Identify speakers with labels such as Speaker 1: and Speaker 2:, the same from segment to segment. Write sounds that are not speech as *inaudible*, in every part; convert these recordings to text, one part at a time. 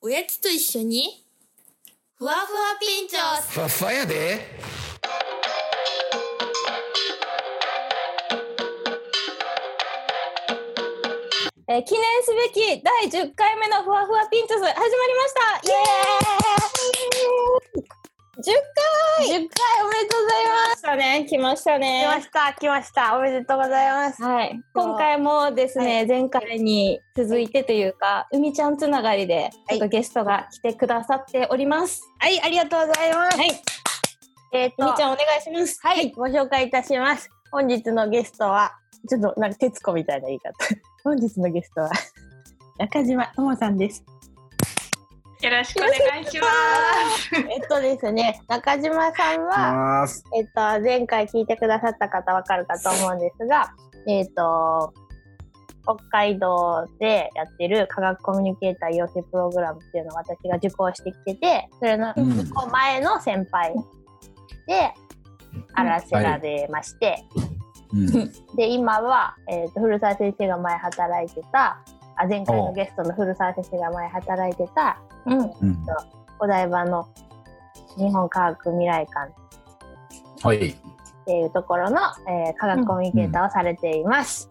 Speaker 1: おやつと一緒に、ふわふわピンチョス
Speaker 2: ふわふわやで
Speaker 3: えー記念すべき第10回目のふわふわピンチョス始まりましたイエーイ10回 !10 回おめでとうございます来ましたね、来ました
Speaker 4: 来ま
Speaker 3: ね。
Speaker 4: した、来ました。おめでとうございます。
Speaker 3: はい、今回もですね、前回に続いてというか、うみちゃんつながりで、ちょっとゲストが来てくださっております。
Speaker 4: はい、ありがとうございます。
Speaker 3: はい、
Speaker 4: えっ、
Speaker 3: うみ
Speaker 4: と
Speaker 3: ち、ゃんお願いします。
Speaker 4: はい、ご紹介いたします。本日のゲストは、ちょっとなんか徹子みたいな言い方。 *laughs* 本日のゲストは、 *laughs* 中島智さんです。
Speaker 5: よろしくお願いします。
Speaker 4: えっとですね、中島さんは、
Speaker 2: ます
Speaker 4: えっと、前回聞いてくださった方わかるかと思うんですが、えっと、北海道でやってる科学コミュニケーター養成プログラムっていうのを私が受講してきてて、それの
Speaker 2: うん
Speaker 4: 一個前の先輩で、あらせられまして、
Speaker 2: うん
Speaker 4: で、今は、えっと、古澤先生が前働いてた、あ、前回のゲストの古澤先生が前働いてた、
Speaker 3: うん、
Speaker 2: うん
Speaker 4: お台場の日本科学未来館
Speaker 2: はい
Speaker 4: っていうところの、えー科学コミュニケーターをされています。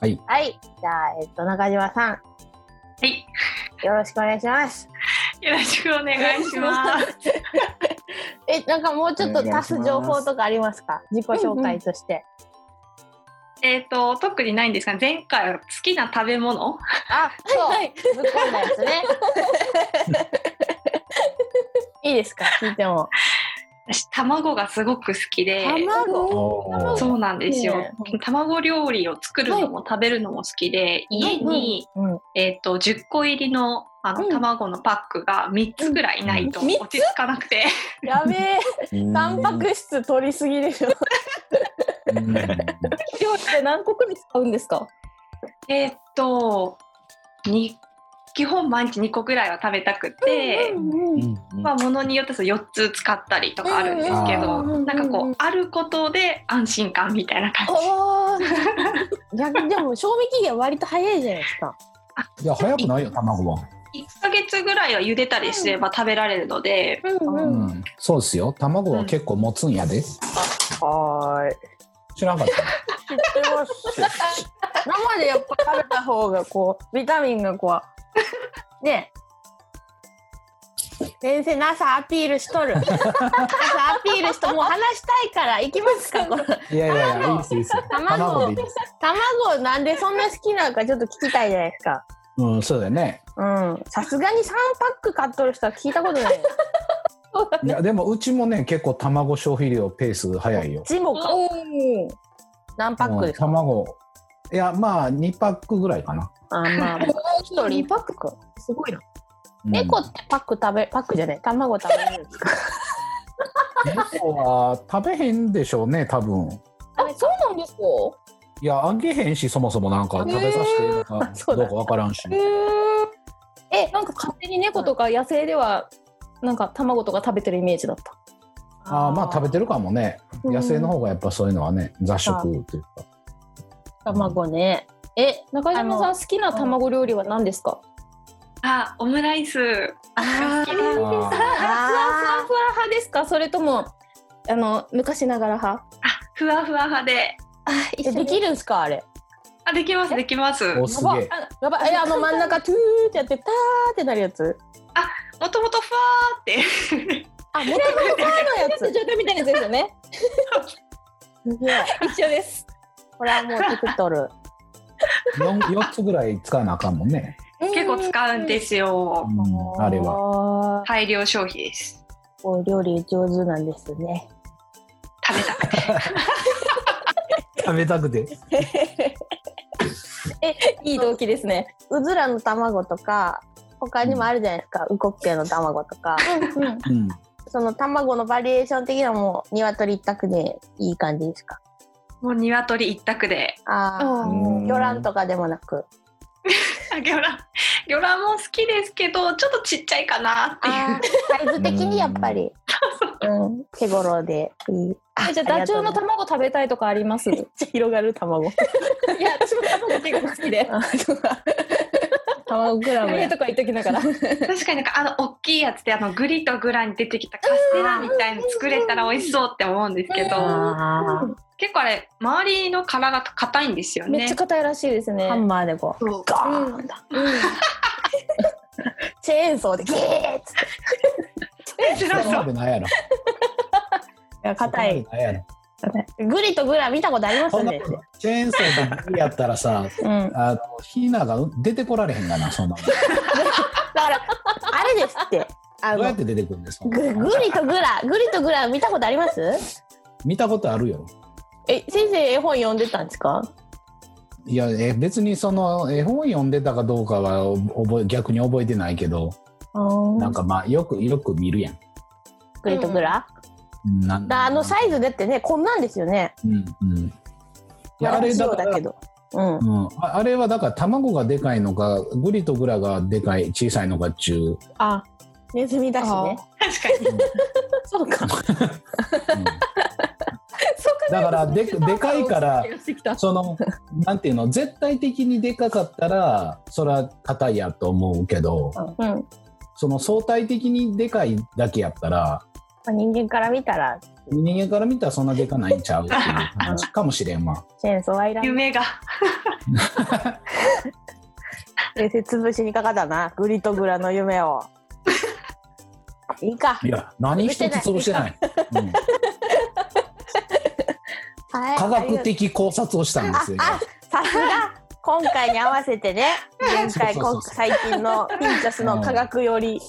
Speaker 2: はい
Speaker 4: はい。じゃあ、えっと、中島さ
Speaker 5: はい、
Speaker 4: ん、よろしくお願いします。
Speaker 5: よろしくお願いします。
Speaker 4: え、なんかもうちょっと足す情報とかありますか自己紹介として。
Speaker 5: えっと特にないんですが、前回は好きな食べ物、
Speaker 4: あ、そう、
Speaker 3: はい
Speaker 4: ぶっ込んだやつ *laughs* ね。いいですか聞いても。
Speaker 5: 私卵がすごく好きで、
Speaker 4: 卵
Speaker 2: お
Speaker 5: そ
Speaker 2: ー
Speaker 5: うなんですよ
Speaker 4: いいね。
Speaker 5: 卵料理を作るのも食べるのも好きで、家に
Speaker 4: うん。うん
Speaker 5: えっと10個入りのあ
Speaker 3: うん
Speaker 5: の卵のパックが3つぐらいないと
Speaker 3: うん
Speaker 5: 落ち着かなくて、
Speaker 4: やべえ、
Speaker 2: うん
Speaker 4: タンパク質取りすぎでしょ。
Speaker 2: うん
Speaker 3: 料理で何個くらい使うんですか
Speaker 5: えっとに基本毎日2個ぐらいは食べたくて。
Speaker 3: うん
Speaker 5: まあ、ものによってそう4つ使ったりとかあるんですけ
Speaker 3: うん
Speaker 5: ど、
Speaker 3: うんうんうん
Speaker 5: なんかこうあることで安心感みたいな感じ
Speaker 4: おお。逆にでも賞味期限割と早いじゃないですか。
Speaker 2: いや早くないよ卵は
Speaker 5: 1ヶ月ぐらいは茹でたりすれば食べられるので、
Speaker 4: う
Speaker 2: う
Speaker 4: ん
Speaker 2: んそうですよ卵は結構持つんやで
Speaker 4: はーい。
Speaker 2: 知らんかった
Speaker 4: 知ってます。生でやっぱ食べた方がこうビタミンがこうね。先生、NASA アピールしとる。NASA アピールしともう話したいから行きますか。この
Speaker 2: いやいやいやいいですいいです
Speaker 4: 卵
Speaker 2: 卵でいいです
Speaker 4: 卵なんでそんな好きなのかちょっと聞きたいじゃないですか。
Speaker 2: うんそうだよね
Speaker 4: うん。さすがに三パック買っとる人は聞いたことない。
Speaker 2: いやでもうちもね結構卵消費量ペース早いよ
Speaker 4: ジモか。
Speaker 3: おー
Speaker 4: 何パックですか。
Speaker 2: うん卵いやまあ2パックぐらいかな
Speaker 4: あまあ一人一パックか。すごいな。
Speaker 2: うん
Speaker 4: 猫ってパック食べパックじゃない卵食べれるんですか。
Speaker 2: 猫は食べへんでしょうね多分
Speaker 3: あ、そうなんですか
Speaker 2: いやあげへんしそもそもなんか食べさせていいのか
Speaker 4: そう
Speaker 2: ど
Speaker 4: だ
Speaker 2: うかわからんし、
Speaker 3: えなんか勝手に猫とか野生ではなんか卵とか食べてるイメージだった。
Speaker 2: あーまあ食べてるかもね
Speaker 3: うん
Speaker 2: 野生の方がやっぱそういうのはね雑食っていうか
Speaker 4: 卵ね。え、
Speaker 3: 中島さ
Speaker 4: あ
Speaker 3: ん好きな卵料理は何ですか？
Speaker 5: あオムライス
Speaker 4: あ
Speaker 5: 好き
Speaker 2: あ
Speaker 5: で
Speaker 2: ー
Speaker 5: す
Speaker 3: ふわふわふわ派ですか？それともあの昔ながら派？
Speaker 5: あふわふわ派で
Speaker 3: あ、
Speaker 4: え、できるんすかあれ。
Speaker 5: あできますできます
Speaker 2: お
Speaker 5: も
Speaker 2: すげえ
Speaker 4: やばい、え、あの真ん中トゥーってやってターってなるやつ。
Speaker 5: ともとふわーって
Speaker 4: あ、もともとあ
Speaker 3: *laughs*
Speaker 4: るやつ。
Speaker 3: 状態みたいなやつですよね。
Speaker 4: すげえ。
Speaker 3: 一緒です。
Speaker 4: これはもう作っとる。
Speaker 2: 4, 4つぐらい使わなあかんもんね、
Speaker 5: 結構使うんですよ
Speaker 2: うん、あれは
Speaker 4: は。
Speaker 5: 大量消費です
Speaker 4: お料理上手なんですね。
Speaker 5: 食べたくて
Speaker 2: 食べたくて
Speaker 3: いい動機ですね。
Speaker 4: うずらの卵とか、他にもあるじゃないですか。ウコッケの卵とか。
Speaker 2: うん
Speaker 4: その卵のバリエーション的なのも鶏一択でいい感じですか。
Speaker 5: もう鶏一択で
Speaker 4: あ
Speaker 3: あ
Speaker 4: あ。魚卵とかでもなく。
Speaker 5: あ魚卵魚卵も好きですけどちょっとちっちゃいかなっていう
Speaker 4: あーサイズ的にやっぱり、うん、手頃でいい。
Speaker 3: ーじゃあダ
Speaker 4: ありが
Speaker 3: チョ
Speaker 4: と
Speaker 3: ウ
Speaker 4: うね
Speaker 3: の卵食べたいとかあります？い
Speaker 4: 広がる卵。
Speaker 3: や、私も卵結構好きで。
Speaker 4: あそうか
Speaker 3: 卵グラムや。
Speaker 4: とか言っときながら。
Speaker 5: 確かになんかあの大きいやつであのグリとグラに出てきたカステラみたいの作れたら美味しそうって思うんですけど
Speaker 6: あー
Speaker 5: 結構あれ周りの殻が硬いんですよ
Speaker 3: めっち
Speaker 5: ね
Speaker 3: ゃ。硬いらしいですね
Speaker 4: ハ。ンマーでこう。
Speaker 5: そう
Speaker 4: ガーンだ。チェーンソーでギーッつって
Speaker 5: 珍し
Speaker 2: そこ
Speaker 5: そ
Speaker 2: ま
Speaker 5: う
Speaker 2: でないやろ。
Speaker 4: いや硬い
Speaker 2: そこまでないやろ。
Speaker 4: グリとグラ見たことあります
Speaker 2: そんな
Speaker 4: ね。
Speaker 2: チェーンソーでやったらさ、
Speaker 4: うん。
Speaker 2: あのヒナが出てこられへんがな、そんなの。
Speaker 4: だからあれですって。あ
Speaker 2: どうや
Speaker 4: の
Speaker 2: っ。て出てくるんですか
Speaker 4: ググリとグラ、グリとグラ見たことあります？
Speaker 2: 見たことあるよ。
Speaker 4: え、先生絵本読んでたんですか？
Speaker 2: いや、え別にその絵本読んでたかどうかは覚え逆に覚えてないけど、
Speaker 4: あ
Speaker 2: な
Speaker 4: ー
Speaker 2: んかまあよくよく見るやん。
Speaker 4: グリとグラ。
Speaker 2: なん
Speaker 4: だあのサイズだってね、こんなんですよね。
Speaker 2: うんうん。いやあれ
Speaker 4: そ
Speaker 2: だ
Speaker 4: う
Speaker 2: か
Speaker 4: だ
Speaker 2: ら
Speaker 4: けど。うん。
Speaker 2: うん、ああれはだから卵がでかいのかグリとグラがでかい小さいのかっちゅう、
Speaker 4: あ、ネズミだしね。
Speaker 5: 確かに
Speaker 4: そうか。
Speaker 2: うんだからででかいからそ
Speaker 4: *laughs*
Speaker 2: のなんていうの絶対的にでかかったらそれは硬いやと思うけど
Speaker 4: うん。
Speaker 2: その相対的にでかいだけやったら
Speaker 6: まあ人間から見たら
Speaker 2: 人間から見たらそんなでかないんちゃうっていう話かもしれんわ。
Speaker 6: チェーンソーはいらん。
Speaker 5: 夢が
Speaker 4: 先生潰しにかかったな。グリとグラの夢 *laughs* を。いいか。
Speaker 2: いや何一つ潰してない、うん、
Speaker 4: はい
Speaker 2: 科学的考察をしたんですよ。
Speaker 4: あさすが今回に合わせてね前回
Speaker 2: そうそうそうそう
Speaker 4: こ最近のピンチョスの科学より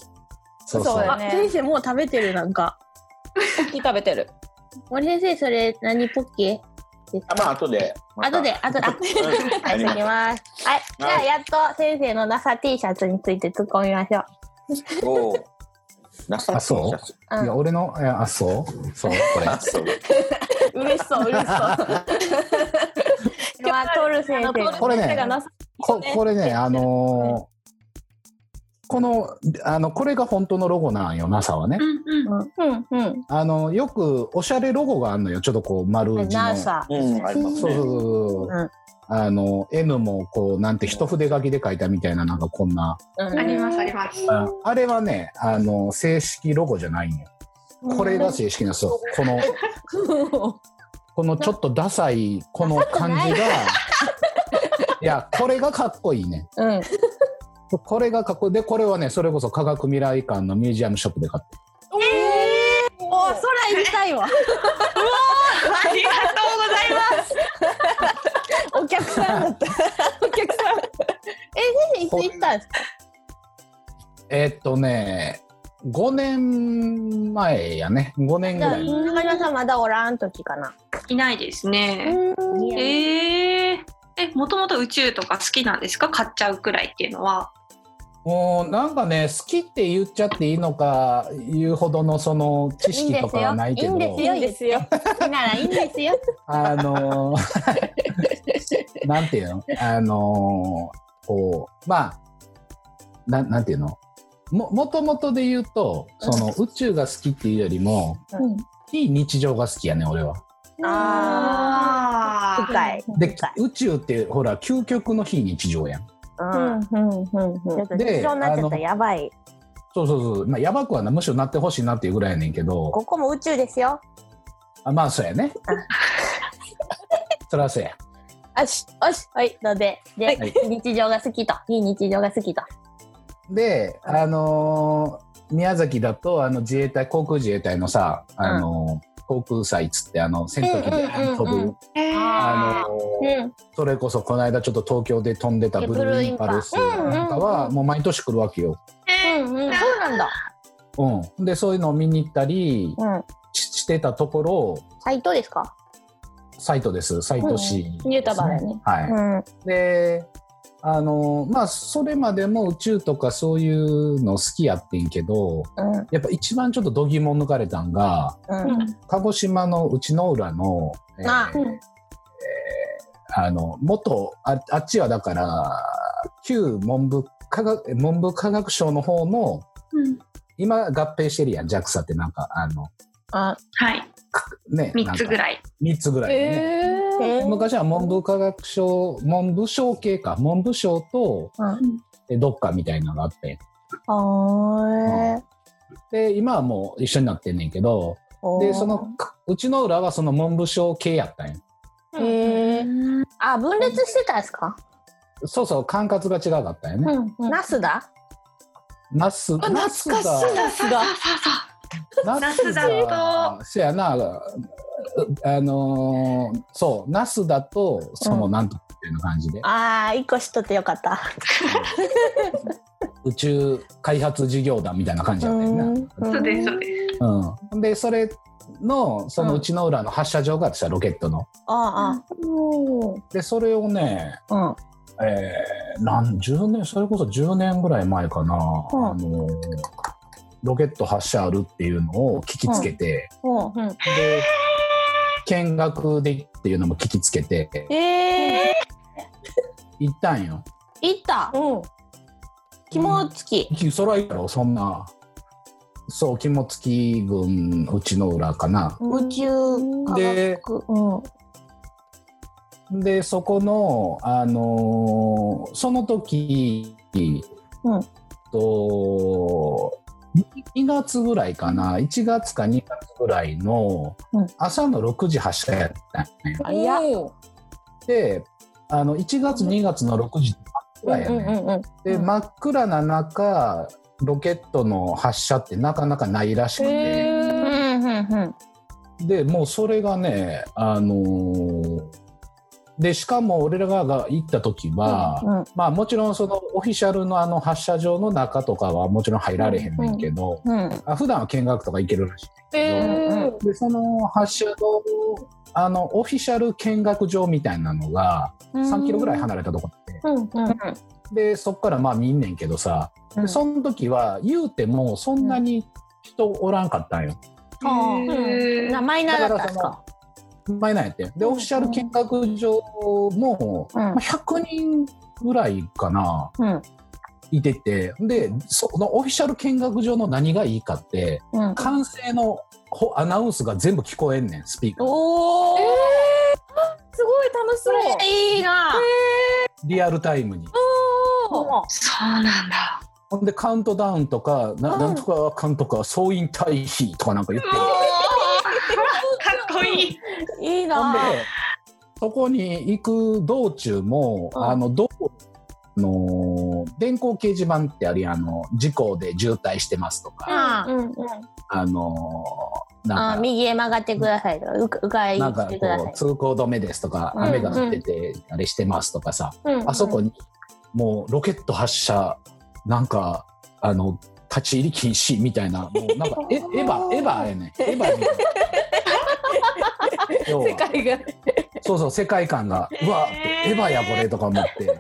Speaker 2: そう
Speaker 4: そう
Speaker 2: そう
Speaker 4: だよねあ先
Speaker 6: 生もう食べてるなんか。
Speaker 4: き食べてる
Speaker 6: 森先生それ何ポッケ？です
Speaker 7: あ
Speaker 6: か
Speaker 7: まあ後で。また
Speaker 6: 後で後で。あ
Speaker 7: うんやり
Speaker 6: *laughs* はい、行
Speaker 7: ま
Speaker 6: きます。はい、じゃあやっと先生の NASA T シャツについて突っ込みましょう。
Speaker 7: すおーなさ
Speaker 2: あそうう、いや俺のいやあそう *laughs* そうこれ
Speaker 7: あそう
Speaker 4: 嬉しそう嬉しそう
Speaker 6: まあ、トル先生の。
Speaker 2: これね
Speaker 3: がなさ
Speaker 2: ここれね、あのーこのあのこれが本当のロゴなんよ NASA はね、
Speaker 5: うんうん
Speaker 6: うん、うん。
Speaker 2: あのよくおしゃれロゴがあるのよちょっとこう丸字の、そう
Speaker 4: NASA
Speaker 7: うんあります
Speaker 2: そう
Speaker 7: ね。
Speaker 2: そう、
Speaker 4: うん
Speaker 2: あの N もこうなんて一筆書きで書いたみたいななんかこんな、
Speaker 5: ありますあります。
Speaker 2: ああれはねあの正式ロゴじゃないんよこれが正式なんですよこの
Speaker 6: *laughs*
Speaker 2: このちょっとダサいこの感じがいやこれがかっこいいね
Speaker 4: うん
Speaker 2: これがかっこいいでこれはねそれこそ科学未来館のミュージアムショップで買った
Speaker 4: お空行きたいわ
Speaker 5: ありがとうございます。
Speaker 4: お客さんだったお客さん
Speaker 6: 先生、いつ行ったんですか
Speaker 2: えーっとね、5年前やね、5年ぐ
Speaker 6: じゃ
Speaker 2: ら
Speaker 6: あ、
Speaker 2: い。
Speaker 6: 中島さんまだおらん時かな。
Speaker 5: いないですね。えー、え、もともと宇宙とか好きなんですか買っちゃうくらいっていうのは。
Speaker 2: もうなんかね、好きって言っちゃっていいのか、言うほどのその知識とかはないけど、
Speaker 6: いいんですよ。好きならいいんです *laughs* よ。
Speaker 2: あの
Speaker 4: *laughs*
Speaker 2: ーなんていうのあのーこう、まあ、ななんていうのも、もともとで言うと、その宇宙が好きっていうよりも、
Speaker 4: うん
Speaker 2: 非日常が好きやね、俺は。
Speaker 6: ああ。
Speaker 5: あ
Speaker 6: 深い。
Speaker 2: で
Speaker 6: 深い、。
Speaker 2: 宇宙ってほら、究極の非日常やん。
Speaker 6: うん。
Speaker 4: うん
Speaker 6: ちょっと日常になっちゃったらやばい。
Speaker 2: そうそうそう、まあ、やばくはなむしろなってほしいなっていうぐらいやねんけど
Speaker 6: ここも宇宙ですよ。
Speaker 2: あまあそうや
Speaker 4: *laughs*
Speaker 2: ねそらそうや
Speaker 6: よし、よし、はい、ので、で、
Speaker 2: い
Speaker 6: 日常が好きと、いい日常が好きと。
Speaker 2: であのー宮崎だとあの自衛隊航空自衛隊のさ、あのー航空祭っつってあの戦闘機で飛ぶ、
Speaker 6: うんうんうんうん
Speaker 5: ーえー
Speaker 2: あのー
Speaker 6: うん、
Speaker 2: それこそこの間ちょっと東京で飛んでたブルーインパルスなんかはもう毎年来るわけよ。
Speaker 5: えー
Speaker 6: うん、うん、そうなんだ。
Speaker 2: うん、でそういうのを見に行ったり
Speaker 6: うん、
Speaker 2: ししてたところ
Speaker 6: サイトですか。
Speaker 2: サイトですサイト市、
Speaker 4: ニュータバだね
Speaker 2: はい、
Speaker 6: うん、
Speaker 2: であのまあそれまでも宇宙とかそういうの好きやってんけど
Speaker 6: うん、
Speaker 2: やっぱ一番ちょっと度肝抜かれたんが
Speaker 6: うん、
Speaker 2: 鹿児島の内之浦の、えー
Speaker 6: あ
Speaker 2: えーあの元ああっちはだから旧文部科学文部科学省の方の
Speaker 5: うん
Speaker 2: 今合併してるやん JAXA ってなんかあの
Speaker 5: はい、
Speaker 2: ね
Speaker 5: 三つぐ
Speaker 2: い
Speaker 5: らい。
Speaker 2: 3つぐらい、ね
Speaker 6: えー
Speaker 2: 昔は文部科学省文部省系か文部省と、
Speaker 6: うん
Speaker 2: でどっかみたいなのがあって
Speaker 4: あ
Speaker 2: で今はもう一緒になってんねんけど
Speaker 4: ー
Speaker 2: でそのうちの裏はその文部省系やったんよ
Speaker 6: へえあ、分裂してたんですか
Speaker 2: そうそう管轄が違かったよね、
Speaker 6: ん。
Speaker 4: ナスだ
Speaker 2: ナスナスが
Speaker 4: ナスだ
Speaker 2: ナスだとせやなあのーそうナスだとそのなんとかみたいな感じ
Speaker 4: *laughs*
Speaker 2: で、
Speaker 4: ああ一個知っとってよかった
Speaker 2: 宇宙開発事業団みたいな感じやったよね、
Speaker 5: そうですそうです
Speaker 2: うん、でそれのそのうちの裏の発射場があってさロケットの
Speaker 4: あ
Speaker 2: でそれをね
Speaker 4: あうん
Speaker 2: えー、何10年それこそ10年ぐらい前かな、あのロケット発射あるっていうのを聞きつけて、
Speaker 4: うんうん
Speaker 2: で見学でっていうのも聞きつけて
Speaker 4: ええ
Speaker 2: 行ったんよ
Speaker 4: 行った
Speaker 6: うん。
Speaker 4: 肝付き
Speaker 2: きそらいいやろそんなそう肝付き軍うちの裏かな
Speaker 4: 宇宙科
Speaker 2: で
Speaker 4: 学うん
Speaker 2: でそこのあのーその時、
Speaker 4: うん
Speaker 2: と2月ぐらいかな1月か2月ぐらいの
Speaker 4: うん
Speaker 2: 朝の6時発射やったんよ
Speaker 4: あいや
Speaker 2: であの1月2月の6時って真っ暗やね、
Speaker 4: うん
Speaker 2: で真っ暗な中ロケットの発射ってなかなかないらしくて
Speaker 4: うんうん
Speaker 2: でもうそれがねあのーでしかも俺らが行った時は、
Speaker 4: うん
Speaker 2: まあもちろんそのオフィシャルのあの発射場の中とかはもちろん入られへんねんけど、
Speaker 4: うん
Speaker 2: あ普段は見学とか行けるらしいけ
Speaker 4: うん
Speaker 2: どでその発射場のあのオフィシャル見学場みたいなのが3キロぐらい離れたとこで
Speaker 6: うん。うん。
Speaker 2: でそっからまあ見んねんけどさ、
Speaker 4: うん
Speaker 2: でその時は言うてもそんなに人おらんかったんよ。
Speaker 5: へ
Speaker 4: 名前な
Speaker 2: だか
Speaker 4: かった
Speaker 2: ら
Speaker 4: んす
Speaker 2: その
Speaker 4: か
Speaker 2: 前なんやってでオフィシャル見学場も、
Speaker 4: うん
Speaker 2: まあ100人ぐらいかな、
Speaker 4: うん
Speaker 2: いててでそのオフィシャル見学場の何がいいかって
Speaker 4: うん
Speaker 2: 歓声のほアナウンスが全部聞こえんねんスピーカー
Speaker 4: おお
Speaker 3: すごい楽しそう。
Speaker 4: いいな
Speaker 2: リアルタイムに
Speaker 5: そうなんだ
Speaker 2: ほんでカウントダウンとかななんとかかんとか総員退避とかなんか言って
Speaker 5: かっこいい
Speaker 4: い
Speaker 2: ほんで
Speaker 4: いな
Speaker 2: そこに行く道中も、
Speaker 4: うん
Speaker 2: あの道路の電光掲示板ってありあの事故で渋滞してますとか、
Speaker 4: あ
Speaker 6: うん。うん。
Speaker 2: あの
Speaker 4: あ
Speaker 2: なんか
Speaker 4: 右へ曲がってくださいとうかうかい
Speaker 2: なんか
Speaker 4: してくださ
Speaker 2: こ
Speaker 4: いう
Speaker 2: 通行止めですとか、
Speaker 4: うん
Speaker 2: 雨が降っててあれしてますとかさ、
Speaker 6: うん。
Speaker 2: あそこにもうロケット発射なんかあの立ち入り禁止みたいなもうなんかえエヴァエヴァやねエヴァみたい
Speaker 4: *laughs*
Speaker 2: な要は
Speaker 3: 世界が。
Speaker 2: そうそう世界観がうわエヴァやこれとか思って。
Speaker 4: う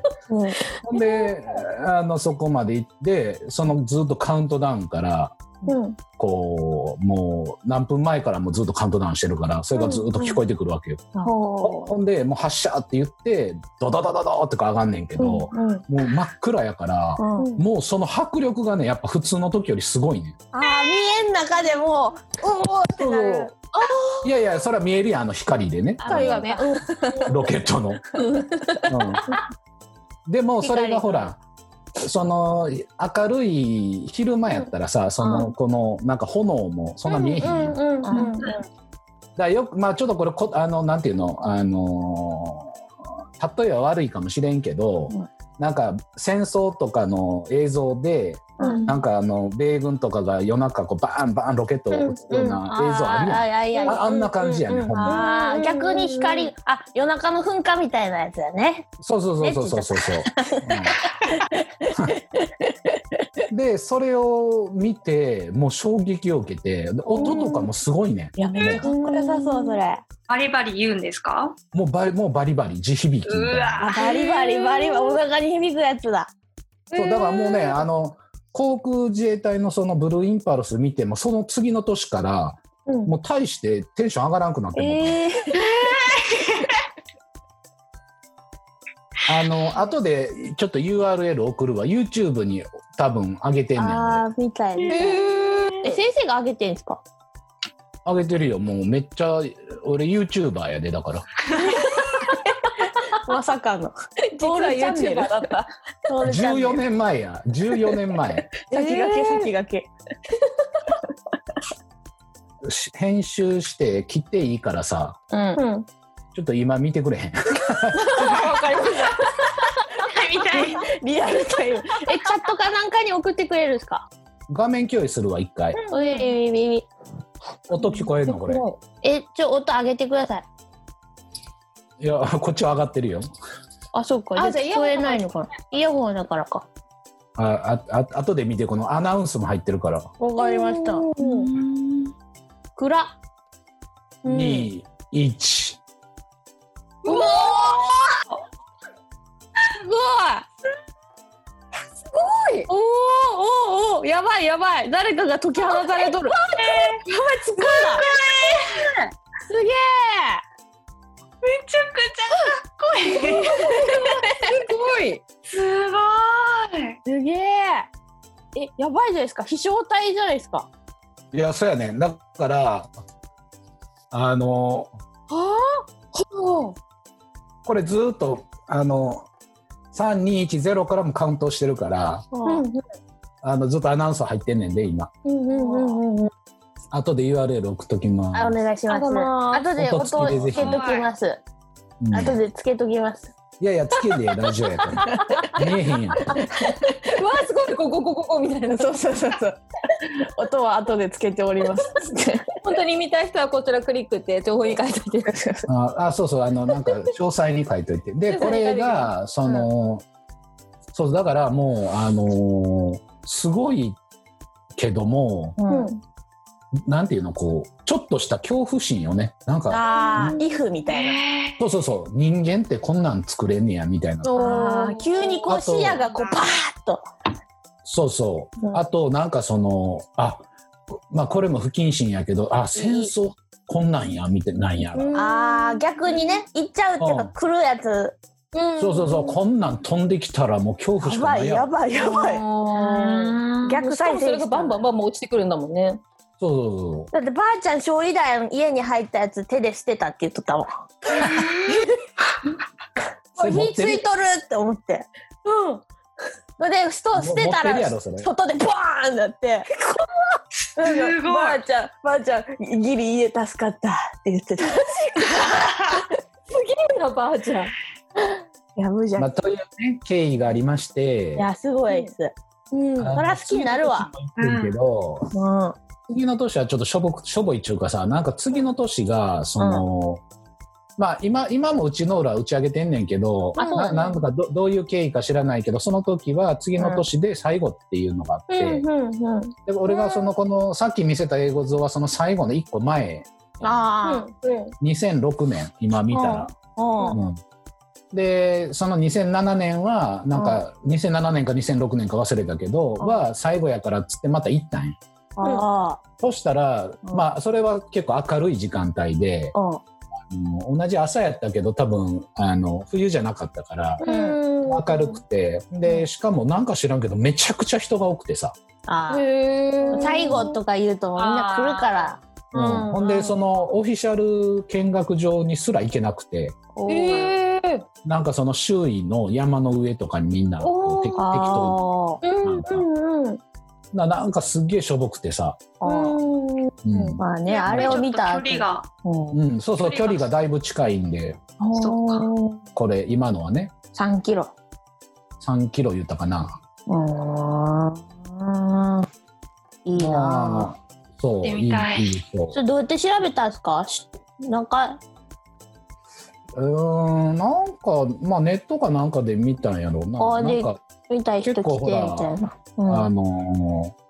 Speaker 4: ん
Speaker 2: ほんであのそこまで行ってそのずっとカウントダウンから
Speaker 6: うん。
Speaker 2: こうもう何分前からもうずっとカウントダウンしてるからそれがずっと聞こえてくるわけよ、
Speaker 6: ほ
Speaker 2: ほんでもう発射って言ってドドドドドってか上がんねんけ
Speaker 6: う。
Speaker 2: ど、
Speaker 6: うん。うん。
Speaker 2: もう真っ暗やから、
Speaker 4: うん
Speaker 2: もうその迫力がねやっぱ普通の時よりすごいね
Speaker 4: あー見えん中でもうおおってなる
Speaker 2: いやいやそれは見えるやんあの光でね
Speaker 3: 光がね。
Speaker 2: ロケットの。うん、でもそれがほらその明るい昼間やったらさ、そのこのなんか炎もそんな見えへんやん、だか
Speaker 6: うん。うん。
Speaker 2: らよくまあちょっとこれこあのなんていうのあのー例えは悪いかもしれんけど、
Speaker 4: うん
Speaker 2: なんか戦争とかの映像で、
Speaker 6: うん
Speaker 2: なんかあの米軍とかが夜中こうバーンバーンロケットを撃つような映像あるやん、
Speaker 4: あーいやいや
Speaker 2: ああんな感じやね、
Speaker 6: うん
Speaker 2: ほんま
Speaker 4: あー
Speaker 6: 逆
Speaker 4: 逆
Speaker 6: に
Speaker 4: に
Speaker 6: 光
Speaker 4: 光あ夜中の噴火みたいなやつだね
Speaker 2: そうそうそうそうそうそう。うんでそれを見てもう衝撃を受けてで音とかもすごいね、
Speaker 4: いやめっちゃかっこよさそうそれ
Speaker 5: バリバリ言うんですか
Speaker 2: もうバリもうバリバリ地響き
Speaker 5: う
Speaker 2: みたいな
Speaker 5: わ
Speaker 4: バリバリバリバリお腹に響くやつだ
Speaker 2: そうだからもうねあの航空自衛隊のそのブルーインパルス見てもその次の年から、
Speaker 6: うん
Speaker 2: もう大してテンション上がらんくなってもうた、
Speaker 4: え
Speaker 2: あの後でちょっと URL 送るわ YouTube に多分上げてんねん
Speaker 4: あ
Speaker 2: あ
Speaker 4: あみたいな
Speaker 6: え、先生があげてんですか。
Speaker 2: 上げてるよもうめっちゃ俺 YouTuber やでだから
Speaker 4: まさか *laughs* の。
Speaker 3: 実は YouTuber だった。
Speaker 2: 14年前や14年前
Speaker 4: 先駆け先駆け。
Speaker 2: し編集して切っていいからさ
Speaker 4: うん。
Speaker 3: うん。
Speaker 2: ちょっと今見てくれへん
Speaker 4: わかりました。
Speaker 5: *laughs* みたい。
Speaker 4: リアルタイム。
Speaker 3: え、チャットかなんかに送ってくれるんですか。
Speaker 2: 画面共有するわ一回
Speaker 3: うえびびびび
Speaker 2: 音聞こえるのこれ
Speaker 1: え、ちょ、音上げてください。
Speaker 2: いやこっちは上がってるよ
Speaker 4: あ、そうか。
Speaker 1: あ、
Speaker 4: じ
Speaker 1: じゃ
Speaker 4: ゃ
Speaker 1: あイヤ
Speaker 3: 聞
Speaker 1: ホ
Speaker 3: こえ
Speaker 1: ン
Speaker 3: ないのかな。
Speaker 1: イヤホンだからか。
Speaker 2: あああ後で見てこのアナウンスも入ってるから
Speaker 4: あわかりました。
Speaker 1: 暗。
Speaker 2: 21
Speaker 5: うわ
Speaker 3: すごい。すごい。おーおーおーやばいやばい。誰かが解き放たれとる。やばい、すごいな。すげえ。
Speaker 5: めちゃくちゃかっこいい。
Speaker 3: すごい。
Speaker 5: すごーい。
Speaker 3: すげえ。え、やばいじゃないですか。飛翔体じゃないですか。
Speaker 2: いやそうやねだからあの
Speaker 3: はあ。
Speaker 2: これずーっとあの3210からもカウントしてるから
Speaker 3: うん
Speaker 2: あのずっとアナウンス入ってんねんで今
Speaker 3: うんうんうんうん。
Speaker 2: 後で URL 送っときま
Speaker 6: あお
Speaker 2: す、
Speaker 6: 願いします。
Speaker 3: あ
Speaker 6: 後で音
Speaker 2: 音付きでぜ
Speaker 6: つ
Speaker 2: ひ
Speaker 6: けときます。
Speaker 2: うん
Speaker 6: 後でつけときます。
Speaker 2: いやいやつけんでええラジオやから
Speaker 4: *laughs*
Speaker 2: 見えへんやん
Speaker 3: うわすごいここここここみたいな。
Speaker 4: そうそうそうそう。音は後でつけております。
Speaker 3: 本当に見たい人はこちらクリックって情報に書いておいて。
Speaker 2: ああそうそうあのなんか詳細に書いといてでこれがその、そうだからもうあのーすごいけども
Speaker 4: うん
Speaker 2: なんていうのこうちょっとした恐怖心よねなんか
Speaker 4: ああ、イフみたいな。
Speaker 5: え
Speaker 2: そうそうそう人間ってこんなん作れんねやみたいな
Speaker 4: あー急にこう視野がこうパーッと。
Speaker 2: そうそう、
Speaker 4: うん
Speaker 2: あとなんかそのあまあこれも不謹慎やけどあ戦争こんなんやみたいなんやら、
Speaker 4: ああ、逆にね、行っちゃうっていうか、
Speaker 2: うん
Speaker 4: 来るやつ。
Speaker 2: そうそうそうこんなん飛んできたらもう恐怖しか
Speaker 4: やば
Speaker 2: ない
Speaker 4: い、
Speaker 2: や
Speaker 4: や
Speaker 2: ん
Speaker 4: ばい、やばい。
Speaker 3: あ
Speaker 5: ー
Speaker 4: 逆
Speaker 3: しか
Speaker 4: 再
Speaker 3: も
Speaker 4: 生
Speaker 3: それがバンバンバンバン落ちてくるんだもんね。
Speaker 2: そうそうそうそう
Speaker 4: だってばあちゃん勝利台の家に入ったやつ手で捨てたって言っとったもん。
Speaker 2: *laughs* それ持
Speaker 4: 火
Speaker 2: っ
Speaker 4: つ
Speaker 2: てる
Speaker 4: いとるって思って。
Speaker 3: うん。
Speaker 4: で、スト捨て
Speaker 2: 持ってる
Speaker 4: た
Speaker 2: や
Speaker 4: ら
Speaker 2: ろそれ
Speaker 4: 外でバーンなって。怖
Speaker 5: すごい
Speaker 4: ばあちゃん、ばあちゃん、ギリ家助かったって言ってた。
Speaker 3: なばあちゃん。
Speaker 4: やぶじゃん。
Speaker 2: ま
Speaker 4: い
Speaker 2: あ、という、ね、経緯がありまして。
Speaker 4: や、すごいです。
Speaker 3: うん。
Speaker 2: あの
Speaker 4: そら好きになるわ。
Speaker 2: 次の年も言ってるけど、
Speaker 4: うん。
Speaker 2: 次の年はちょっとしょぼく、しょぼいっちゅうかさ、なんか次の年が、その、まあ今、今もうちの裏打ち上げてんねんけど、
Speaker 3: あそう
Speaker 2: な
Speaker 3: だね
Speaker 2: なんとかどどういう経緯か知らないけど、その時は次の年で最後っていうのがあって、
Speaker 3: うんうん。
Speaker 2: で俺がそのこのさっき見せた英語像はその最後の1個前、
Speaker 4: あ
Speaker 2: 2006年、今見たら。
Speaker 4: あ、うん。
Speaker 2: うんでその2007年はなんか2007年か2006年か忘れたけど
Speaker 4: うん
Speaker 2: は最後やからっつってまた行ったんや
Speaker 4: あ
Speaker 2: そしたら
Speaker 4: うん
Speaker 2: まあそれは結構明るい時間帯で
Speaker 4: あ、、うん。
Speaker 2: うん同じ朝やったけど多分あの冬じゃなかったから
Speaker 3: うん。
Speaker 2: 明るくてでしかもなんか知らんけどめちゃくちゃ人が多くてさ、
Speaker 4: ああ。
Speaker 3: へー
Speaker 6: 最後とか言うとみんな来るから。
Speaker 2: うん
Speaker 3: うん
Speaker 2: ほんでそのオフィシャル見学場にすら行けなくて
Speaker 4: おー
Speaker 3: へー
Speaker 2: なんかその周囲の山の上とかにみんなこうて適
Speaker 4: あ
Speaker 2: 当に
Speaker 4: ー
Speaker 3: うんうんうん。
Speaker 2: ななんかすっげえしょぼくてさ、
Speaker 4: あー。
Speaker 2: うん
Speaker 4: まあね、あれを見た
Speaker 5: ちょっと距離が。
Speaker 4: 後。うん
Speaker 2: うん、そうそう距
Speaker 5: 距
Speaker 2: 離
Speaker 5: 離が
Speaker 2: がだいぶ近いんで
Speaker 5: そ
Speaker 2: これ今のはね
Speaker 4: 3キロ。
Speaker 2: 3キロ言ったかな
Speaker 4: うーん。いいな
Speaker 2: あそう
Speaker 5: 行ってみたい
Speaker 2: いそう
Speaker 6: それどうやって調べたんですかしなんか、
Speaker 2: うーんなんかまあネットかなんかで見たんやろうな
Speaker 6: あ
Speaker 2: な
Speaker 6: で
Speaker 2: んか、
Speaker 6: 見たい人来て
Speaker 2: 結構ほ
Speaker 6: み
Speaker 2: ら
Speaker 6: たいな。
Speaker 2: あのー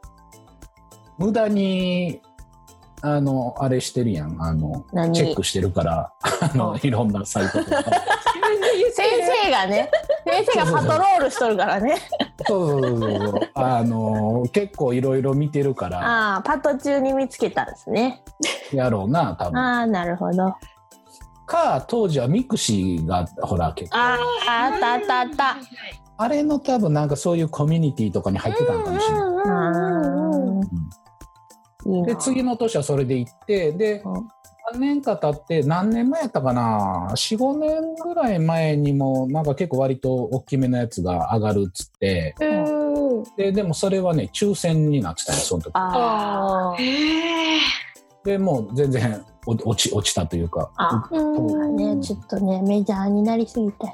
Speaker 2: 無駄にあのあれしてるやんあの
Speaker 6: 何
Speaker 2: チェ
Speaker 6: 先
Speaker 2: ックしてるからあのいろんなサイトとか
Speaker 4: 先生
Speaker 2: *laughs*
Speaker 4: がね、先生がパトロールしとるからね。
Speaker 2: そうそうそうそう
Speaker 4: *laughs*
Speaker 2: あのー結構いろいろ見てるから
Speaker 4: ああ、パト中に見つけたんですね。
Speaker 2: やろうな多分
Speaker 4: ああ、なるほど。あ
Speaker 2: か当時はミクシーがほら結構
Speaker 4: あ、あったあったあっ
Speaker 5: う
Speaker 4: た。
Speaker 2: あれの多分なんかそういうコミュニティとかに入ってたのかもしれない。
Speaker 4: あーいい
Speaker 2: で
Speaker 4: な。
Speaker 2: 次の年はそれで行ってで
Speaker 4: うん
Speaker 2: 何年か経って何年前やったかな45年ぐらい前にもなんか結構割と大きめのやつが上がるっつって
Speaker 3: うん。
Speaker 2: ででもそれはね抽選になってたよその時
Speaker 4: あ
Speaker 6: あー
Speaker 5: ええ
Speaker 2: でもう全然お落ち落ちたというか
Speaker 6: あ
Speaker 2: うん
Speaker 6: ね、ちょっとね、メジャーになりすぎて。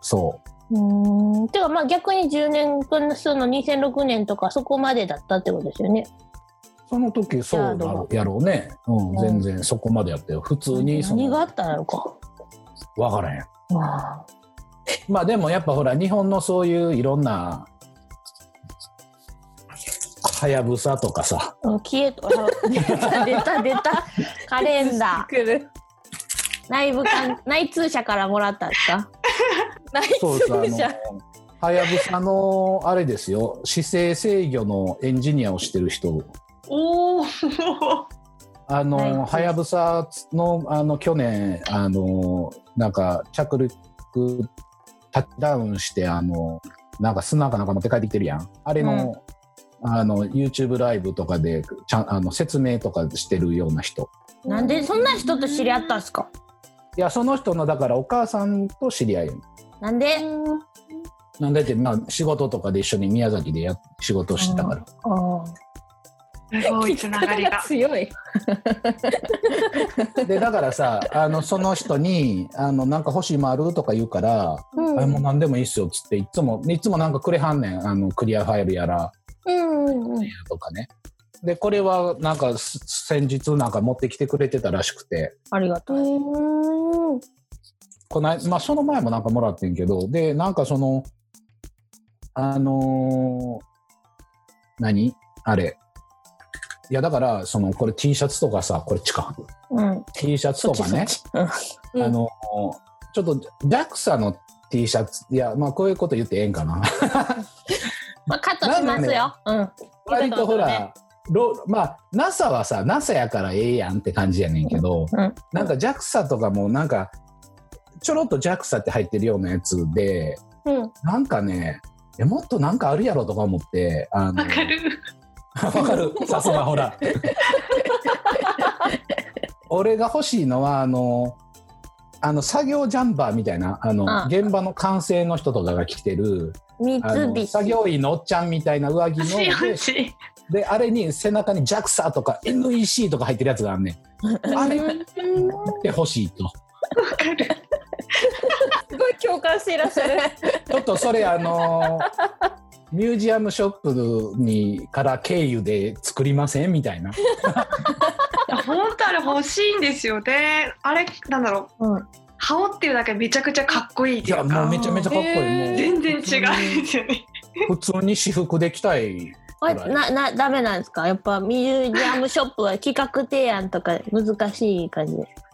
Speaker 2: そう
Speaker 6: ーん。てか、まあ逆に10年分数の2006年とかそこまでだったってことですよね。
Speaker 2: うその時そうだろやろうね、うん、全然そこまでやったよ普通にそ
Speaker 6: 何が
Speaker 2: の
Speaker 6: あったのか。
Speaker 2: 分からへん
Speaker 6: あ
Speaker 2: まあでもやっぱほら日本のそういういろんなはやぶさとかさ
Speaker 6: ー消えと、出た出た出
Speaker 2: *laughs*
Speaker 6: た。カレンダ
Speaker 3: 来る。
Speaker 6: ー。内部か、内通者からもらったんですか
Speaker 3: 内
Speaker 2: そうですあ
Speaker 3: 通者。
Speaker 2: のはやぶさのあれですよ姿勢制御のエンジニアをしてる人
Speaker 5: お
Speaker 4: *laughs*
Speaker 5: お。
Speaker 2: あの
Speaker 6: はい
Speaker 2: はやぶさのあの去年あのなんか着陸タッチダウンしてあのなんか砂かなんか持って帰ってきてるやんあれの,、あの YouTube ライブとかでちゃんあの説明とかしてるような人
Speaker 6: なんでそんな人と知り合ったんですか
Speaker 2: いやその人のだからお母さんと知り合いやねん
Speaker 6: なんで
Speaker 2: なんだってまあ仕事とかで一緒に宮崎でや仕事してたから
Speaker 5: すごいつながりが。
Speaker 3: 強い。
Speaker 2: でだからさあのその人にあの「なんか欲しいもんある?」とか言うから「
Speaker 6: うん
Speaker 2: あれもう何でもいいっすよ」っつっていつもいつもなんかくれはんねんあのクリアファイルやら
Speaker 6: うんうんうん。
Speaker 2: とかねでこれはなんかす先日なんか持ってきてくれてたらしくて
Speaker 6: ありがとう。うん。
Speaker 2: この間、まあ、その前もなんかもらってんけどでなんかそのあのー何あれいやだからそのこれ T シャツとかさこれっちか T シャツとかね
Speaker 3: うん
Speaker 2: あのちょっと JAXA の T シャツいやまあこういうこと言ってええんかな
Speaker 6: まあ、カットしますよ。うん。
Speaker 2: 割とほらロまあ NASA はさ NASA やからええやんって感じやねんけど、
Speaker 6: うん
Speaker 2: なんか JAXA とかもなんかちょろっと JAXA って入ってるようなやつで
Speaker 6: うん。
Speaker 2: なんかねえもっとなんかあるやろとか思ってあの
Speaker 5: わかる。
Speaker 2: *laughs* わかるさすがほら俺が欲しいのはあのあの作業ジャンバーみたいなあの
Speaker 6: あ
Speaker 2: 現場の完成の人とかが着てる
Speaker 6: 三
Speaker 2: あの
Speaker 6: 菱。
Speaker 2: 作業員のおっちゃんみたいな上着の
Speaker 5: 足
Speaker 2: で
Speaker 5: 足。
Speaker 2: であれに背中に JAXA とか NEC とか入ってるやつがあんね *laughs* んあれ持ってほしいと
Speaker 3: すごい共感していらっしゃる。
Speaker 2: ちょっとそれあの *laughs* ミュージアムショップにから経由で作りませんみたいな
Speaker 5: 本当あれ欲しいんですよね。あれなんだろう。
Speaker 6: うん
Speaker 5: 羽織ってるだけでめちゃくちゃかっこいいって
Speaker 2: い
Speaker 5: い
Speaker 2: や
Speaker 5: う
Speaker 2: もう
Speaker 5: か。
Speaker 2: めちゃめちゃかっこいい、
Speaker 3: へー
Speaker 2: もう
Speaker 5: 全然違うんです *laughs* よね。
Speaker 2: 普通に私服で着たい
Speaker 6: あれな、な、ダメなんですかやっぱミュージアムショップは企画提案とか難しい感じですか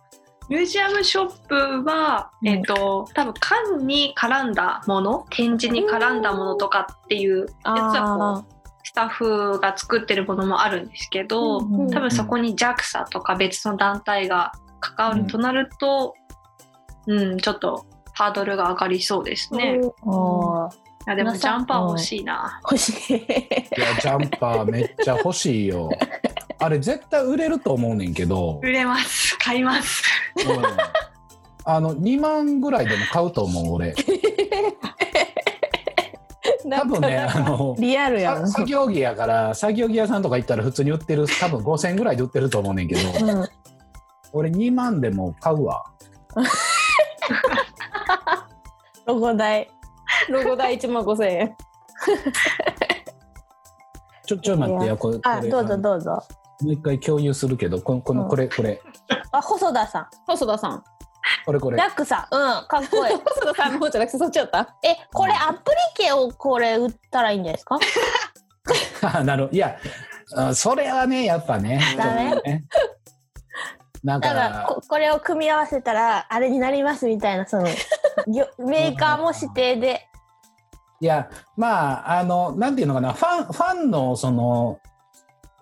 Speaker 5: ミュージアムショップは、
Speaker 6: うん
Speaker 5: えっ、と多分缶に絡んだもの展示に絡んだものとかっていうやつはこうスタッフが作ってるものもあるんですけど、
Speaker 6: うん
Speaker 5: 多分そこに JAXA とか別の団体が関わるとなると、うんちょっとハードルが上がりそうですね。い
Speaker 6: あ *laughs* あ。
Speaker 5: やでも
Speaker 6: 皆
Speaker 5: ジ
Speaker 6: さ
Speaker 5: ャ
Speaker 6: ん
Speaker 5: ンパー欲しいな。
Speaker 6: 欲しい。
Speaker 2: いやジャンパーめっちゃ欲しいよあれ絶対売れると思うねんけど、
Speaker 5: 売れます。 *laughs* 買います。
Speaker 2: うんあの2万ぐらいでも買うと思う *laughs* 俺多分ねあの
Speaker 4: リアルや
Speaker 2: さ
Speaker 4: ん。
Speaker 2: 作業着やから作業着屋さんとか行ったら普通に売ってる多分5000ぐらいで売ってると思うねんけ
Speaker 6: *laughs*
Speaker 2: ど
Speaker 6: うん。
Speaker 2: 俺2万でも買うわ
Speaker 4: ロゴ代。
Speaker 3: ロゴ代一万五千円。
Speaker 2: ちょちょ待ってよこれこれ
Speaker 4: あ
Speaker 6: どうぞどうぞ。
Speaker 2: もう一回共有するけどこのこのこれこれ
Speaker 6: あ、細田さ
Speaker 3: 細田さん。
Speaker 2: これこ
Speaker 6: ん。
Speaker 2: れ
Speaker 6: ダックさん。うん。かっこいい。
Speaker 3: 細田さんの方じゃなくてそっちだった。
Speaker 6: え、これアプリケをこれ売ったらいいんじゃないですか
Speaker 2: *laughs* あなるほどいやあそれはねやっぱね
Speaker 6: ダメ
Speaker 2: ちょっとねなん
Speaker 6: だから
Speaker 2: か
Speaker 6: ここれを組み合わせたらあれになりますみたいなその業メーカーも指定で
Speaker 2: いやまああのなんていうのかなファンファンのその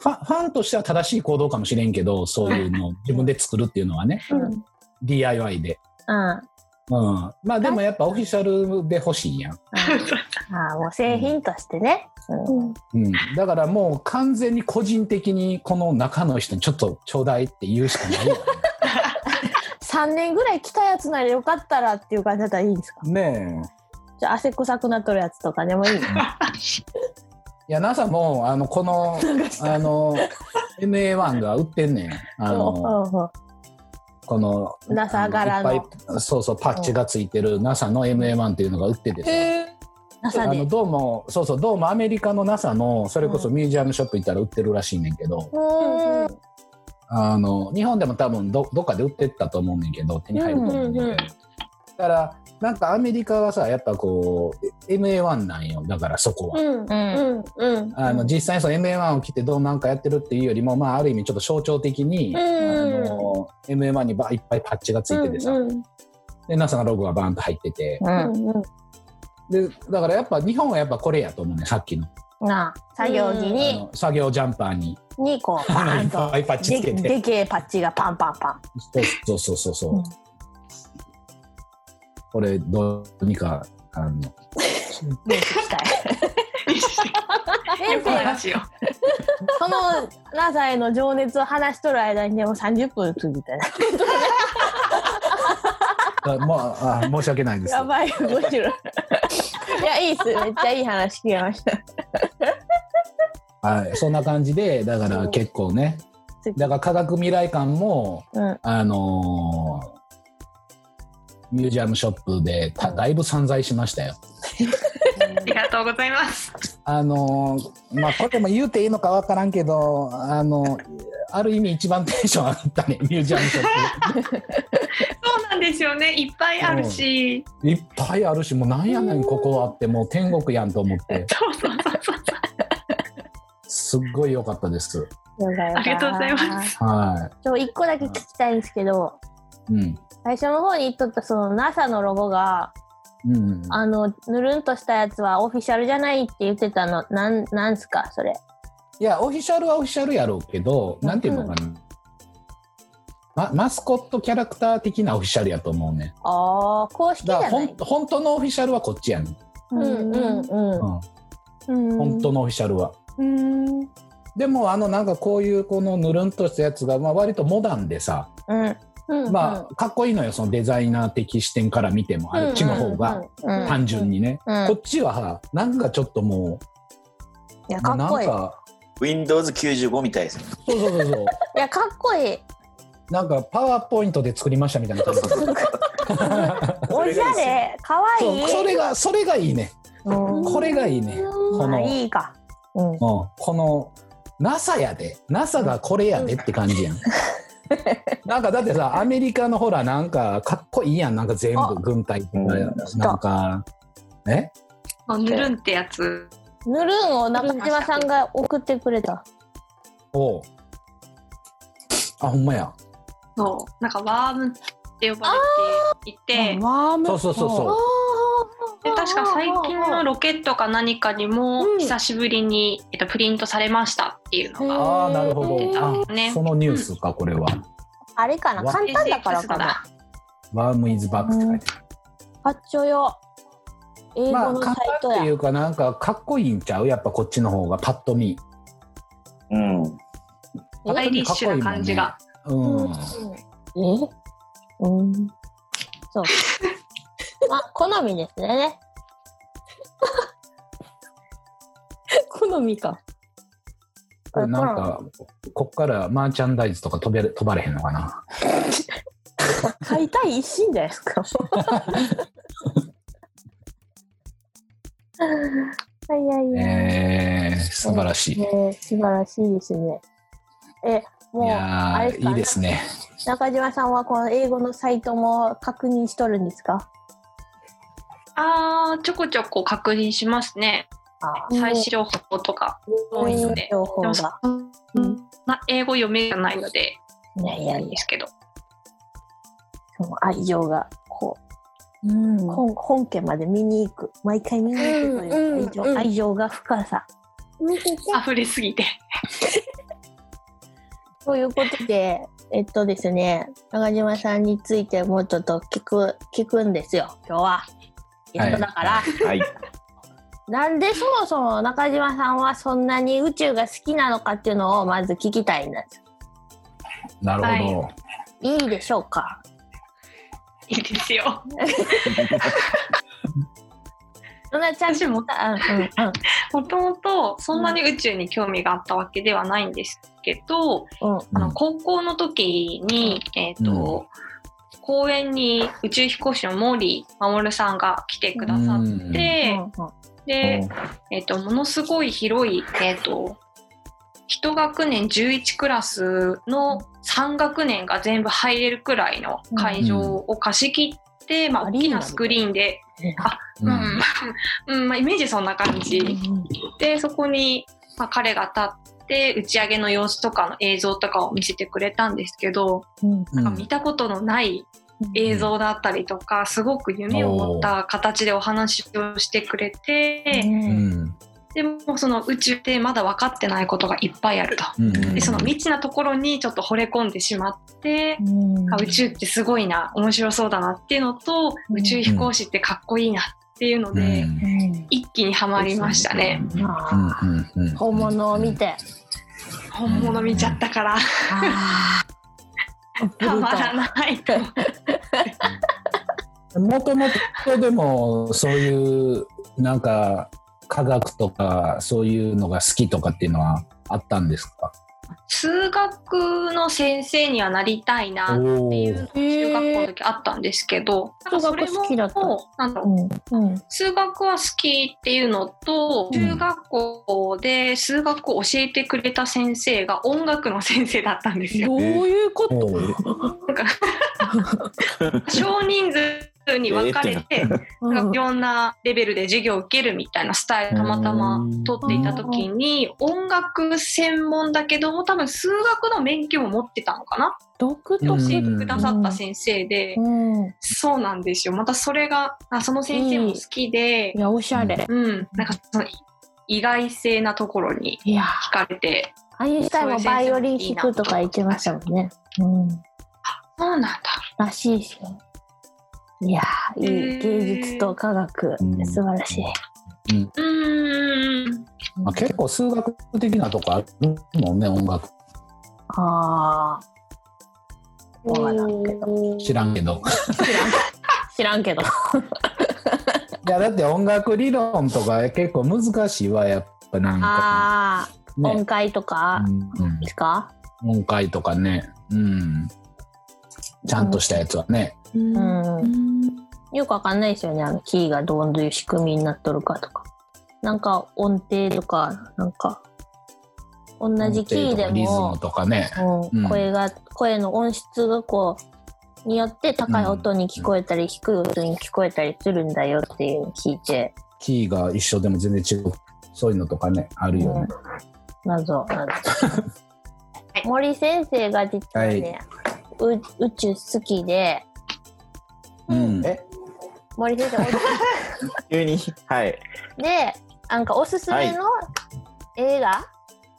Speaker 2: ファンファンとしては正しい行動かもしれんけどそういうのを自分で作るっていうのは
Speaker 6: *laughs*
Speaker 2: ね、
Speaker 6: うん
Speaker 2: DIY で、
Speaker 6: うんあ
Speaker 2: うん、まあでもやっぱオフィシャルで欲しいやん、
Speaker 6: あもう製品としてね、うん
Speaker 2: うん、だ
Speaker 4: *laughs*
Speaker 2: からもう完全に個人的にこの中の人にちょっとちょうだいって言うしかないよね
Speaker 4: 3年ぐらい来たやつならよかったらっていう感じだったらいいんですか
Speaker 2: ねえ
Speaker 4: じゃあ汗臭くなっとるやつとかでもいい
Speaker 2: いや NASA もあのこのあの NA1 が売ってんねんあの
Speaker 4: うんうんうん
Speaker 2: この
Speaker 4: NASA 柄の
Speaker 2: いっぱいそうそうパッチがついてる NASA の NA1 っていうのが売っててさあ
Speaker 4: NASA
Speaker 2: の
Speaker 4: で
Speaker 2: どうもそうそうどうもアメリカの NASA のそれこそミュージアムショップ行ったら売ってるらしいねんけど、
Speaker 4: うんうん
Speaker 2: あの日本でも多分どどっかで売ってったと思うねんけど手に入ると思うねんけど、
Speaker 4: うんうんうん
Speaker 2: だからなんかアメリカはさやっぱこう MA1 なんよだからそこは。
Speaker 3: うんうんうん
Speaker 2: あの実際にその MA1 を着てどうなんかやってるっていうよりも、まあ、ある意味ちょっと象徴的に、
Speaker 3: うん
Speaker 2: あの MA1 にばいっぱいパッチがついててさ、
Speaker 3: うん
Speaker 2: で NASA のロゴがバーンと入ってて
Speaker 4: うん
Speaker 2: でだからやっぱ日本はやっぱこれやと思うねさっきの
Speaker 4: なあ作業着
Speaker 2: あ
Speaker 4: に
Speaker 2: の作業ジャンパーに
Speaker 4: にこうパ
Speaker 2: あの
Speaker 4: ー
Speaker 2: い
Speaker 4: ン
Speaker 2: っ
Speaker 4: と
Speaker 2: ぱいパッチつけ
Speaker 4: で
Speaker 2: て
Speaker 4: でけえパッチがパンパンパン
Speaker 2: そうそうそうそう、
Speaker 4: うん
Speaker 2: これどうにかあの
Speaker 4: どうしたい
Speaker 5: *laughs* よく話を。
Speaker 4: その NASA への情熱を話しとる間にでも30分過ぎたよ
Speaker 2: あもうあ申し訳ないです
Speaker 4: やばいむしろいやいいっすめっちゃいい話聞けました
Speaker 2: はい、そんな感じでだから結構ねだから科学未来館も
Speaker 4: うん
Speaker 2: あのーミュージアムショップでただいぶ散財しましたよ。
Speaker 5: ありがとうござい *laughs* ます。
Speaker 2: あのーまあこれも言うていいのかわからんけど、あのーある意味一番テンション上がったねミュージアムショッ
Speaker 4: *laughs*
Speaker 5: そうなんですよね。いっぱいあるし。
Speaker 2: プいっぱいあるしもうなんやねんここあってもう天国やんと思って
Speaker 5: そうそうそうそう。
Speaker 2: すっごい良かったです。
Speaker 4: よかよか
Speaker 5: *laughs* ありがとうございます。
Speaker 2: は
Speaker 4: ちょ一個だけ聞きたいんですけど
Speaker 2: い、うん
Speaker 4: 最初の方に言っとったその NASA のロゴが
Speaker 2: うん、
Speaker 4: あのぬるんとしたやつはオフィシャルじゃないって言ってたのなんなんすかそれ
Speaker 2: いやオフィシャルはオフィシャルやろうけどなんていうのかな、まマスコットキャラクター的なオフィシャルやと思うね
Speaker 4: ああ公式じ
Speaker 2: だ
Speaker 4: ゃ
Speaker 2: か
Speaker 4: な
Speaker 2: らほん
Speaker 4: い
Speaker 2: 本当のオフィシャルはこっちやね、
Speaker 4: うんうんうん
Speaker 2: うん、
Speaker 4: うん
Speaker 2: 本当のオフィシャルは。でもあのなんかこういうこのぬるんとしたやつがまあ割とモダンでさ、
Speaker 4: うんうん
Speaker 2: まあ、かっこいいのよそのデザイナー的視点から見てもあっちの方が
Speaker 4: うん
Speaker 2: 単純にね、
Speaker 4: うん
Speaker 2: こっちはなんかちょっとも
Speaker 4: いや
Speaker 2: う、
Speaker 4: か
Speaker 2: な
Speaker 4: っ
Speaker 2: ん
Speaker 4: こいいい
Speaker 2: か
Speaker 7: Windows95 みたいですね。
Speaker 2: そうそうそうそう
Speaker 4: やかっこいい
Speaker 2: なんかパワーポイントで作りましたみたいな感じ
Speaker 4: おしゃれかわ
Speaker 2: そ
Speaker 4: いいう
Speaker 2: それがそれがいいね
Speaker 4: うん
Speaker 2: これがいいねこ
Speaker 4: まあ
Speaker 2: の、うん、
Speaker 4: いいかうん
Speaker 2: この NASA やで NASA がこれやでって感じやんなんかだってさアメリカのほらなんかかっこいいやんなんか全
Speaker 4: あ
Speaker 2: 部軍隊とかなんかえ
Speaker 5: *laughs* あぬるんってやつ。
Speaker 4: ぬるんを中島さんが送ってくれた
Speaker 2: おうあほんまや
Speaker 5: そう。なんかワームって呼ばれていて。
Speaker 4: ワーム
Speaker 2: そうそうそうそ
Speaker 5: で確か最近のロケットか何かにも
Speaker 4: うん
Speaker 5: 久しぶりに、えっと、プリントされましたっていうの
Speaker 2: う
Speaker 5: が
Speaker 2: ああなるほ
Speaker 5: 出
Speaker 2: ど
Speaker 5: たん
Speaker 2: あ
Speaker 5: ですね。
Speaker 2: そのニュースかこれは
Speaker 4: あれかな
Speaker 2: わ
Speaker 4: 簡単だからか
Speaker 5: SFX
Speaker 4: な。
Speaker 2: ワームイズバックって書いてある
Speaker 4: 発注用英
Speaker 2: ま
Speaker 4: 語
Speaker 2: あ
Speaker 4: の
Speaker 2: 簡
Speaker 4: サイト
Speaker 2: 単ってい
Speaker 4: や、
Speaker 2: うかなんかかっこいいんちゃうやっぱこっちの方がパッと見
Speaker 7: うん。
Speaker 5: スタイリッシュな感じが。
Speaker 2: うん
Speaker 4: えうん
Speaker 2: *laughs*
Speaker 4: そうまあ好みですね好みか
Speaker 2: これなんか、こっからマーチャンダイズとか飛べる飛ばれへんのかな。
Speaker 4: 買いたい一心じゃないです
Speaker 2: *laughs*
Speaker 4: か *laughs* はいはいはい、
Speaker 2: えー、素晴らしい。い
Speaker 4: ねえ素晴らしいですねえもうあ
Speaker 2: やー
Speaker 4: れですか
Speaker 2: いいですね。
Speaker 4: 中島さんはこの英語のサイトも確認しとるんですか
Speaker 5: ああ、ちょこちょこ確認しますね。
Speaker 4: あ
Speaker 5: 最新情報とか。多いので
Speaker 4: 情報
Speaker 5: でも
Speaker 4: が。
Speaker 5: まあ、英語読めないので、
Speaker 4: いやい
Speaker 5: な
Speaker 4: や
Speaker 5: い
Speaker 4: い
Speaker 5: んで
Speaker 4: や、
Speaker 5: すけど。
Speaker 4: その愛情がこ
Speaker 3: うん
Speaker 4: う、本本家まで見に行く、毎回見に行くという愛情,、
Speaker 3: うんうんうん
Speaker 4: 愛情が深さ。
Speaker 5: 溢れすぎて。 *laughs*
Speaker 4: ということで、えっとですね、中島さんについてもうちょっと聞く聞くんですよ、今日は。ゲストだから、
Speaker 7: はい。
Speaker 4: なんでそもそも中島さんはそんなに宇宙が好きなのかっていうのをまず聞きたいんです。
Speaker 2: なるほど。
Speaker 5: はい
Speaker 4: いいでしょうか
Speaker 5: いいですよ。
Speaker 4: ルナちゃん
Speaker 5: 私も
Speaker 4: あうんうん
Speaker 5: もともとそんなに宇宙に興味があったわけではないんですけど、
Speaker 4: うん
Speaker 5: あの高校の時に、えっと公園に宇宙飛行士の森守さんが来てくださって、で、えっとものすごい広い、えっと1学年11クラスの3学年が全部入れるくらいの会場を貸し切って、まあ、大きなスクリーンで
Speaker 2: うん
Speaker 5: うん、 *laughs* うんまあ、イメージそんな感じ、でそこに、まあ、彼が立って打ち上げの様子とかの映像とかを見せてくれたんですけど、
Speaker 2: うん
Speaker 5: なんか見たことのない映像だったりとかすごく夢を持った形でお話をしてくれて、
Speaker 2: うん
Speaker 5: でもその宇宙ってまだ分かってないことがいっぱいあると。
Speaker 2: うん
Speaker 5: でその未知なところにちょっと惚れ込んでしまって、あ宇宙ってすごいな面白そうだなっていうのと、宇宙飛行士ってかっこいいなっていうの
Speaker 2: う
Speaker 5: で、
Speaker 2: ん
Speaker 5: 一気にはまりましたね。
Speaker 2: うんうんうん
Speaker 4: 本物を見て
Speaker 5: 本物見ちゃったから、た *laughs* まらないと。
Speaker 2: もともとでもそういうなんか科学とかそういうのが好きとかっていうのはあったんですか
Speaker 5: 数学の先生にはなりたいなっていうのが中学校の時あったんですけど、なんかそれも
Speaker 4: 中学好きだった
Speaker 5: なんだろう
Speaker 4: うんうん
Speaker 5: 数学は好きっていうのと、
Speaker 2: うん
Speaker 5: 中学校で数学を教えてくれた先生が音楽の先生だったんですよ。
Speaker 3: どういうこ
Speaker 2: お
Speaker 3: と
Speaker 2: ー
Speaker 5: 少人数に分かれて、いろんなレベルで授業を受けるみたいなスタイルたまたま取っていた時に音楽専門だけども多分数学の免許も持ってたのかな
Speaker 4: 独
Speaker 2: う
Speaker 4: 特
Speaker 2: ん
Speaker 5: 教えてくださった先生で、そうなんですよまたそれがあその先生も好きで
Speaker 4: い、やおしゃれ
Speaker 5: うん、なんかその意外性なところに
Speaker 4: いや
Speaker 5: 惹かれて
Speaker 4: アインシュタインもバイオリン弾くとか言ってましたもんねうん
Speaker 5: そうなんだ
Speaker 4: らしいですよいやーい
Speaker 5: へ
Speaker 4: い
Speaker 5: ー
Speaker 4: 芸術と科学
Speaker 2: うん
Speaker 4: 素晴らしい、
Speaker 5: うーん
Speaker 2: まあ、結構数学的なとこあるもんね音楽
Speaker 4: ああわからんけど
Speaker 2: 知らんけど
Speaker 4: 知らんけど
Speaker 2: いやだって音楽理論とか結構難しいわやっぱなんか
Speaker 4: ああ
Speaker 2: ね
Speaker 4: 音階とか
Speaker 2: うんうん
Speaker 4: ですか、
Speaker 2: 音階とかねうんちゃんとしたやつはね
Speaker 4: うんよくわかんないですよねあのキーがどういう仕組みになっとるかとかなんか音程とかなんか同じキーで
Speaker 2: 音程とかリズ
Speaker 4: も
Speaker 2: ムとかね
Speaker 4: うん
Speaker 2: うん
Speaker 4: 声が声の音質がこうによって高い音に聞こえたり、低い音に聞こえたりするんだよっていうのを聞いて
Speaker 2: キーが一緒でも全然違うそういうのとかねあるよね、
Speaker 4: 謎謎森先生が実はね、う宇宙好きで
Speaker 2: うん
Speaker 7: え
Speaker 4: 森先生
Speaker 7: 急にはい、
Speaker 4: でなんかおすすめの映画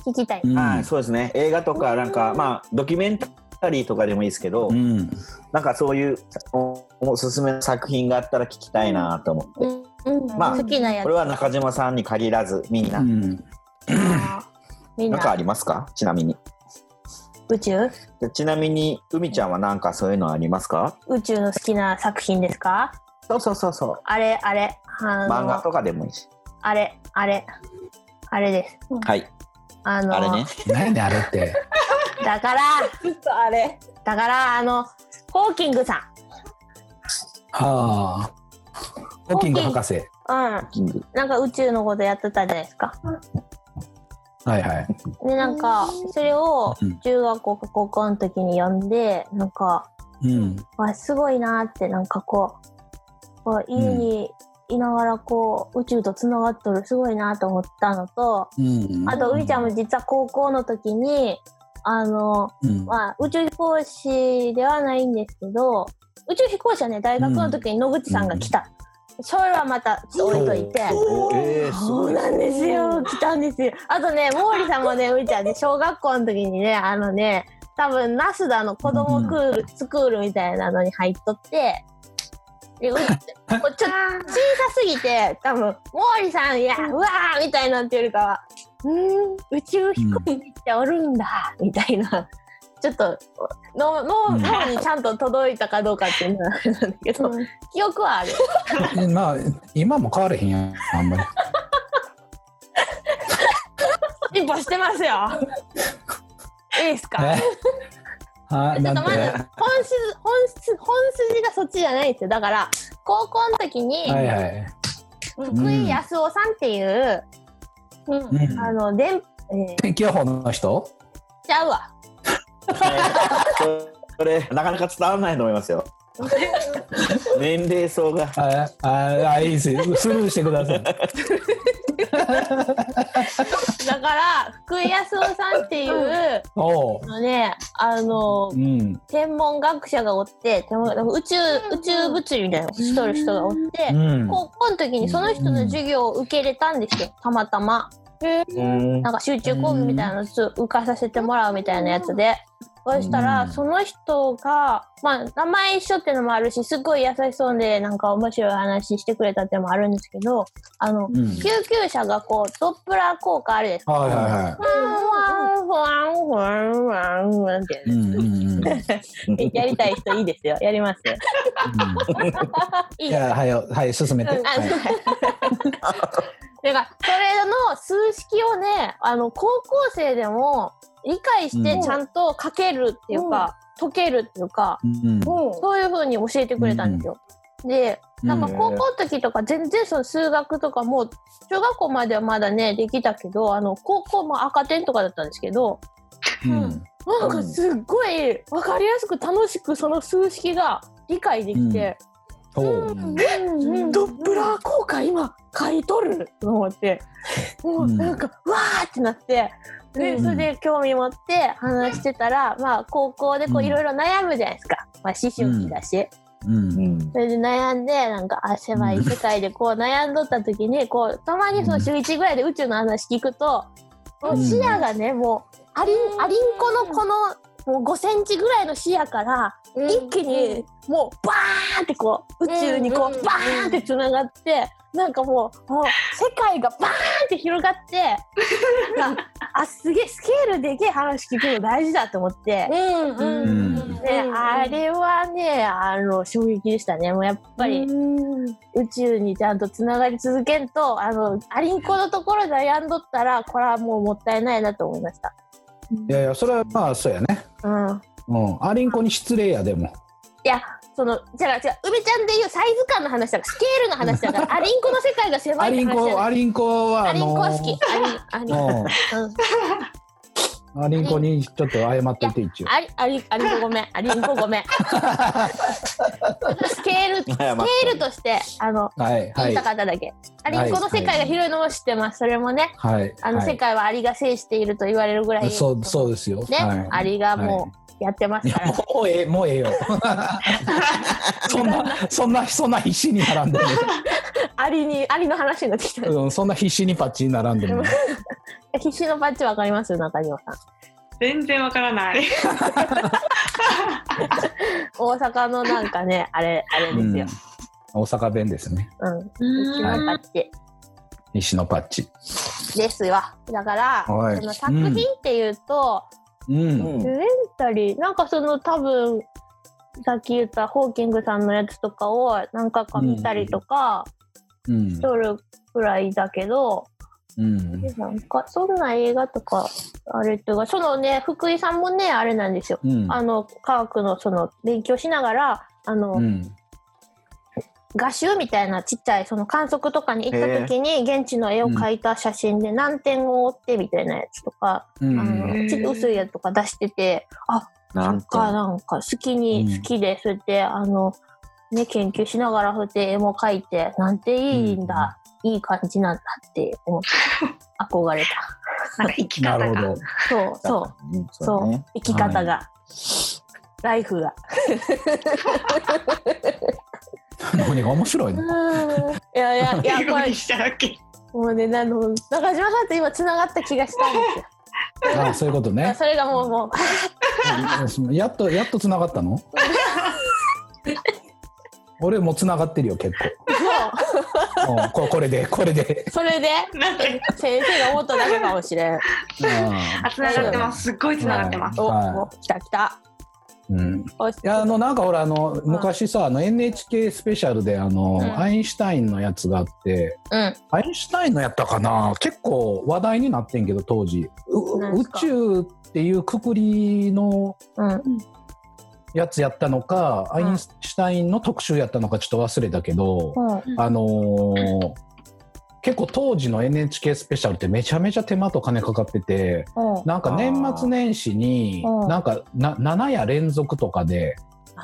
Speaker 4: 聞きたい、
Speaker 2: うん
Speaker 7: はいそうですね映画とかなんかまあドキュメンタリーとかでもいいですけど、
Speaker 2: うん
Speaker 7: なんかそういうおおすすめの作品があったら聞きたいなと思って、まあ
Speaker 4: 好きなやつ
Speaker 7: これは中島さんに限らずみんな、
Speaker 2: うん
Speaker 4: みん
Speaker 7: なんかあ
Speaker 4: な
Speaker 7: りますかちなみに
Speaker 4: 宇宙
Speaker 7: でちなみに海ちゃんはなんかそういうのありますか
Speaker 4: 宇宙の好きな作品ですか
Speaker 7: そうそうそうそう
Speaker 4: あれあれあの
Speaker 7: 漫画とかでもいいし
Speaker 4: あれあれあれです
Speaker 7: はい
Speaker 4: あの
Speaker 7: あれね
Speaker 2: 何やねんあれって
Speaker 4: だから
Speaker 6: あれ
Speaker 4: だからあのホーキングさ
Speaker 2: はあホーキング博士
Speaker 4: んうん
Speaker 7: キング
Speaker 4: なんか宇宙のことやってたじゃないですか
Speaker 2: はいはい
Speaker 4: でなんかそれを
Speaker 2: うん
Speaker 4: 中学校か高校の時に読んでなんか
Speaker 2: うん
Speaker 4: わすごいなーってなんかこうこう家にいながらこう宇宙とつながっとるすごいなと思ったのと
Speaker 2: うん
Speaker 4: あとういちゃんも実は高校の時にあの
Speaker 2: うん
Speaker 4: まあ、宇宙飛行士ではないんですけど宇宙飛行士はね大学の時に野口さんが来た、それはまた置いといて、
Speaker 7: おえー、す
Speaker 4: そうなんですよ来たんですよあとね毛利さんもねういちゃんね小学校の時にねあのね多分ナスダの子供クール、スクールみたいなのに入っとってでうちょ *laughs* っと小さすぎて多分毛利さんいやうわーみたいなんていうよりかはうーん宇宙飛行士っておるんだ、みたいなちょっとの脳脳にちゃんと届いたかどうかっていうのはあれなんだけど、記憶はあ *laughs* る。
Speaker 2: な今も変われへんやんあ
Speaker 4: *laughs*
Speaker 2: んまり
Speaker 4: 進歩してます *laughs* よ。いいですか。
Speaker 2: えはい
Speaker 4: ちょ
Speaker 2: な
Speaker 4: っと
Speaker 2: ん
Speaker 4: ま
Speaker 2: て
Speaker 4: ず本筋本筋本筋がそっちじゃないんですよ。だから高校の時に
Speaker 2: はいはい
Speaker 4: 福井康夫さんっていう、うん
Speaker 2: うん
Speaker 4: あの電えー
Speaker 2: 天気予報の人
Speaker 4: ちゃうわ。
Speaker 7: それなかなか伝わらないと思
Speaker 4: *laughs*
Speaker 7: いますよ年齢層が
Speaker 2: あああいいですよスルーしてください
Speaker 4: だから福井康夫さんっていう
Speaker 2: おう
Speaker 4: あのねあの
Speaker 2: うん
Speaker 4: 天文学者がおって天文宇宙宇宙物理みたいなのをしとる人がおって
Speaker 2: う。ん
Speaker 4: 高校の時にその人の授業を受けれたんですよ、たまたま。
Speaker 7: うん
Speaker 4: なんか集中講義みたいなのを浮かさせてもらうみたいなやつで。そした
Speaker 2: う
Speaker 4: ら、
Speaker 2: ん
Speaker 4: その人が、まあ、名前一緒ってのもあるし、すごい優しそうで、なんか面白い話してくれたってのもあるんですけど、あの、
Speaker 2: うん
Speaker 4: 救急車がこう、ドップラー効果あるですか。
Speaker 2: はいはいは
Speaker 4: ふわんふわんふわんふわんふわんって
Speaker 2: いうんうんうん
Speaker 4: やりたい人いいですよ。やりますよ。
Speaker 2: うんいや、はいよ、はい、進めて。
Speaker 4: あそう
Speaker 2: は
Speaker 4: だからそれの数式をねあの高校生でも理解し
Speaker 2: うん
Speaker 4: てちゃんと書けるっていうか、解けるっていうか
Speaker 2: いうん
Speaker 4: そういう風に教えてくれたんですよ。でなんか
Speaker 7: うん
Speaker 4: 高校の時とか全然その数学とかもう小学校まではまだねできたけどあの高校も赤点とかだったんですけど
Speaker 2: うん
Speaker 4: なんかすっごい分かりやすく楽しくその数式が理解できて、
Speaker 2: おう
Speaker 4: ドップラー効果今買い取ると思ってもうなんか、わーってなってで
Speaker 2: うん
Speaker 4: それで興味持って話してたら、まあ高校でこ
Speaker 2: う
Speaker 4: うんいろいろ悩むじゃないですか、まあ、思春期だし、
Speaker 2: うん
Speaker 7: うん
Speaker 4: それで悩んでなんかあ狭い世界でこう悩んどった時にこうたまにその週1ぐらいで宇宙の話聞くと、もう視野がねもうアリンアリンコのこのもう5センチぐらいの視野から一気にもうバーンってこう宇宙にこうバーンってつながってなんかもうもう世界がバーンって広が *laughs* ってなんかあすげえスケールでけえ話聞くの大事だと思って。
Speaker 2: う
Speaker 3: うん
Speaker 2: ん
Speaker 4: ね、あれはねあの衝撃でしたねもうやっぱり宇宙にちゃんとつながり続けんとあのアリンコのところで悩んどったらこれはもうもったいないなと思いました。
Speaker 2: いやいや、それはまあ、そうやね。
Speaker 4: うん、
Speaker 2: うん、アリンコに失礼や、でも。
Speaker 4: そのじゃあ違う梅ちゃんでいうサイズ感の話だからスケールの話だか
Speaker 2: *laughs*
Speaker 4: らアリンコの世界が狭
Speaker 2: ア
Speaker 4: いっ
Speaker 2: リ
Speaker 4: て
Speaker 2: ン
Speaker 4: 話じゃ
Speaker 2: コ、
Speaker 4: ない
Speaker 2: アリンコは、
Speaker 4: ア
Speaker 2: あ
Speaker 4: リンコ
Speaker 2: の
Speaker 4: は好きアリンアリン
Speaker 2: うん。アリンコに、ちょっと謝っといて、一応。
Speaker 4: アリアリアリンコごめんアリンコ
Speaker 2: *laughs*
Speaker 4: ごめんスケールスケ
Speaker 7: 謝った
Speaker 4: ールとしてあの
Speaker 2: はい、は
Speaker 4: 言い
Speaker 2: い
Speaker 4: た。方だけ、アリンコの世界が広いのも知ってますそれもね
Speaker 2: はい。
Speaker 4: あの
Speaker 2: はい
Speaker 4: 世界はアリが制していると言われるぐらい、
Speaker 2: そう、そうですよ。
Speaker 4: ね、
Speaker 2: はい
Speaker 4: アリがもうやってま
Speaker 2: い
Speaker 4: す
Speaker 2: や
Speaker 4: から。
Speaker 2: もうええ、もう
Speaker 4: *laughs*
Speaker 2: ええよ。そんな、そんな、そんな必死に並んで
Speaker 4: アリにアリの話になってきた。
Speaker 2: る。うんそんな必死にパッチに並んでる。
Speaker 4: *laughs* 必死のパッチわかります中島さん。
Speaker 5: 全然わからない。
Speaker 4: 大阪のなんかねあれあれです
Speaker 2: う
Speaker 4: よ。
Speaker 2: ん大阪弁ですね。
Speaker 4: うん。必死
Speaker 5: う
Speaker 4: の
Speaker 5: ん
Speaker 4: パッチ
Speaker 2: 必死のパッチ。
Speaker 4: ですよ。だから、
Speaker 2: はい
Speaker 4: その作品っていうと、
Speaker 2: うん。
Speaker 7: うん
Speaker 4: ドキュメンタリーなんかその多分さっき言ったホーキングさんのやつとかを何回か見たりとか
Speaker 2: うん
Speaker 4: し。とるくらいだけど。
Speaker 2: うん。
Speaker 4: なんかそんな映画とかあれとかそのね福井さんもねあれなんですよ、
Speaker 2: うん
Speaker 4: あの科学のその勉強しながらあの、
Speaker 2: うん。
Speaker 4: 画集みたいなちっちゃいその観測とかに行った時に現地の絵を描いた写真で何点を追ってみたいなやつとか、
Speaker 2: うん
Speaker 4: あのちょっと薄いやつとか出しててあ
Speaker 7: なん
Speaker 4: そっか
Speaker 7: と
Speaker 4: なんか好き
Speaker 2: うん
Speaker 4: に好きで、そうやってあのね研究しながらそうやって絵も描いてなんていいんだ、いい感じなんだって思って憧れた。
Speaker 5: なんか生き
Speaker 2: な
Speaker 5: 方
Speaker 2: るほ
Speaker 5: が。
Speaker 2: ど。
Speaker 4: そうそう
Speaker 7: うん
Speaker 4: そう
Speaker 7: ね
Speaker 4: 生き方が、ライフが。
Speaker 2: 何が面白いの。
Speaker 4: いやいやい
Speaker 5: *laughs*
Speaker 4: やこ
Speaker 5: 色
Speaker 4: れ
Speaker 5: にしたわけ。
Speaker 4: もうねあの中島さんと今つながった気がしたんですよ。
Speaker 2: ああ、そういうこと
Speaker 4: いや
Speaker 2: ね。
Speaker 4: それがもうも
Speaker 2: *laughs*
Speaker 4: う
Speaker 2: やっと、やっと繋がった
Speaker 4: *laughs*
Speaker 2: の。俺も繋がってるよ、結構。
Speaker 4: *laughs*
Speaker 2: うんここれでこれで
Speaker 4: それで
Speaker 5: なんで
Speaker 4: 先生が思っただけかもしれん。
Speaker 2: うん
Speaker 5: あ、繋がってます。すっごい繋がってます。
Speaker 4: お、
Speaker 2: は
Speaker 4: お来た来た。
Speaker 2: うん
Speaker 4: お
Speaker 2: いやあのなんかほらあの昔さあの NHK スペシャルであの、
Speaker 5: ん
Speaker 2: アインシュタインのやつがあって、
Speaker 4: うん
Speaker 2: アインシュタインのやったかな結構話題になってんけど当時う
Speaker 4: なん
Speaker 2: 宇
Speaker 4: すか
Speaker 2: 宙っていうくくりの
Speaker 4: うん
Speaker 2: やつやったのか、アインシュタインの特集やったのかちょっと忘れたけど、
Speaker 5: うん
Speaker 2: あのー結構当時の NHK スペシャルってめちゃめちゃ手間と金かかってて
Speaker 4: うん
Speaker 2: なんか年末年始に
Speaker 4: うん
Speaker 2: なんかな7夜連続とかで。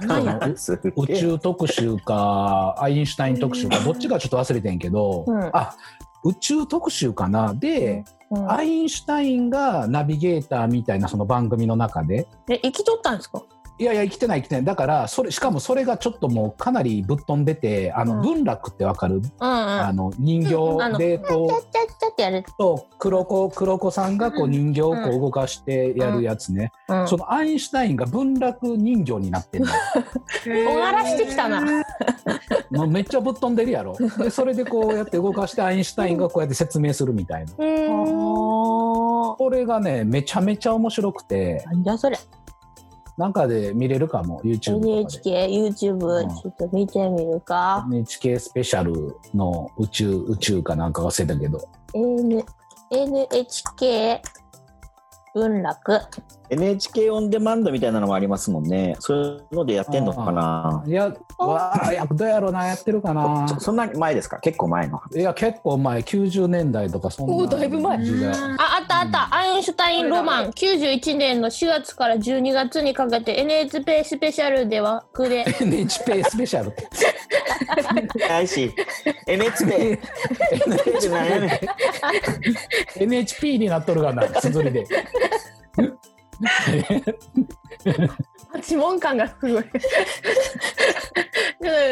Speaker 4: 何や。
Speaker 7: すげえ
Speaker 2: 宇宙特集かアインシュタイン特集かどっちかちょっと忘れてんけど、
Speaker 4: うん
Speaker 2: あ宇宙特集かなで、
Speaker 4: うん
Speaker 2: アインシュタインがナビゲーターみたいなその番組の中で
Speaker 4: え生きとったんですか。
Speaker 2: いやいや生きてない生きてないだからそれしかもそれがちょっともうかなりぶっ飛んでてあ
Speaker 4: う
Speaker 2: の
Speaker 4: ん
Speaker 2: 文楽ってわかる、
Speaker 4: うんうん。
Speaker 2: あの人
Speaker 4: うんあ
Speaker 2: 形
Speaker 4: の
Speaker 2: でこう
Speaker 4: ちゃっちゃっちゃってやる。
Speaker 2: と黒子黒子さんがこう人形をこう動かしてやるやつね、
Speaker 4: うん
Speaker 2: そのアインシュタインが文楽人形になってるのよ
Speaker 4: おならしてきたな。
Speaker 2: もうめっちゃぶっ飛んでるやろでそれでこうやって動かしてアインシュタインがこうやって説明するみたいな
Speaker 4: おお。
Speaker 2: これがねめちゃめちゃ面白くて
Speaker 4: なんじゃそれ。
Speaker 2: なんかで見れるかも YouTube とかで
Speaker 4: NHK、YouTube、
Speaker 2: ん
Speaker 4: ちょっと見てみるか。
Speaker 2: NHK スペシャルの宇宙宇宙かなんか忘れたけど
Speaker 4: N NHK 文楽。
Speaker 7: NHK オンデマンドみたいなのもありますもんね。そういうのでやってんのかない
Speaker 2: やわあやどうやろうなやってるかな
Speaker 7: そそんなに前ですか結構前の。
Speaker 2: いや結構前90年代とかそんな
Speaker 8: おだいぶ前
Speaker 2: 時代
Speaker 4: あ、あったあった。アインシュタインロマン91年の4月から12月にかけて NHK スペシャルで枠 *laughs* で
Speaker 2: NHK スペシャルって
Speaker 7: ないし、NHK。NHK じゃないやねん
Speaker 2: NHP になっとるがな綴り *laughs* で
Speaker 8: 八問感がすごい。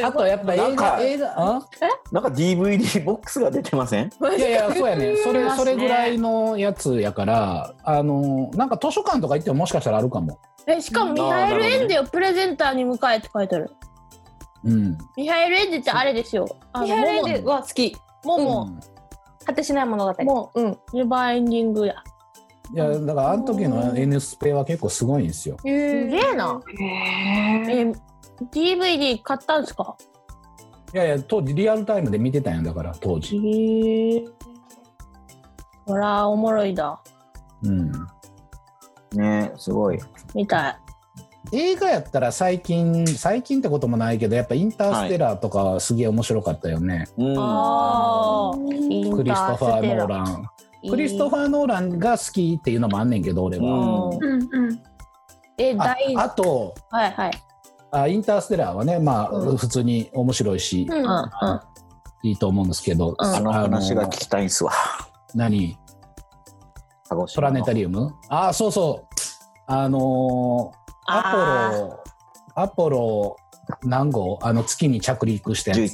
Speaker 2: あとやっぱ映
Speaker 7: なん
Speaker 2: 画
Speaker 7: か
Speaker 2: 映画あ
Speaker 7: なんか DVD ボックスが出てません
Speaker 2: いやいや、そうや *laughs* ね。そ
Speaker 5: り
Speaker 2: れ、
Speaker 5: ます
Speaker 2: そ
Speaker 5: ね
Speaker 2: れぐらいのやつやから、あの、なんか図書館とか行ってももしかしたらあるかも。
Speaker 4: えしかもミハエル・エンデをプレゼンターに迎えって書いてある
Speaker 2: うん。
Speaker 4: ミハエル・エンデってあれですよあの
Speaker 8: ミハエルエンデは好き。
Speaker 4: モモ
Speaker 2: う
Speaker 4: モ
Speaker 2: ん
Speaker 3: 果てしない物語。
Speaker 4: もううんネバーエンディングや
Speaker 2: いや、だからあの時の N スペは結構すごいんですよ。
Speaker 4: すげえな
Speaker 5: へー
Speaker 4: え DVD 買ったんすか
Speaker 2: いやいや、当時リアルタイムで見てたんや、だから当時。
Speaker 4: へえほらおもろいだ
Speaker 2: うん。
Speaker 7: ねすごい。
Speaker 4: みたい
Speaker 2: 映画やったら最近、最近ってこともないけど、やっぱインターステラーとかすげえ面白かったよね。
Speaker 7: うん。
Speaker 4: ああ
Speaker 2: クリストファー・ノーラン。クリストファー・ノーランが好きっていうのもあんねんけど、俺は。
Speaker 7: うん
Speaker 5: うんうん。
Speaker 4: え
Speaker 2: あ
Speaker 4: 大
Speaker 2: あと、
Speaker 4: はいはい
Speaker 2: あインターステラーはね、まあ、普通に面白いし、
Speaker 4: うんうん
Speaker 2: いいと思うんですけど、
Speaker 7: あの話が聞きたいんすわ。
Speaker 2: 何
Speaker 7: 鹿児島の
Speaker 2: プラネタリウムああそうそうあのーアポロアポロ何号あの月に着陸したやつ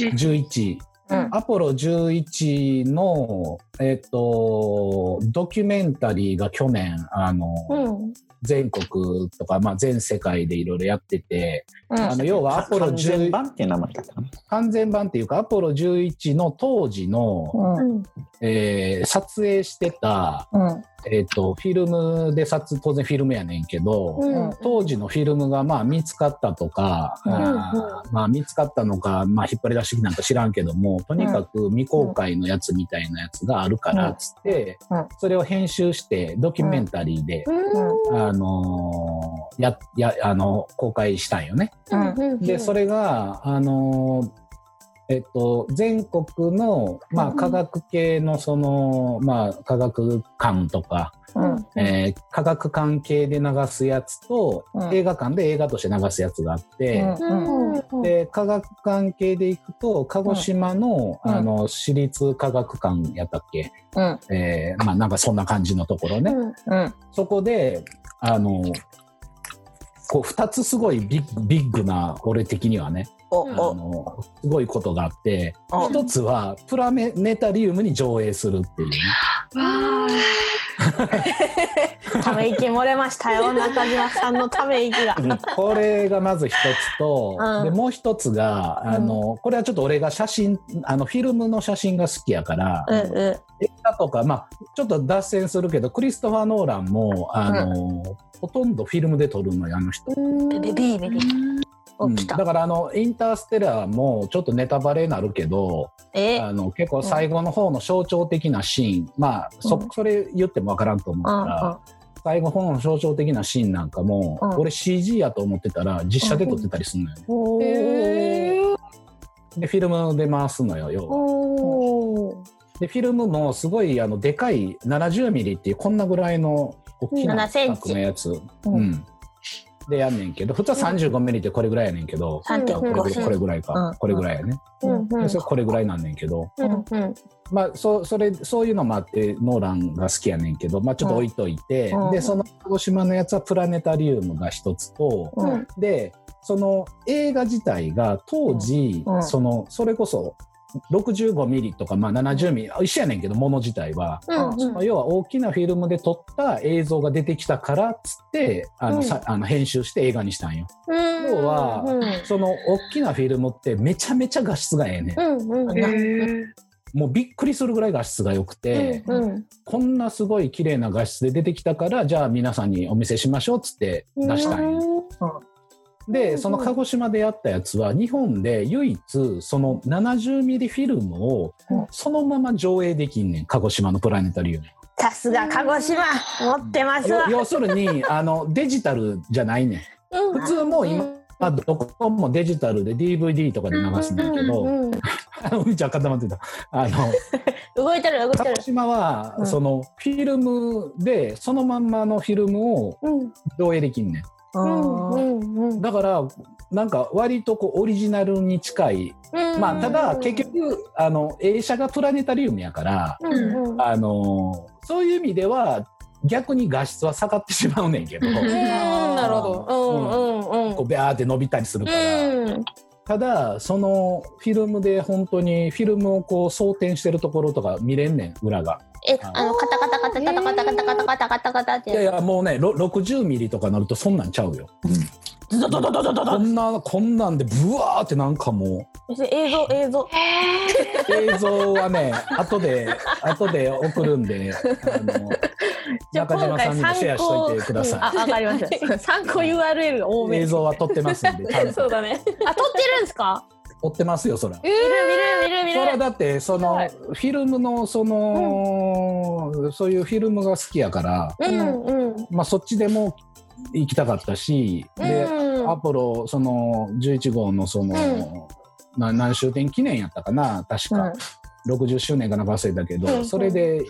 Speaker 7: 11。
Speaker 2: 11
Speaker 4: うん
Speaker 2: アポロ11の、えっとドキュメンタリーが去年あの、
Speaker 4: うん
Speaker 2: 全国とか、まあ、全世界でいろいろやってて、
Speaker 4: うん
Speaker 2: あの要はアポロ
Speaker 7: 完全
Speaker 2: 11
Speaker 7: 版っていう名前だったかな。
Speaker 2: 完全版っていうかアポロ11の当時の、
Speaker 4: うん
Speaker 2: えー撮影してた、
Speaker 4: うん
Speaker 2: えー、とフィルムで撮当然フィルムやねんけど、
Speaker 4: うん
Speaker 2: 当時のフィルムがまあ見つかったとか、
Speaker 4: うん
Speaker 2: あーまあ、見つかったのか、まあ、引っ張り出してきたのか知らんけどもとにかく未公開のやつみたいなやつがあるからっつって、
Speaker 4: うんうん
Speaker 2: それを編集してドキュメンタリーで、あのーややあの公開したんよね。でそれがあのーえっと、全国の、まあ、科学系のその、まあ、科学館とか、
Speaker 4: うん
Speaker 2: えー科学関係で流すやつと、
Speaker 4: うん
Speaker 2: 映画館で映画として流すやつがあって、で科学関係で行くと鹿児島の,、
Speaker 4: うん
Speaker 2: あの私立科学館やったっけ、
Speaker 4: うん
Speaker 2: えーまあ、なんかそんな感じのところね、
Speaker 4: うん
Speaker 2: そこであのこう2つすごいビッグビッグな俺的にはね
Speaker 7: お
Speaker 2: あのすごいことがあって
Speaker 7: お
Speaker 2: 一つはプラネタリウムに上映するっていうね
Speaker 5: わー
Speaker 4: ため息漏れましたよ、中島さんのため息が。
Speaker 2: これがまず一つと、
Speaker 4: うん
Speaker 2: でもう一つがあの、これはちょっと俺が写真あのフィルムの写真が好きやから、
Speaker 4: うんう
Speaker 2: 映画とか、まあ、ちょっと脱線するけどクリストファー・ノーランもあの、ほとんどフィルムで撮るのよあの人、
Speaker 4: ん。
Speaker 9: ベビーベビー。
Speaker 2: うん
Speaker 9: 起きた。
Speaker 2: だからあのインターステラーもちょっとネタバレになるけど
Speaker 4: え、
Speaker 2: あの結構最後の方の象徴的なシーン、まあそそれ言ってもわからんと思うから、最後の方の象徴的なシーンなんかも、
Speaker 4: うん
Speaker 2: 俺 CG やと思ってたら実写で撮ってたりするのよね、
Speaker 4: おー
Speaker 8: え
Speaker 2: でフィルムで回すのよ要は
Speaker 4: おー。
Speaker 2: でフィルムもすごいあのでかい 70mm っていうこんなぐらいの大きな
Speaker 4: 7センチ
Speaker 2: 四角のやつ、うんでやんねんけど普通は 35mm ってこれぐらいやねんけど、
Speaker 9: 3.5
Speaker 2: これぐらいこれぐらいか、
Speaker 4: うん
Speaker 2: これぐらいやね、
Speaker 4: うんうん
Speaker 2: でそれこれぐらいなんねんけど、
Speaker 4: うんうん。
Speaker 2: まあ、そそれそういうのもあってノーランが好きやねんけど、まあ、ちょっと置いといて、
Speaker 4: うん
Speaker 2: でその鹿児島のやつはプラネタリウムが一つと、
Speaker 4: うん
Speaker 2: でその映画自体が当時、
Speaker 4: うんうん
Speaker 2: そのそれこそ65ミリとか、まあ、70ミリ一緒やねんけどもの自体は、
Speaker 4: うん
Speaker 2: 要は大きなフィルムで撮った映像が出てきたからっつってあの、さあの編集して映画にしたんよ。
Speaker 4: うん。
Speaker 2: 要は
Speaker 4: うん
Speaker 2: その大きなフィルムってめちゃめちゃ画質がええねん、
Speaker 4: うんうん。
Speaker 2: もうびっくりするぐらい画質が良くて。
Speaker 4: うん
Speaker 2: こんなすごい綺麗な画質で出てきたからじゃあ皆さんにお見せしましょうっつって出したんよでその鹿児島でやったやつは日本で唯一その70ミリフィルムをそのまま上映できんねん鹿児島のプラネタリウム。
Speaker 4: さすが鹿児島持ってますわ
Speaker 2: よ。要する
Speaker 4: *laughs*
Speaker 2: にあのデジタルじゃないねん。普通もう今あどこもデジタルで DVD とかで流すんだけど、
Speaker 4: うん
Speaker 2: あのみーちゃん固まってた。あの
Speaker 4: *laughs* 動いてる動いて
Speaker 2: 鹿
Speaker 4: る。
Speaker 2: 児島は、
Speaker 4: うん
Speaker 2: そのフィルムでそのまんまのフィルムを
Speaker 4: うん
Speaker 2: 上映できんねん。
Speaker 4: うんうんうん。
Speaker 2: だからなんか割とこうオリジナルに近い、まあ、ただ結局あの映写がプラネタリウムやから、
Speaker 4: うんうん。
Speaker 2: あのーそういう意味では逆に画質は下がってしまうねんけど、
Speaker 8: なるほ
Speaker 4: うんうんうん
Speaker 2: こうビャーって伸びたりするから、
Speaker 4: うん
Speaker 2: ただそのフィルムで本当にフィルムをこう装填してるところとか見れんねん裏が
Speaker 4: えあのカタカタカタカタカタカタカタカタカタカタっ
Speaker 2: いやい
Speaker 4: て
Speaker 2: やもうねろ60ミリとかなるとそんなんちゃうよ、こんなこんなんでブワーってなんかもう
Speaker 4: 映像映像
Speaker 2: 映像はね、後で、後で送るんで、あの。
Speaker 4: じゃあ
Speaker 2: 中島さんにもシェアしといてくだ
Speaker 4: あ
Speaker 2: さ
Speaker 4: わかりま
Speaker 2: *laughs*
Speaker 4: した参考 URL が多
Speaker 2: い。
Speaker 4: め
Speaker 2: 映像は撮ってますんで、ちゃんと
Speaker 8: そうだね。
Speaker 4: あ撮ってるんですか
Speaker 2: 撮ってますよ、そら。
Speaker 4: 見る見る見
Speaker 2: そ
Speaker 4: る見
Speaker 2: ら
Speaker 4: る
Speaker 2: だって、その、フィルムの、その、そういうフィルムが好きやから。
Speaker 4: うんうん
Speaker 2: まあ、そっちでも、行きたかったし、で、アポロ、その、11号の、その。な何周年記念やったかな確か、60周年かなんか忘れたけど、
Speaker 4: うん
Speaker 2: それで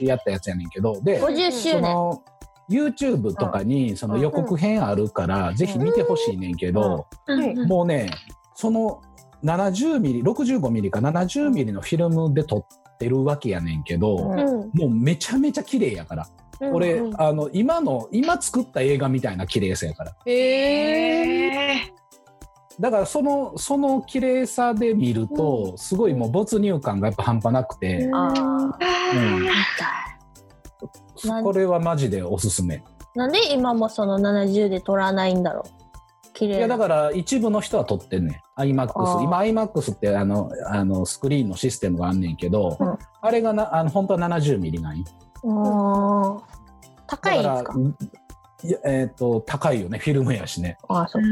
Speaker 2: やったやつやねんけどで、
Speaker 4: 50
Speaker 2: そ
Speaker 4: 周年
Speaker 2: の YouTube とかにその予告編あるから、ぜひ見てほしいねんけど、もうねその70ミリ65ミリか70ミリのフィルムで撮ってるわけやねんけど、
Speaker 4: うん
Speaker 2: もうめちゃめちゃ綺麗やから、
Speaker 4: うん
Speaker 2: 俺
Speaker 4: うん
Speaker 2: あの今の今作った映画みたいな綺麗さやからだからそのその綺麗さで見ると、すごいもう没入感がやっぱ半端なくて、
Speaker 4: あ
Speaker 2: うんこれはマジでおすすめ。
Speaker 4: ーなんで今もその70で撮らないんだろう綺
Speaker 2: いや
Speaker 4: 麗
Speaker 2: だ
Speaker 4: な
Speaker 2: から一部の人は撮ってんねん iMAX
Speaker 4: ー
Speaker 2: 今 iMAX ってあのあのスクリーンのシステムがあんねんけど、
Speaker 4: うん
Speaker 2: あれがなあの本当は70ミリなんよ
Speaker 4: あー高いん
Speaker 2: だ
Speaker 4: で
Speaker 2: から
Speaker 4: すか
Speaker 2: いやえっ、と高いよねフィルムやしね、
Speaker 4: あーそっか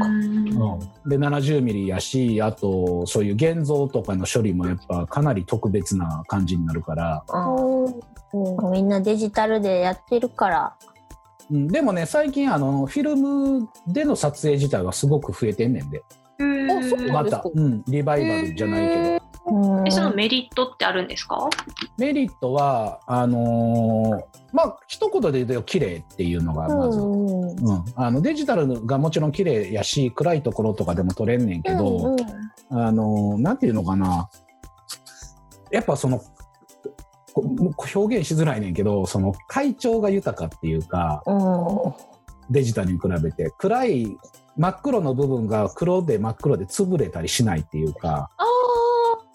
Speaker 2: で70ミリやしあとそういう現像とかの処理もやっぱかなり特別な感じになるから、
Speaker 4: うんみんなデジタルでやってるから
Speaker 2: うん、でもね最近あのフィルムでの撮影自体はすごく増えてんねんでまた、うん、リバイバルじゃないけど。
Speaker 4: うん
Speaker 5: そのメリットってあるんですか
Speaker 2: メリットはあのーまあ一言で言うと綺麗っていうのがまず、うん
Speaker 4: うん
Speaker 2: あのデジタルがもちろん綺麗やし暗いところとかでも撮れんねんけ
Speaker 4: うん
Speaker 2: ど、あのーなんていうのかなやっぱそのここ表現しづらいねんけどその階調が豊かっていうかデジタルに比べて暗い真っ黒の部分が黒で真っ黒で潰れたりしないっていうか。
Speaker 4: あ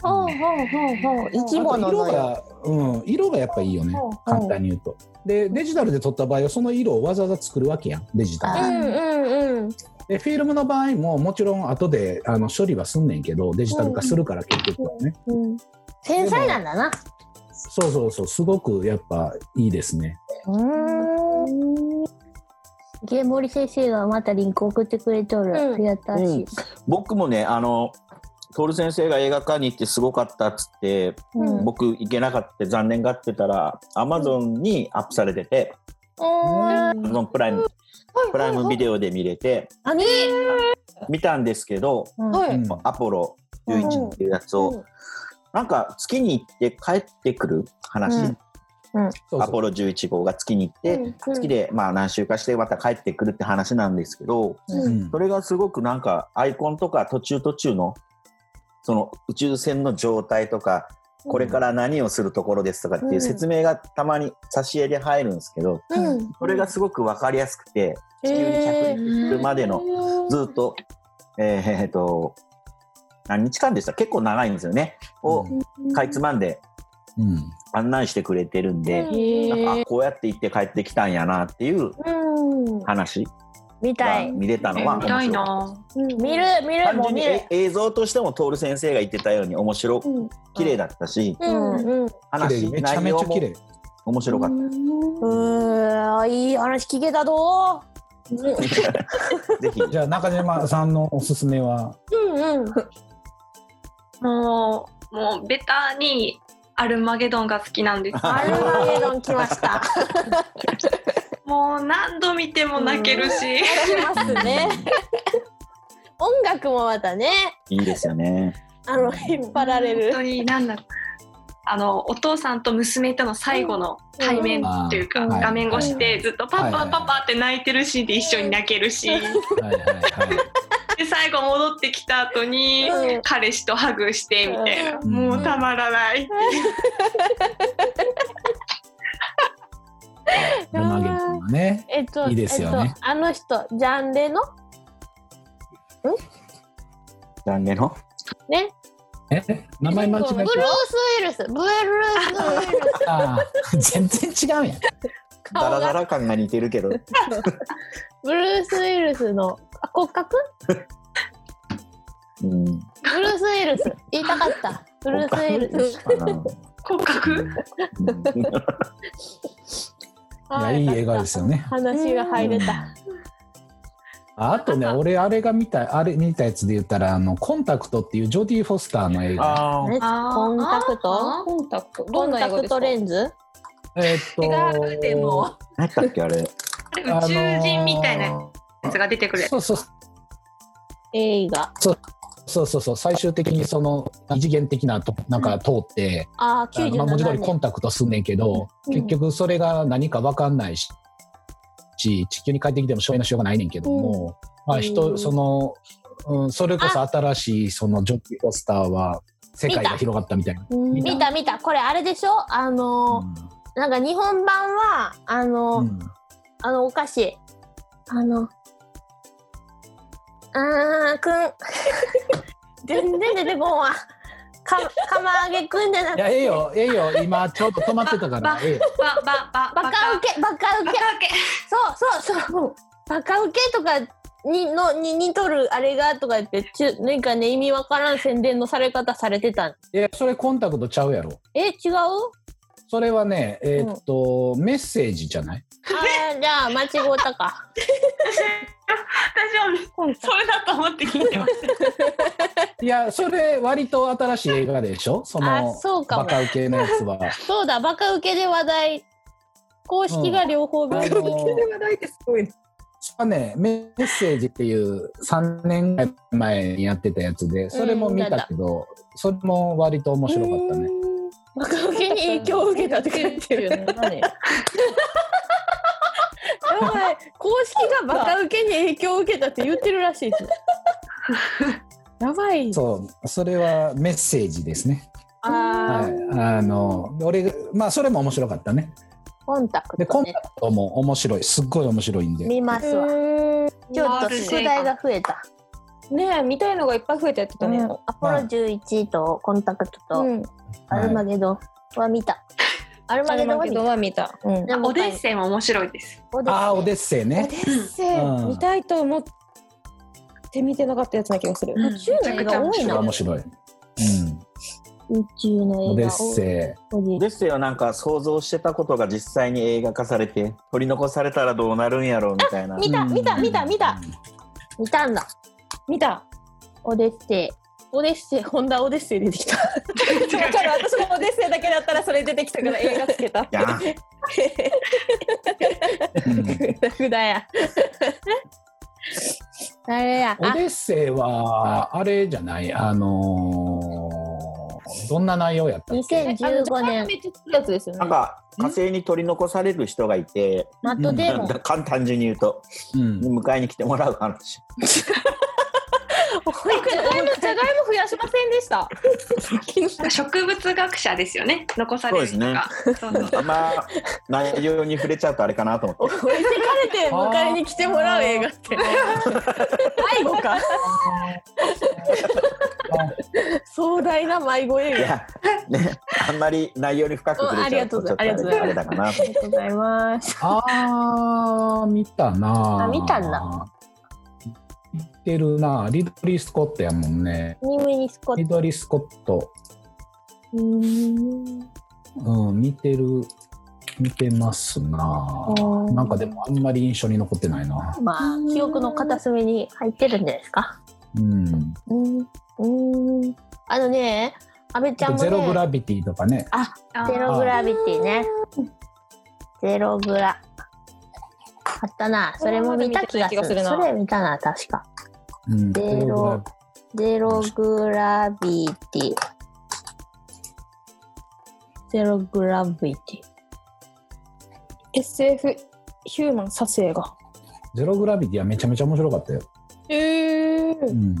Speaker 4: ほうほうほうほう。生き
Speaker 2: あと色
Speaker 4: 物のよ。
Speaker 2: が、うん、色がやっぱいいよね
Speaker 4: うん
Speaker 2: 簡単に言うと。でデジタルで撮った場合はその色をわざわざ作るわけやんデジタル
Speaker 4: う
Speaker 2: で
Speaker 4: んうんうん。
Speaker 2: でフィルムの場合ももちろん後であの処理はすんねんけどデジタル化するから結局はね、
Speaker 4: うん繊細なんだな。
Speaker 2: そうそうそうすごくやっぱいいですね
Speaker 4: うーん。ゲーモリ先生がまたリンク送ってくれとる。
Speaker 3: うん
Speaker 4: ありがたいし。
Speaker 7: 僕もねあの徹先生が映画館に行ってすごかったっつって、
Speaker 4: うん
Speaker 7: 僕行けなかったって残念がってたらアマゾンにアップされててアマゾンプライムプライムビデオで見れて
Speaker 4: あね
Speaker 7: 見たんですけど、
Speaker 8: はい
Speaker 2: うん
Speaker 7: アポロ11っていうやつを、なんか月に行って帰ってくる話、
Speaker 4: うん
Speaker 2: そうそう
Speaker 7: アポロ11号が月に行って、月でまあ何週かしてまた帰ってくるって話なんですけど、
Speaker 2: うん
Speaker 7: それがすごくなんかアイコンとか途中途中のその宇宙船の状態とかこれから何をするところですとかっていう説明がたまに挿絵で入るんですけど、
Speaker 4: うん。
Speaker 7: それがすごく分かりやすくて地球に着陸するまでのずっとえーえーと何日間でした結構長いんですよねをかいつまんで
Speaker 2: うん
Speaker 7: 案内してくれてるんで、
Speaker 8: へ
Speaker 7: なん
Speaker 8: ー
Speaker 7: かこうやって行って帰ってきたんやなっていう話
Speaker 4: 見た
Speaker 7: が
Speaker 4: い。
Speaker 7: 見れたのは
Speaker 5: 見
Speaker 7: 面
Speaker 5: たい
Speaker 7: 白い。
Speaker 5: な。
Speaker 4: 見る見る
Speaker 7: 単
Speaker 4: もう
Speaker 7: 純に
Speaker 4: 見る
Speaker 7: え。映像としても徹先生が言ってたように面白い
Speaker 4: うん
Speaker 7: 綺麗だったし、
Speaker 4: うんうん。う
Speaker 7: 話
Speaker 2: めちゃ
Speaker 7: 内
Speaker 2: めちゃ
Speaker 7: 容も
Speaker 2: 綺麗
Speaker 7: 面白かっ *laughs*
Speaker 4: ーん。いい話聞けたど
Speaker 7: た。ぜひ
Speaker 2: じゃあ中島さんのおすすめは
Speaker 4: う。うんうん。
Speaker 5: もう、もうベタにアルマゲドンが好きなんです。
Speaker 4: アルマゲドン来ま
Speaker 7: *laughs*
Speaker 4: した。
Speaker 5: もう何度見ても泣けるし。
Speaker 4: 来ますね。音楽もまたね、
Speaker 7: いいですよね。
Speaker 4: あの引っ張られ
Speaker 5: 本当
Speaker 4: る。
Speaker 5: に何だろうあのお父さんと娘との最後の対面というか、
Speaker 2: うん
Speaker 5: 画面越し
Speaker 2: はいはい
Speaker 5: でずっとパパパパって泣いてるシーンで一緒に泣けるし、
Speaker 2: はい
Speaker 4: *laughs*
Speaker 2: はいはい
Speaker 5: で最後戻ってきた後に
Speaker 4: うん
Speaker 5: 彼氏とハグしてみたいな、
Speaker 2: うん
Speaker 5: もうたまらない、
Speaker 2: ルマゲドンはね
Speaker 4: えっと、
Speaker 2: いいですよね
Speaker 4: えっと、あの人、ジャンレの
Speaker 7: ジャンレの
Speaker 2: え名前間違え
Speaker 4: ブルース・ウィルス、ブルース・ウィルス。
Speaker 2: たあー全然違うやん
Speaker 7: ダラダラ感が似てるけど、
Speaker 4: ブルース・ウィルスのあ骨格
Speaker 7: うん、
Speaker 4: ブルース・ウィルス。言いたかった。ブルース・ウィルス。
Speaker 7: あの
Speaker 5: 骨格
Speaker 7: うん
Speaker 2: いやいい映画ですよね
Speaker 4: 話が入れた。
Speaker 2: ああとね俺あれが見たあれ見たやつで言ったらあのコンタクトっていうジョディ・フォスターの映画
Speaker 7: あー
Speaker 4: ねコンタクト
Speaker 8: コンタクト。
Speaker 4: コ
Speaker 8: どん
Speaker 4: ン
Speaker 8: な
Speaker 4: タ
Speaker 8: 英語
Speaker 4: ク
Speaker 8: ですか
Speaker 4: トレンズ
Speaker 2: えーっと
Speaker 8: 違うでも
Speaker 7: 何だっけあれ。
Speaker 5: あれ宇宙人みたいなやつが出てくる、
Speaker 2: そうそう
Speaker 4: 映画。
Speaker 2: そうそうそう最終的にその異次元的なとなんか通って、
Speaker 4: ああ、
Speaker 2: あのまあ、文字通り
Speaker 4: 97
Speaker 2: コ
Speaker 4: 年。
Speaker 2: ンタクトすんねんけど、
Speaker 4: うん
Speaker 2: 結局それが何か分かんないし地球に帰ってきても証明のしようがないねんけども、まあ人その、うん、それこそ新しいそのジョッキーポスターは世界が広がったみたいな。見
Speaker 4: 見た見た。これあれでしょあのー、なんか日本版は、あ
Speaker 2: う
Speaker 4: のー、
Speaker 2: ん
Speaker 4: あのお菓子。あの。あーく *laughs* ん。全然出てこんわ。か、釜揚げくんじゃないく
Speaker 2: やええ
Speaker 4: て。
Speaker 2: よええよ今ちょうど止まってたから
Speaker 5: ば
Speaker 2: ええよ
Speaker 5: ばばば
Speaker 4: バカウケ、バカウ
Speaker 5: バ
Speaker 4: ケ。
Speaker 5: カウケ
Speaker 4: そうそうそう。バカウケとかに、の、に、にとるあれがとか言って、ちゅ、なんかね、意味わからん宣伝のされ方されてた。
Speaker 2: いやそれコンタクトちゃうやろ
Speaker 4: え、違う
Speaker 2: それはねえーっと、メッセージじゃない
Speaker 4: あーじゃあ、間違う
Speaker 2: *laughs*
Speaker 4: たか。
Speaker 5: 私はそれだと思って聞いてました
Speaker 2: いやそれ割と新しい映画でしょそ
Speaker 4: あ
Speaker 2: の
Speaker 4: そうかも
Speaker 2: バカウケのやつは。
Speaker 4: そうだ、バカウケで話題。公式が両方
Speaker 2: あ
Speaker 4: 分、
Speaker 2: の
Speaker 8: れはないです。ごい。
Speaker 2: はね、メッセージっていう3年ぐらい前にやってたやつでそれも見たけど、それも割と面白かったね。
Speaker 4: バカウケに影響を受けたって書いてる。
Speaker 8: やばい。
Speaker 4: 公式がバカウケに影響を受けたって言ってるらしいし。
Speaker 8: やばい。
Speaker 2: そうそれはメッセージですね。
Speaker 4: あ
Speaker 2: はい、あの俺まあそれも面白かったね。
Speaker 4: コンタク
Speaker 2: で
Speaker 4: ト、
Speaker 2: コン
Speaker 4: ね
Speaker 2: タ。クトも面白いすっごい面白いんで。
Speaker 4: 見ますわ。ちょっと宿題が増えた。
Speaker 3: ねえ見たいのがいっぱい増えたやつだね、
Speaker 4: うんアポロ11とコンタクトと、
Speaker 3: うん
Speaker 4: アルマゲドンは見た。アルマ
Speaker 3: マ
Speaker 4: ゲ
Speaker 3: ゲ
Speaker 4: ドンは見
Speaker 3: ドン
Speaker 4: た。
Speaker 3: は見た
Speaker 4: うん
Speaker 5: あオデッセイも面白いです。
Speaker 4: オデッセイ
Speaker 2: ああ、オデッセイ
Speaker 3: オデ
Speaker 2: ね。
Speaker 3: ッセイ、
Speaker 2: うん
Speaker 3: 見たいと思って見てなかったやつな気がする、
Speaker 5: うん
Speaker 4: 宙の絵が多いな
Speaker 2: 面白い。う
Speaker 4: 宇宙の
Speaker 2: ん。オ
Speaker 4: 映
Speaker 2: デッ
Speaker 4: 画を
Speaker 2: セイ。
Speaker 4: オデッセイ
Speaker 7: ですよなんか想像してたことが実際に映画化されて取り残されたらどうなるんやろうみたいな
Speaker 4: 見た見た見た見た
Speaker 2: う
Speaker 4: 見たんだ。
Speaker 3: 見た
Speaker 4: オデッセイ。
Speaker 8: オデッセイ、ホンダオデッセイ出てきた。
Speaker 3: *laughs* だから私もオデッセイだけだったらそれ出てきたから映画つけ
Speaker 7: *laughs*
Speaker 3: た
Speaker 7: やん
Speaker 2: んうん
Speaker 8: 普段や。
Speaker 4: あれや。
Speaker 2: オ
Speaker 4: *laughs* あ、
Speaker 2: デッセイは、あれじゃない、あのーどんな内容やったっけ
Speaker 4: 2015年、
Speaker 3: *laughs* やつですよ
Speaker 7: なんか火星に取り残される人がいて
Speaker 4: マットデーモン。
Speaker 7: 簡単純に言うと
Speaker 2: うん
Speaker 7: 迎えに来てもらう話
Speaker 3: じゃがいもじゃがいも増やしませんでした
Speaker 5: 植物学者ですよね。残される人が。そうそう
Speaker 7: あんま内容に触れちゃうとあれかなと思って
Speaker 8: 晴れて迎えに来てもらう映画って。迷子か。壮大な迷子映
Speaker 7: い
Speaker 8: 画。
Speaker 7: や、ね、あんまり内容に深く触れちゃうとちょっとあれあれだかなと
Speaker 8: ありがとうございます。
Speaker 2: あー、見たな。
Speaker 4: あ見たな。
Speaker 2: 見てるな。リドリー・スコットやもんね。
Speaker 4: ニムニスコッ
Speaker 2: リ
Speaker 4: ト。
Speaker 2: ドリー・スコット。うん、見てる。見てますな。なんかでもあんまり印象に残ってないな。
Speaker 4: まあ、記憶の片隅に入ってるんじゃないですか。
Speaker 2: うん。
Speaker 4: うん。うん。あのね、阿部ちゃんも
Speaker 2: ゼログ
Speaker 4: ね、
Speaker 2: ラビティとかね。
Speaker 5: *laughs* あ
Speaker 4: ゼログラビティね。ゼログラ。あったな。それも見た気がする。
Speaker 3: それはまだ見てない気がするな
Speaker 4: それ見たな、確か。
Speaker 2: うん、
Speaker 4: ゼロ
Speaker 2: ゼログラビ
Speaker 4: ゼログラビティ。ゼログラビティ。
Speaker 3: SF ヒューマン撮影が
Speaker 2: ゼログラビティはめちゃめちゃ面白かったよ。
Speaker 3: えー
Speaker 2: うん。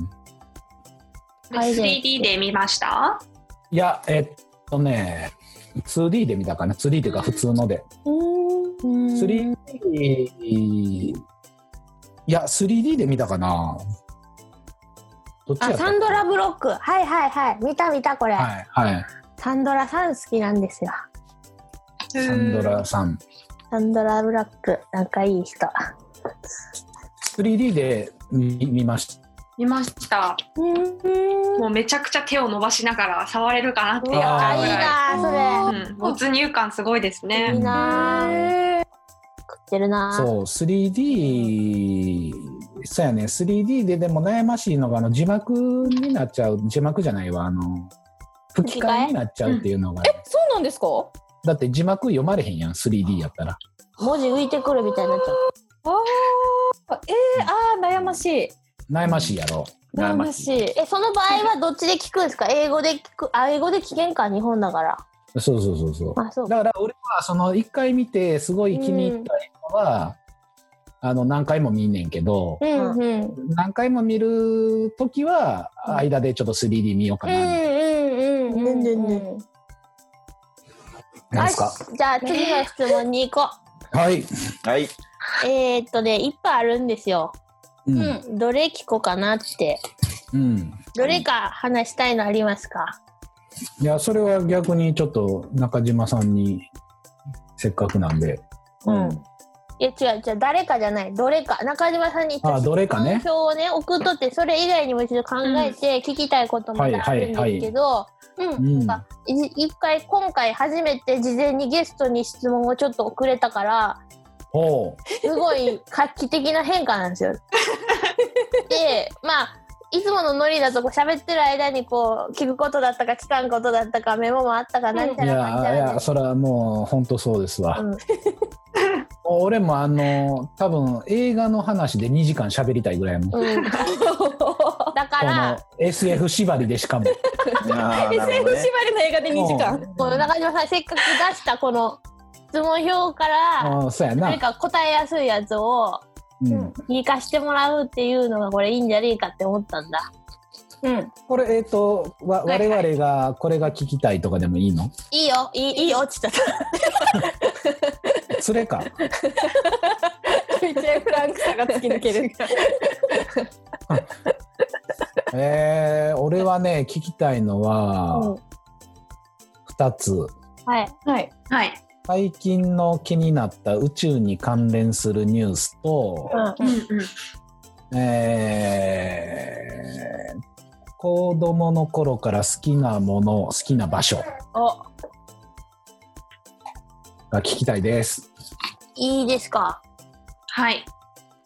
Speaker 5: 3D で見ました。
Speaker 2: いや、えっとね、2D で見たかな、2D というか普通ので。3D、いや、3D で見たかな。どっちや
Speaker 4: あ、
Speaker 2: った
Speaker 4: サンドラブロック。はいはいはい。見た見た、これ。
Speaker 2: はい、はい。
Speaker 4: サンドラさん好きなんですよ。
Speaker 2: サンドラさん。
Speaker 4: サンドラブラック。仲いい人。
Speaker 2: 3D で見見まし
Speaker 5: 見ました。もうめちゃくちゃ手を伸ばしながら触れるかなって
Speaker 4: う
Speaker 5: やっ
Speaker 4: わ
Speaker 5: た
Speaker 4: い
Speaker 5: ぐ
Speaker 4: い
Speaker 5: らい。
Speaker 4: なそれ。
Speaker 5: うん、没入感すごいです
Speaker 4: いい
Speaker 5: ね。
Speaker 4: なぁ食ってる
Speaker 2: た。
Speaker 4: な
Speaker 2: そ
Speaker 4: ぁ
Speaker 2: う、3D、そうやね、3D ででも悩ましいのが、あの字幕になっちゃう、字幕じゃないわ、あの、吹き替えになっちゃうっていうのが、
Speaker 3: そうなんですか
Speaker 2: だって字幕読まれへんやん、3D やったら。
Speaker 4: 文字浮いてくるみたいになっちゃう。
Speaker 3: あーえー、あー悩ましい
Speaker 2: 悩ましいやろ。
Speaker 3: 悩ましい
Speaker 4: え、その場合はどっちで聞くんですか英語で聞く。あ、英語で聞けんか、日本だから。
Speaker 2: そうそうそうそう。
Speaker 4: あ、そう。
Speaker 2: だから俺はその一回見てすごい気に入った人は、あの何回も見んねんけど、
Speaker 4: うんうん。うんうん
Speaker 2: 何回も見るときは間でちょっと 3D 見ようかな。
Speaker 4: うんうん。
Speaker 8: ねんねんね
Speaker 2: なん
Speaker 4: よ
Speaker 2: ですか
Speaker 4: しじゃあ次の質問に行こ *laughs*
Speaker 2: はい。
Speaker 7: はい、
Speaker 4: う。えーっとね、いっぱいあるんですよ。
Speaker 2: うん。
Speaker 4: どれ聞こうかなって。
Speaker 2: うん。
Speaker 4: どれか話したいのありますか
Speaker 2: いや、それは逆にちょっと中島さんにせっかくなんで。
Speaker 7: うん
Speaker 4: いや違う違う、誰かじゃない。どれか。中島さんに
Speaker 2: あ、
Speaker 4: 質
Speaker 2: どれか
Speaker 4: 問
Speaker 2: ね。
Speaker 4: 表をね、送っとって、それ以外にも一度考えて聞きたいこともあ
Speaker 2: は
Speaker 4: る
Speaker 2: い
Speaker 4: んですけど、うん
Speaker 2: うん
Speaker 4: なんかい一回今回初めて事前にゲストに質問をちょっとくれたから
Speaker 2: おう。
Speaker 4: すごい画期的な変化なん *laughs* ですよ。でまあいつものノリだとこう喋ってる間にこう聞くことだったか聞かんことだったかメモもあったかなみた
Speaker 2: い
Speaker 4: いな感じ
Speaker 2: や、い
Speaker 4: なん
Speaker 2: や、
Speaker 4: です
Speaker 2: それはもう本当そうですわ。*laughs*
Speaker 4: う
Speaker 2: もうん俺もあの、多分映画の話で2時間喋りたいぐらいやもん。
Speaker 4: うん、 *laughs* だか
Speaker 2: こ
Speaker 4: ら
Speaker 2: の SF 縛りでしかも。
Speaker 7: あーなる
Speaker 3: SF
Speaker 7: ほど
Speaker 3: 縛
Speaker 7: ね
Speaker 3: りの映画で2時間
Speaker 4: この中島さんせっかく出したこの質問表から
Speaker 2: ああ、そうやな
Speaker 4: 何。か答えやすいやつを
Speaker 2: うん、
Speaker 4: 言いかしてもらうっていうのがこれいいんじゃねえかって思ったんだ。
Speaker 2: これ、えっ、と、わ、
Speaker 5: はいはい
Speaker 2: 我々がこれが聞きたいとかでもいいの。
Speaker 4: いいよ、いいいいよって言っちゃっ
Speaker 2: それか。
Speaker 3: *laughs* めっちゃフランクさが突き抜ける
Speaker 2: えー、俺はね聞きたいのは2つ、
Speaker 6: はい。
Speaker 3: はい。
Speaker 5: はい。
Speaker 2: 最近の気になった宇宙に関連するニュースと、
Speaker 5: うんうん。
Speaker 2: えー、子供の頃から好きなもの好きな場所
Speaker 8: お
Speaker 2: が聞きたいです。
Speaker 6: いいですか
Speaker 5: はい。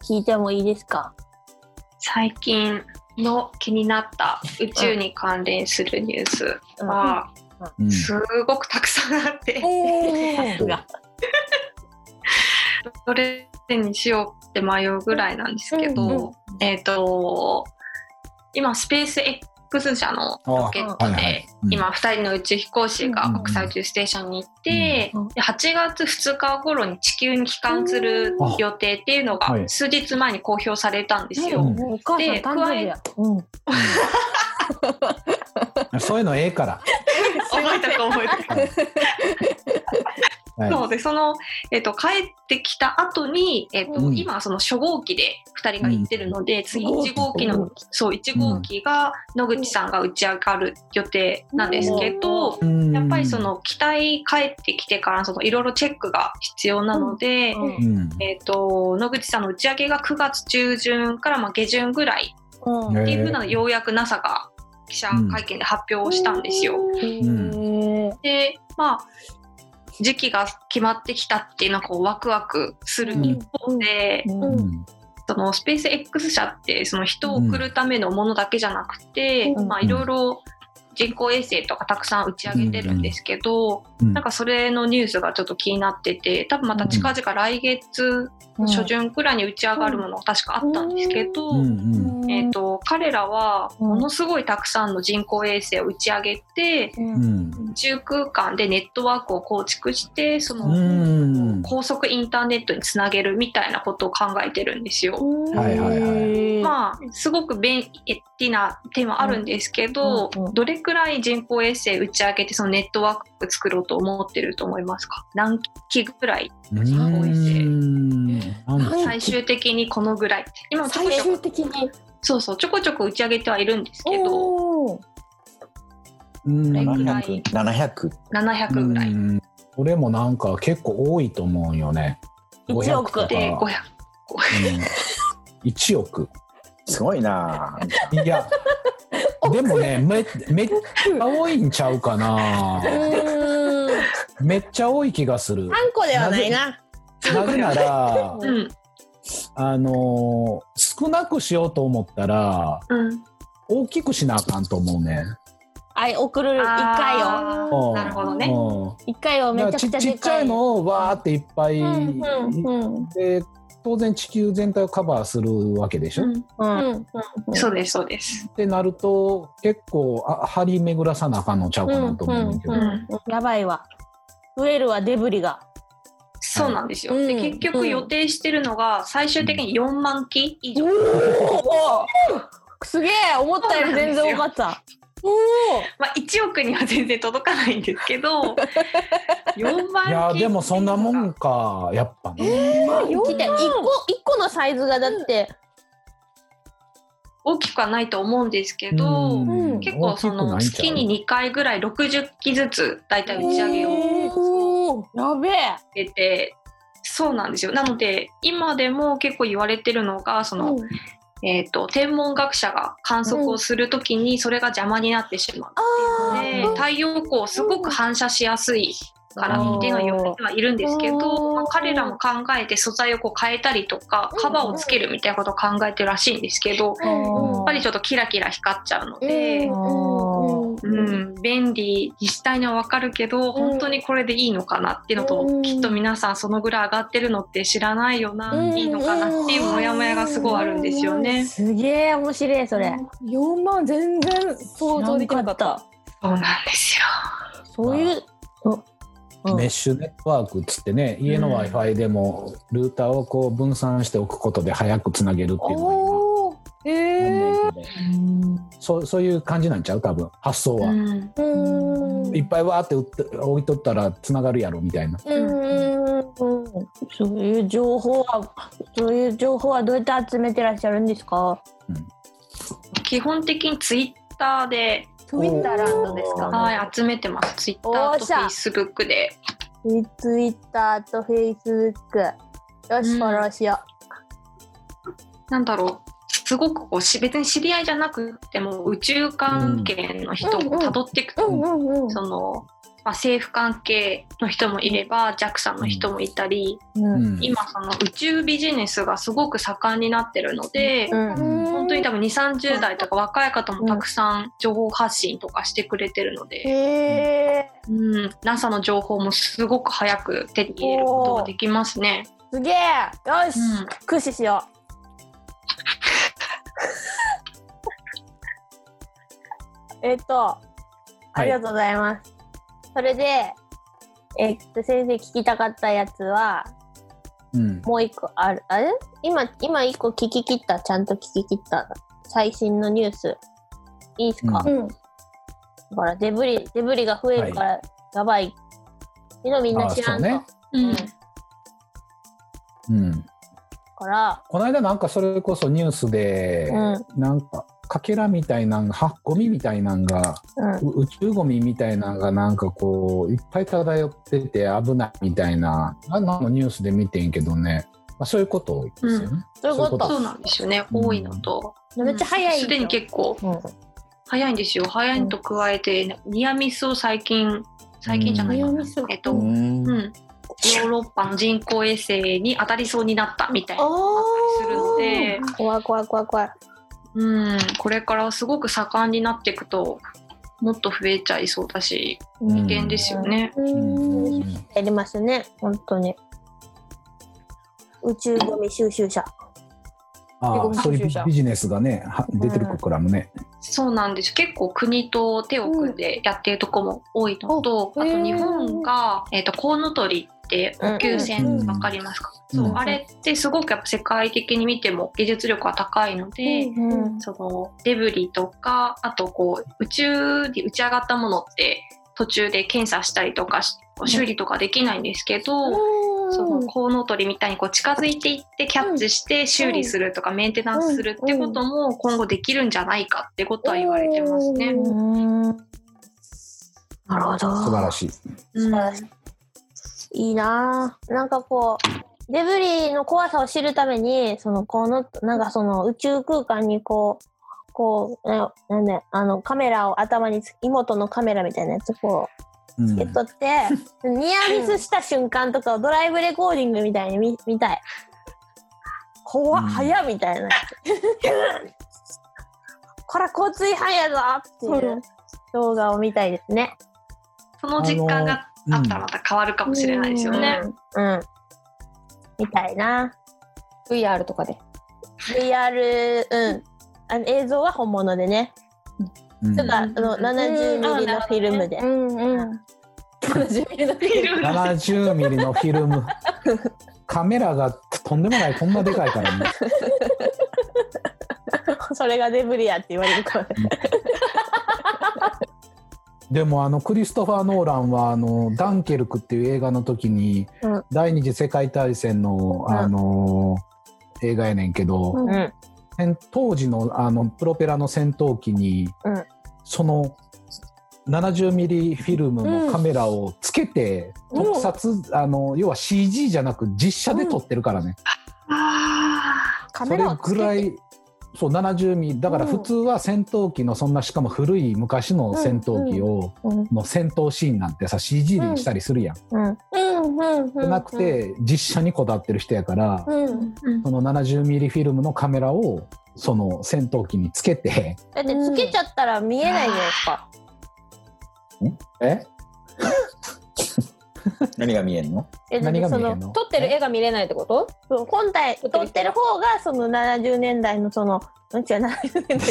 Speaker 6: 聞いてもいいですか
Speaker 5: 最近の気になった宇宙に関連するニュースは
Speaker 2: うん
Speaker 5: すごくたくさんあって、どれにしようって迷うぐらいなんですけど、
Speaker 2: うん
Speaker 5: えっ、と今スペース X 社のロケッ
Speaker 2: あ
Speaker 5: ト
Speaker 2: はいはい
Speaker 5: で
Speaker 2: うん
Speaker 5: 今2人の宇宙飛行士が国際宇宙ステーションに行って、
Speaker 8: うん
Speaker 5: で8月2日頃に地球に帰還する予定っていうの
Speaker 2: あは
Speaker 5: が
Speaker 2: い
Speaker 5: 数日前に公表されたんですよ。
Speaker 2: うん
Speaker 8: お母さん誕生日や。うん。
Speaker 2: *laughs* そういうのええから。
Speaker 5: 覚えたか覚えたか
Speaker 2: はい
Speaker 5: なのでその、えっと帰ってきた後に、えっと
Speaker 2: うん
Speaker 5: 今その初号機で2人が行ってるので、次
Speaker 2: うん
Speaker 5: 1号機のそう1号機が野口さんが打ち上がる予定なんですけど、
Speaker 2: うん
Speaker 5: やっぱりそ、の機体帰ってきてからいろいろチェックが必要なので、
Speaker 2: うん
Speaker 5: えっと野口さんの打ち上げが9月中旬からまあ下旬ぐらいっていうふうなのをようやく NASA が記者会見で発表したんですよ。
Speaker 2: うん
Speaker 5: でまあ時期が決まってきたっていうのはこうワクワクする一方で、
Speaker 2: うん
Speaker 5: そのスペース X 社ってその人を送るためのものだけじゃなくて、
Speaker 6: うん
Speaker 5: まあいろいろ人工衛星とかたくさん打ち上げてるんですけど、
Speaker 2: うん
Speaker 5: なんかそれのニュースがちょっと気になってて多分また近々来月初旬くらいに打ち上がるものが確かあったんですけど、
Speaker 2: うん
Speaker 5: えー、と彼らはものすごいたくさんの人工衛星を打ち上げて、
Speaker 2: うん
Speaker 5: 宇宙空間でネットワークを構築してその、
Speaker 2: うん
Speaker 5: 高速インターネットにつなげるみたいなことを考えてるんですよ。
Speaker 2: はいはいはい。
Speaker 5: まあすごく便利な点はあるんですけど、
Speaker 8: うんうんうん
Speaker 5: どれくらい人工衛星打ち上げてそのネットワーク作ろうと思ってると思いますか何機ぐらい
Speaker 2: うんなん
Speaker 5: 最終的にこのぐらい今もちょこ
Speaker 8: 最
Speaker 5: ちょこ
Speaker 8: 終的
Speaker 3: *laughs*
Speaker 8: に。
Speaker 5: そうそうちょこちょこ打ち上げてはいるんですけど
Speaker 8: おお。
Speaker 2: うん
Speaker 5: れぐらい
Speaker 7: 700、700。
Speaker 5: 700ぐらい
Speaker 2: うん俺もなんか結構多いと思うよね。
Speaker 4: 1億
Speaker 2: 500と
Speaker 5: で
Speaker 2: か。
Speaker 5: 500。
Speaker 2: うん、1億。
Speaker 7: すごいなぁ
Speaker 2: いや、でもね、めめっちゃ多いんちゃうかな。めっちゃ多い気がする。
Speaker 4: 半個ではないな。
Speaker 2: なぜなら、
Speaker 5: うん
Speaker 2: あのー少なくしようと思ったら、
Speaker 5: うん、
Speaker 2: 大きくしなあかんと思うね。
Speaker 4: はい、送る一回を。
Speaker 5: あ
Speaker 2: う
Speaker 5: ー
Speaker 2: ん
Speaker 5: なるほどね。
Speaker 2: うん
Speaker 4: 一回をめ
Speaker 2: だ
Speaker 4: ち
Speaker 2: か
Speaker 4: ゃ
Speaker 2: らちち
Speaker 4: くちゃで
Speaker 2: っちゃ
Speaker 4: か
Speaker 2: い
Speaker 4: い。
Speaker 2: のをわーっていっぱい、
Speaker 4: うんうん
Speaker 2: で当然地球全体をカバーするわけでしょ、
Speaker 5: う
Speaker 2: っ
Speaker 4: う
Speaker 5: ん
Speaker 4: ん。
Speaker 5: そうですそうです。
Speaker 2: てなると結構あ張り巡らさなあかんのちゃうかなと思うねんだけど、
Speaker 5: うん、
Speaker 4: やばいわ。増えるわ、デブリが。
Speaker 5: そうなんですよ。
Speaker 4: うん
Speaker 5: で結局予定してるのが最終的に4万機以上。
Speaker 4: すげえ思ったより全然多かった。おお
Speaker 5: まあ1億には全然届かないんですけど、4万機。
Speaker 2: いやーでもそんなもん。かやっぱね、
Speaker 4: 来て一個一個のサイズがだって
Speaker 5: 大きくはないと思うんですけ
Speaker 2: う
Speaker 5: ど、
Speaker 2: ん
Speaker 5: 結構その
Speaker 2: 大きくない
Speaker 5: 月
Speaker 2: んちゃう
Speaker 5: に2回ぐらい60機ずつだいたい打ち上げを
Speaker 4: おおやべえ。
Speaker 5: 出て、そうなんですよ。なので今でも結構言われてるのがその、えっ、と天文学者が観測をするときにそれが邪魔になってしまうっていうので、太陽光をすごく反射しやすいからっていうのは言われてはいるんですけど、まあ、彼らも考えて素材をこう変えたりとかカバーをつけるみたいなことを考えてるらしいんですけど、やっぱりちょっとキラキラ光っちゃうので。うん、便利自治体には分かるけど本当にこれでいいのかなっていうのと、きっと皆さんそのぐらい上がってるのって知らないよな、いいのかなっていうモヤモヤがすごいあるんですよね。
Speaker 4: すげえ面白いそれ。
Speaker 8: 四万全然想像できなかった。
Speaker 5: そうなんですよ。
Speaker 4: そういう
Speaker 2: メッシュネットワークっつってね家の
Speaker 5: うん
Speaker 2: w i f i でもルーターをこう分散しておくことで早くつなげるっていうの
Speaker 8: おお。え
Speaker 2: が今あん
Speaker 8: え。
Speaker 2: ねんけどそうそういう感じなんちゃう多分発想は、
Speaker 5: うん
Speaker 4: うん
Speaker 2: いっぱいわーって売って置いとったらつながるやろみたいな
Speaker 4: うんそういう情報はそういう情報はどうやって集めてらっしゃるんですか。
Speaker 5: 基本的にツイッターで、
Speaker 4: トゥイッターランドですか。
Speaker 5: はい、集めてます。ツイッタ
Speaker 4: おー
Speaker 5: ーと
Speaker 4: し
Speaker 5: フ
Speaker 4: ゃ
Speaker 5: ェイスブックで。
Speaker 4: ツイッターとフェイスブック。よ
Speaker 5: う
Speaker 4: し、
Speaker 5: ん
Speaker 4: フォローしよ
Speaker 5: なんだろう。すごくこうし別に知り合いじゃなくても宇宙関係の人を辿っていく
Speaker 4: う。
Speaker 5: と、
Speaker 4: んうんうん
Speaker 5: その、まあ、政府関係の人もいれば JAXA の人もいたり、
Speaker 2: うん
Speaker 5: 今その宇宙ビジネスがすごく盛んになってるので、
Speaker 2: うん
Speaker 5: 本当に多分2 3 0代とか若い方もたくさん情報発信とかしてくれてるので、
Speaker 4: へえ
Speaker 5: うん、NASA の情報もすごく早く手に入れることができますね。
Speaker 4: すげえよし、
Speaker 5: うん
Speaker 4: 駆使しよう *laughs* えっとありがとうございます、それでえっと先生聞きたかったやつは
Speaker 2: うん
Speaker 4: もう一個あるあれ今今一個聞き切ったちゃんと聞き切った最新のニュースいいっすか、
Speaker 8: うん
Speaker 4: ほらデブリデブリが増えるからやばい、けどみんな知らんと、
Speaker 2: あそうね
Speaker 5: うん
Speaker 2: うん、
Speaker 4: から
Speaker 2: この間なんかそれこそニュースで、
Speaker 4: うん
Speaker 2: なんかかけらみたいなんがはゴミみたいなんが、う宇宙ゴミみたいなんがなんかこういっぱい漂ってて危ないみたいなあんなのニュースで見てんけどね、まあ、そういうことですよね。
Speaker 4: そういうこと
Speaker 5: そうなんですよね、
Speaker 2: うん
Speaker 5: 多いのと。
Speaker 4: めっちゃ早い
Speaker 5: すでに結構
Speaker 4: うん
Speaker 5: 早いんですよ。早いのと加えて、ニアミスを最近、最近じゃないかな。えっと、うん。ヨーロッパの人工衛星に当たりそうになったみたいなのがあったりするので、
Speaker 4: 怖い怖い怖い怖い
Speaker 5: うん、これからすごく盛んになっていくと、もっと増えちゃいそうだし、危険ですよね。
Speaker 2: うん
Speaker 4: やりますね本当に宇宙ゴミ収集車
Speaker 2: ああそういうビビジネスがねは出てるこからもね。
Speaker 5: そうなんです結構国と手を組んでやってるとこも多いのと、
Speaker 4: うん
Speaker 5: あ
Speaker 4: へ
Speaker 5: と
Speaker 4: ー
Speaker 5: 日本が、えー、とコウノトリって補給
Speaker 2: うん
Speaker 5: 船
Speaker 2: うん
Speaker 5: わかりますか、
Speaker 2: うん
Speaker 5: そうあれってすごくやっぱ世界的に見ても技術力が高いので、
Speaker 4: うん
Speaker 5: そのデブリとかあとこう宇宙に打ち上がったものって途中で検査したりとかし修理とかできないんですけど、そのコウノトリみたいにこう近づいていってキャッチして修理するとかメンテナンスするってことも今後できるんじゃないかってことは言われてますね。
Speaker 4: なるほど
Speaker 2: 素晴らしい。
Speaker 5: うん
Speaker 4: いいなぁなんかこうデブリの怖さを知るためにそのこのなんかその宇宙空間にこうこうななんだよあのカメラを頭につ妹のカメラみたいなやつこ
Speaker 2: うん
Speaker 4: うつけとって、ニアミスした瞬間とかをドライブレコーディングみたいに見 *laughs* 見たい怖っ、
Speaker 2: うん
Speaker 4: 早っみたいな *laughs* こら交通違反やぞっていう動画を見たいですね
Speaker 5: その実感があったらまた変わるかもしれないですよね。
Speaker 4: うんみたいな
Speaker 8: VR とかで
Speaker 4: VR、うん、あの映像は本物でね、
Speaker 2: うん
Speaker 4: とかあの
Speaker 5: うん
Speaker 4: 70ミリのフィルムで、
Speaker 2: 70ミリのフィルムカメラがとんでもないこんなでかい
Speaker 4: *laughs*
Speaker 2: からね
Speaker 4: *laughs* それがデブリやって言われるから、
Speaker 2: でもあのクリストファー・ノーランはあのダンケルクっていう映画の時に、
Speaker 4: うん
Speaker 2: 第二次世界大戦の、
Speaker 4: うん
Speaker 2: あの映画やねんけど、
Speaker 4: うん
Speaker 2: 戦当時のあのプロペラの戦闘機に、
Speaker 4: うん
Speaker 2: その70ミリフィルムのカメラをつけて、
Speaker 4: うん
Speaker 2: 特撮、あの要は CG じゃなく実写で撮ってるからね、
Speaker 5: あ
Speaker 4: カ
Speaker 2: そ
Speaker 4: メ
Speaker 2: れ
Speaker 4: ラをつ
Speaker 2: ぐ
Speaker 4: け
Speaker 2: ら
Speaker 4: て
Speaker 2: いそう70ミリだから普通は戦闘機のそんなしかも古い昔の戦闘機を、
Speaker 4: うんうん
Speaker 2: の戦闘シーンなんてさ CG にしたりするやん。
Speaker 4: うんうんうんうん
Speaker 2: じゃなくて実写にこだわってる人やから、
Speaker 4: うん、
Speaker 5: うん
Speaker 2: その70ミリフィルムのカメラをその戦闘機につけ
Speaker 4: *laughs*
Speaker 2: て
Speaker 4: だってつけちゃったら見えないじゃないですか、
Speaker 2: え
Speaker 7: 何が見えんの
Speaker 4: えだって
Speaker 2: 何が見
Speaker 4: そ
Speaker 2: えへん
Speaker 4: の
Speaker 2: の
Speaker 8: 撮ってる絵が見れないってこと
Speaker 4: そう本体撮ってる方がその70年代のそのうん違う70年代
Speaker 2: *laughs*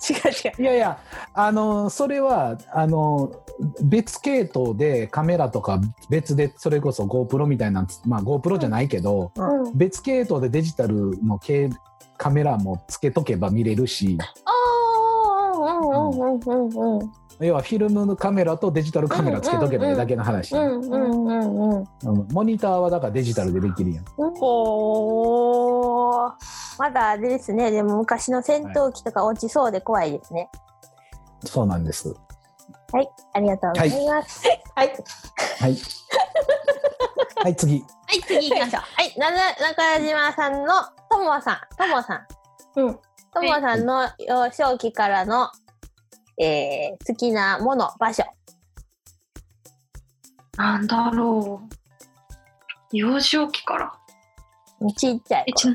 Speaker 4: じゃない違
Speaker 2: い
Speaker 4: う違う
Speaker 2: やいやあのそれはあの別系統でカメラとか別でそれこそ GoPro みたいなまあ GoPro じゃないけど、
Speaker 4: うん
Speaker 2: 別系統でデジタルの系カメラもつけとけば見れるし
Speaker 4: ああうんうんうんうんうん
Speaker 2: 要はフィルムのカメラとデジタルカメラつけとけばいいだけの話、
Speaker 4: うんうんうんうん
Speaker 2: うんモニターはだからデジタルでできるやん
Speaker 4: ほーまだあれですね、でも昔の戦闘機とか落ちそうで怖いですね。
Speaker 2: そうなんです。
Speaker 4: はい、ありがとうございます。はい、はい、
Speaker 2: はい。 *laughs* はい、次。
Speaker 4: 次行きましょう。はい、なな中島さんのともさん、ともさん。
Speaker 3: うん。
Speaker 4: ともさんの幼少期からの、えー、好きなもの、場所。
Speaker 5: なんだろう。幼少期から。
Speaker 4: ちっちゃい
Speaker 5: え、
Speaker 4: 頃
Speaker 5: ちな、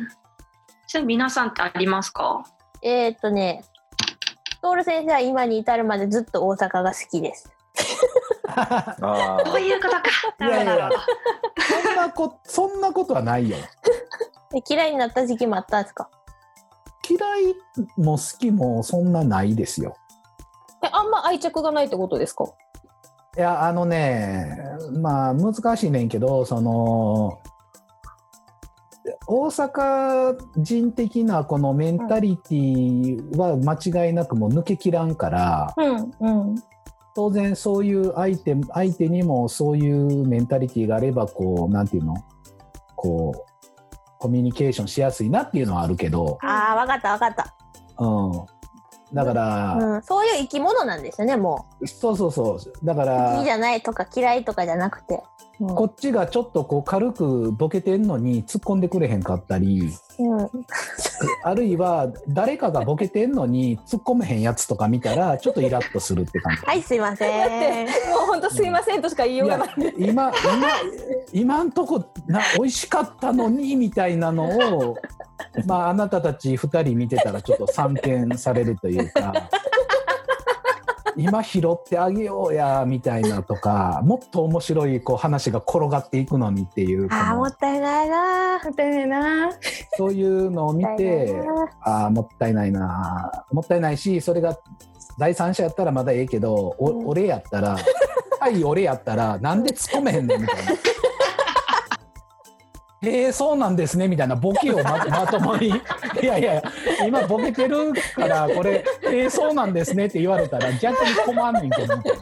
Speaker 5: ちなみに皆さんってありますか
Speaker 4: えー、っとね、トール先生は今に至るまでずっと大阪が好きです。
Speaker 7: あ
Speaker 5: *laughs* *laughs* こう
Speaker 7: ー
Speaker 5: いうことか。
Speaker 2: い
Speaker 5: な
Speaker 2: やい
Speaker 5: るほどな
Speaker 2: や
Speaker 5: るほど。、
Speaker 2: そんなこ、そんなことはないよ。
Speaker 4: で嫌いになった時期もあったんですか
Speaker 2: 嫌いも好きもそんなないですよ。
Speaker 3: えあんま愛着がないってことですか
Speaker 2: いや、あのね、まあ、難しいねんけど、その、大阪人的なこのメンタリティは間違いなくもう抜けきらんから、
Speaker 3: うんうん
Speaker 2: 当然そういう相手相手にもそういうメンタリティーがあればこうなんていうのこうコミュニケーションしやすいなっていうのはあるけど、
Speaker 4: ああ、わかったわかった。
Speaker 2: うん、だから、
Speaker 4: うん、そういう生き物なんですよね、も
Speaker 2: そうそうそうだか
Speaker 4: う。好きじ
Speaker 2: ら
Speaker 4: ゃないとか嫌いとかじゃなくて。
Speaker 2: こっちがちょっとこう軽くボケてんのに突っ込んでくれへんかったり
Speaker 4: うん。
Speaker 2: あるいは誰かがボケてんのに突っ込めへんやつとか見たらちょっとイラッとするって感じ。
Speaker 4: はい、すいません。
Speaker 3: もうほんとすいませんとしか言いようがない
Speaker 2: いや今今今んとこな美味しかったのにみたいなのをまああなたたち2人見てたらちょっと散見されるというか今拾ってあげようやみたいなとかもっと面白いこう話が転がっていくのにっていう
Speaker 4: ああ、もったいないなー。
Speaker 2: そういうのを見
Speaker 4: もったいない
Speaker 2: て
Speaker 4: なー。
Speaker 2: あーもったいないなもったいないしそれが第三者やったらまだええけど、お
Speaker 4: うん
Speaker 2: 俺やった *laughs* らはい俺やったらなんで突っ込めへんのみたい *laughs* な。えー、そうなんですねみたいなボケをままと *laughs* もにいやいや今ボケてるからこれえー、そうなんですねって言われたら逆に困んねんけどみたいな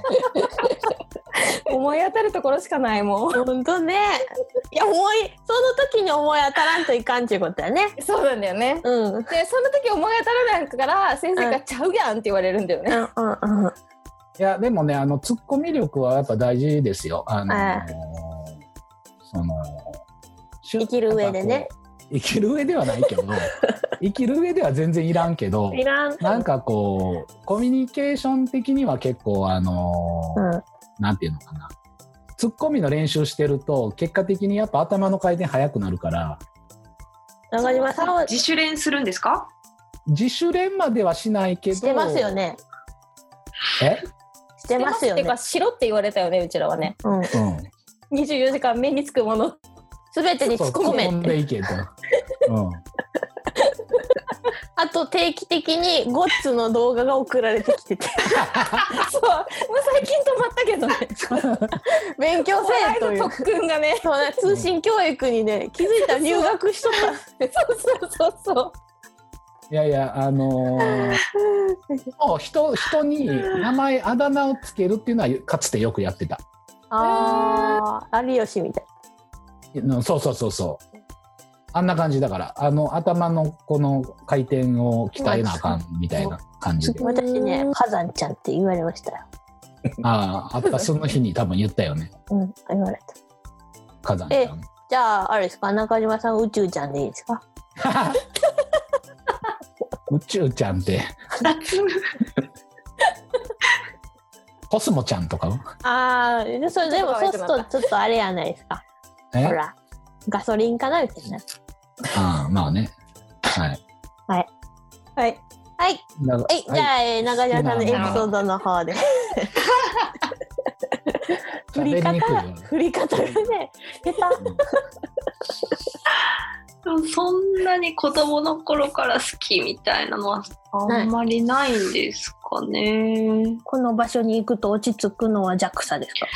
Speaker 3: 思い当たるところしかないもう
Speaker 4: ほんとね。いや、思い、その時に思い当たらんといかんっていうことやね。
Speaker 3: そうなんだよね
Speaker 4: うん。うん
Speaker 3: でその時思い当たらないから先生
Speaker 4: う
Speaker 3: が「ちゃうやん」って言われるんだよね、
Speaker 4: うんうん。
Speaker 2: いやでもねあのツッコミ力はやっぱ大事ですよ。あの
Speaker 4: え
Speaker 2: その生
Speaker 4: 生きる上でね。
Speaker 2: 生きる上ではない
Speaker 4: *laughs*
Speaker 2: けど生きる上では全然いらんけど
Speaker 4: いらん。うん。
Speaker 2: なんかこうコミュニケーション的には結構あのーなんていうのかなツッコミの練習してると結果的にやっぱ頭の回転速くなるから
Speaker 4: 中島さんは
Speaker 5: 自主練するんですか
Speaker 2: 自主練まではしないけど
Speaker 4: してますよね。 *laughs*
Speaker 2: え、
Speaker 4: *laughs* してますよ
Speaker 3: って
Speaker 4: ね
Speaker 3: か。しろって言われたよねうちらはね
Speaker 4: うん。
Speaker 2: うん、
Speaker 3: 24時間目につくもの
Speaker 4: すべてに突っ込め
Speaker 2: そう突っ込んでいけと、うん、
Speaker 4: あと定期的にゴッツの動画が送られてき
Speaker 3: *laughs*
Speaker 4: てて
Speaker 3: そうもう最近止まったけどね
Speaker 4: 勉強せえという
Speaker 3: 特訓がね
Speaker 4: そうね通信教育にね気づいたら入学しとった
Speaker 3: そうそうそうそう
Speaker 2: いやいや、あのー
Speaker 4: *laughs*
Speaker 2: もう人人に名前、あだ名をつけるっていうのはかつてよくやってた。
Speaker 4: ああ有吉みたい
Speaker 2: うんそうそうそうそう。あんな感じだから、あの頭のこの回転を鍛えなあかんみたいな感じで。
Speaker 4: 私ね火山ちゃんって言われましたよ
Speaker 2: ああ、あったその日に多分言ったよね、
Speaker 4: うん言われ
Speaker 2: 火
Speaker 4: た
Speaker 2: 山ちゃん。
Speaker 4: じゃああれですか中島さん宇宙ちゃんでいいですか
Speaker 2: *laughs* 宇宙ちゃんって、コスモちゃんとかは
Speaker 4: ああそれでもそうする
Speaker 3: ちょ
Speaker 4: と
Speaker 3: っ
Speaker 4: ちょっとあれやないですか
Speaker 2: え
Speaker 4: ほらガソリンかなみたいな
Speaker 2: ああ、まあね。はい。
Speaker 3: はい
Speaker 4: はい
Speaker 2: だから
Speaker 4: えじゃあ、えー中島さんのエピソードの方で振り
Speaker 2: 喋りにくいよ
Speaker 4: 方が
Speaker 2: ね
Speaker 4: 振り方がね下手
Speaker 5: そんなに子供の頃から好きみたいなのはあんまりないんですかね。
Speaker 4: この場所に行くと落ち着くのは弱さですか。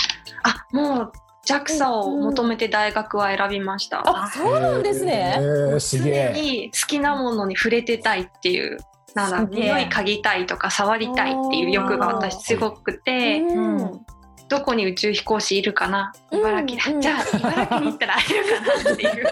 Speaker 5: あ、もう JAXA を求めて大学は選びました。
Speaker 3: あそうなんですね、
Speaker 2: えーすげ
Speaker 5: 常
Speaker 2: え。
Speaker 5: に好きなものに触れてたいっていう。なん
Speaker 3: す
Speaker 5: だ
Speaker 3: げえ
Speaker 5: 匂い嗅ぎたいとか触りたいっていう欲が私すごくて、
Speaker 3: うん
Speaker 5: どこに宇宙飛行士いるかな
Speaker 3: うん
Speaker 5: 茨城だ、
Speaker 3: うん
Speaker 5: じゃあ茨城に行ったら会えるかなってい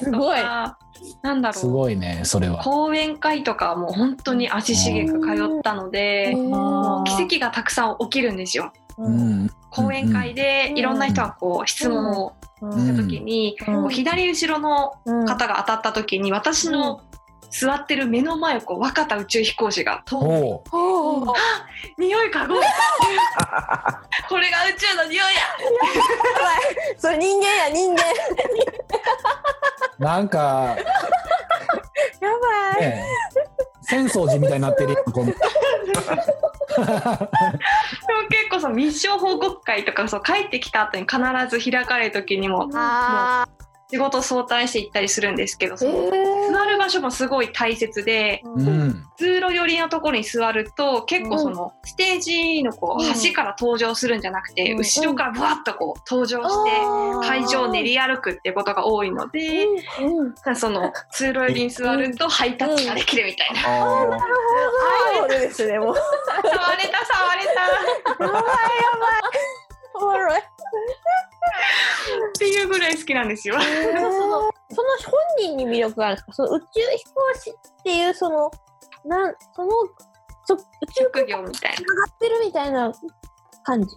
Speaker 5: う
Speaker 3: すごい
Speaker 5: とかなんだろう
Speaker 2: すごいねそれは
Speaker 5: 講演会とかもう本当に足しげく通ったのでもう奇跡がたくさん起きるんですよ。
Speaker 2: うん
Speaker 5: 講演会でいろんな人がこう質問をした時に、こう左後ろの方が当たった時に私の座ってる目の前をこう若田宇宙飛行士が通って
Speaker 2: おう
Speaker 5: 「匂いかごう *laughs* これが宇宙の匂いや!」
Speaker 8: それ人間や人間。
Speaker 2: なんか
Speaker 8: やばい。
Speaker 2: ね浅草寺みたいになってるやんこの
Speaker 5: でも結構その密書報告会とかそう帰ってきた後に必ず開かれる時にももう
Speaker 8: あ
Speaker 5: 仕事相談して行ったりするんですけど、その座る場所もすごい大切で
Speaker 2: うん
Speaker 5: 通路寄りのところに座ると結構そのステージのこう端から登場するんじゃなくて、後ろからブワッとこう登場して会場を練り歩くっていうことが多いので、その通路寄りに座るとハイタッチができるみたいな。
Speaker 7: あー
Speaker 8: アイドルですねもう。
Speaker 5: 触れた触れた
Speaker 8: おもろい。
Speaker 5: っていうぐらい好きなんですよ。
Speaker 4: そのその本人に魅力があるんですかその宇宙飛行士っていうそのなんそのそ宇宙
Speaker 5: 職業みたいな。
Speaker 4: 上がってるみたいな感じ。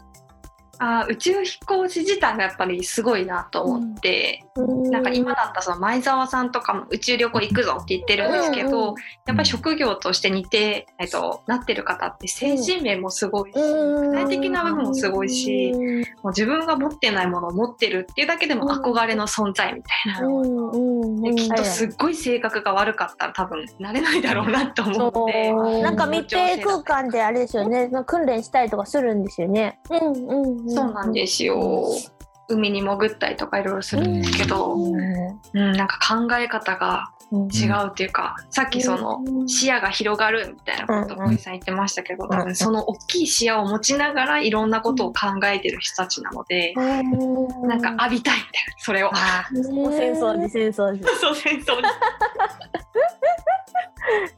Speaker 5: あー宇宙飛行士自体がやっぱりすごいなと思って、なんか今だったらその前澤さんとかも宇宙旅行行くぞって言ってるんですけど、やっぱり職業として似て、えっと、なってる方って精神面もすごいし、具体的な部分もすごいし、もう自分が持ってないものを持ってるっていうだけでも憧れの存在みたいな、できっとすっごい性格が悪かったら多分なれないだろうなと思って、
Speaker 4: なんか密閉空間であれですよね、なんか訓練したりとかするんですよね。
Speaker 5: そうなんですよ。海に潜ったりとかいろいろするんですけど、うん、なんか考え方が違うっていうか、さっきその視野が広がるみたいなことを小井さん言ってましたけど、多分その大きい視野を持ちながらいろんなことを考えてる人たちなので、なんか浴びたいみたいな、それを。
Speaker 8: もう戦争時戦争時。
Speaker 5: *laughs* そう戦争に。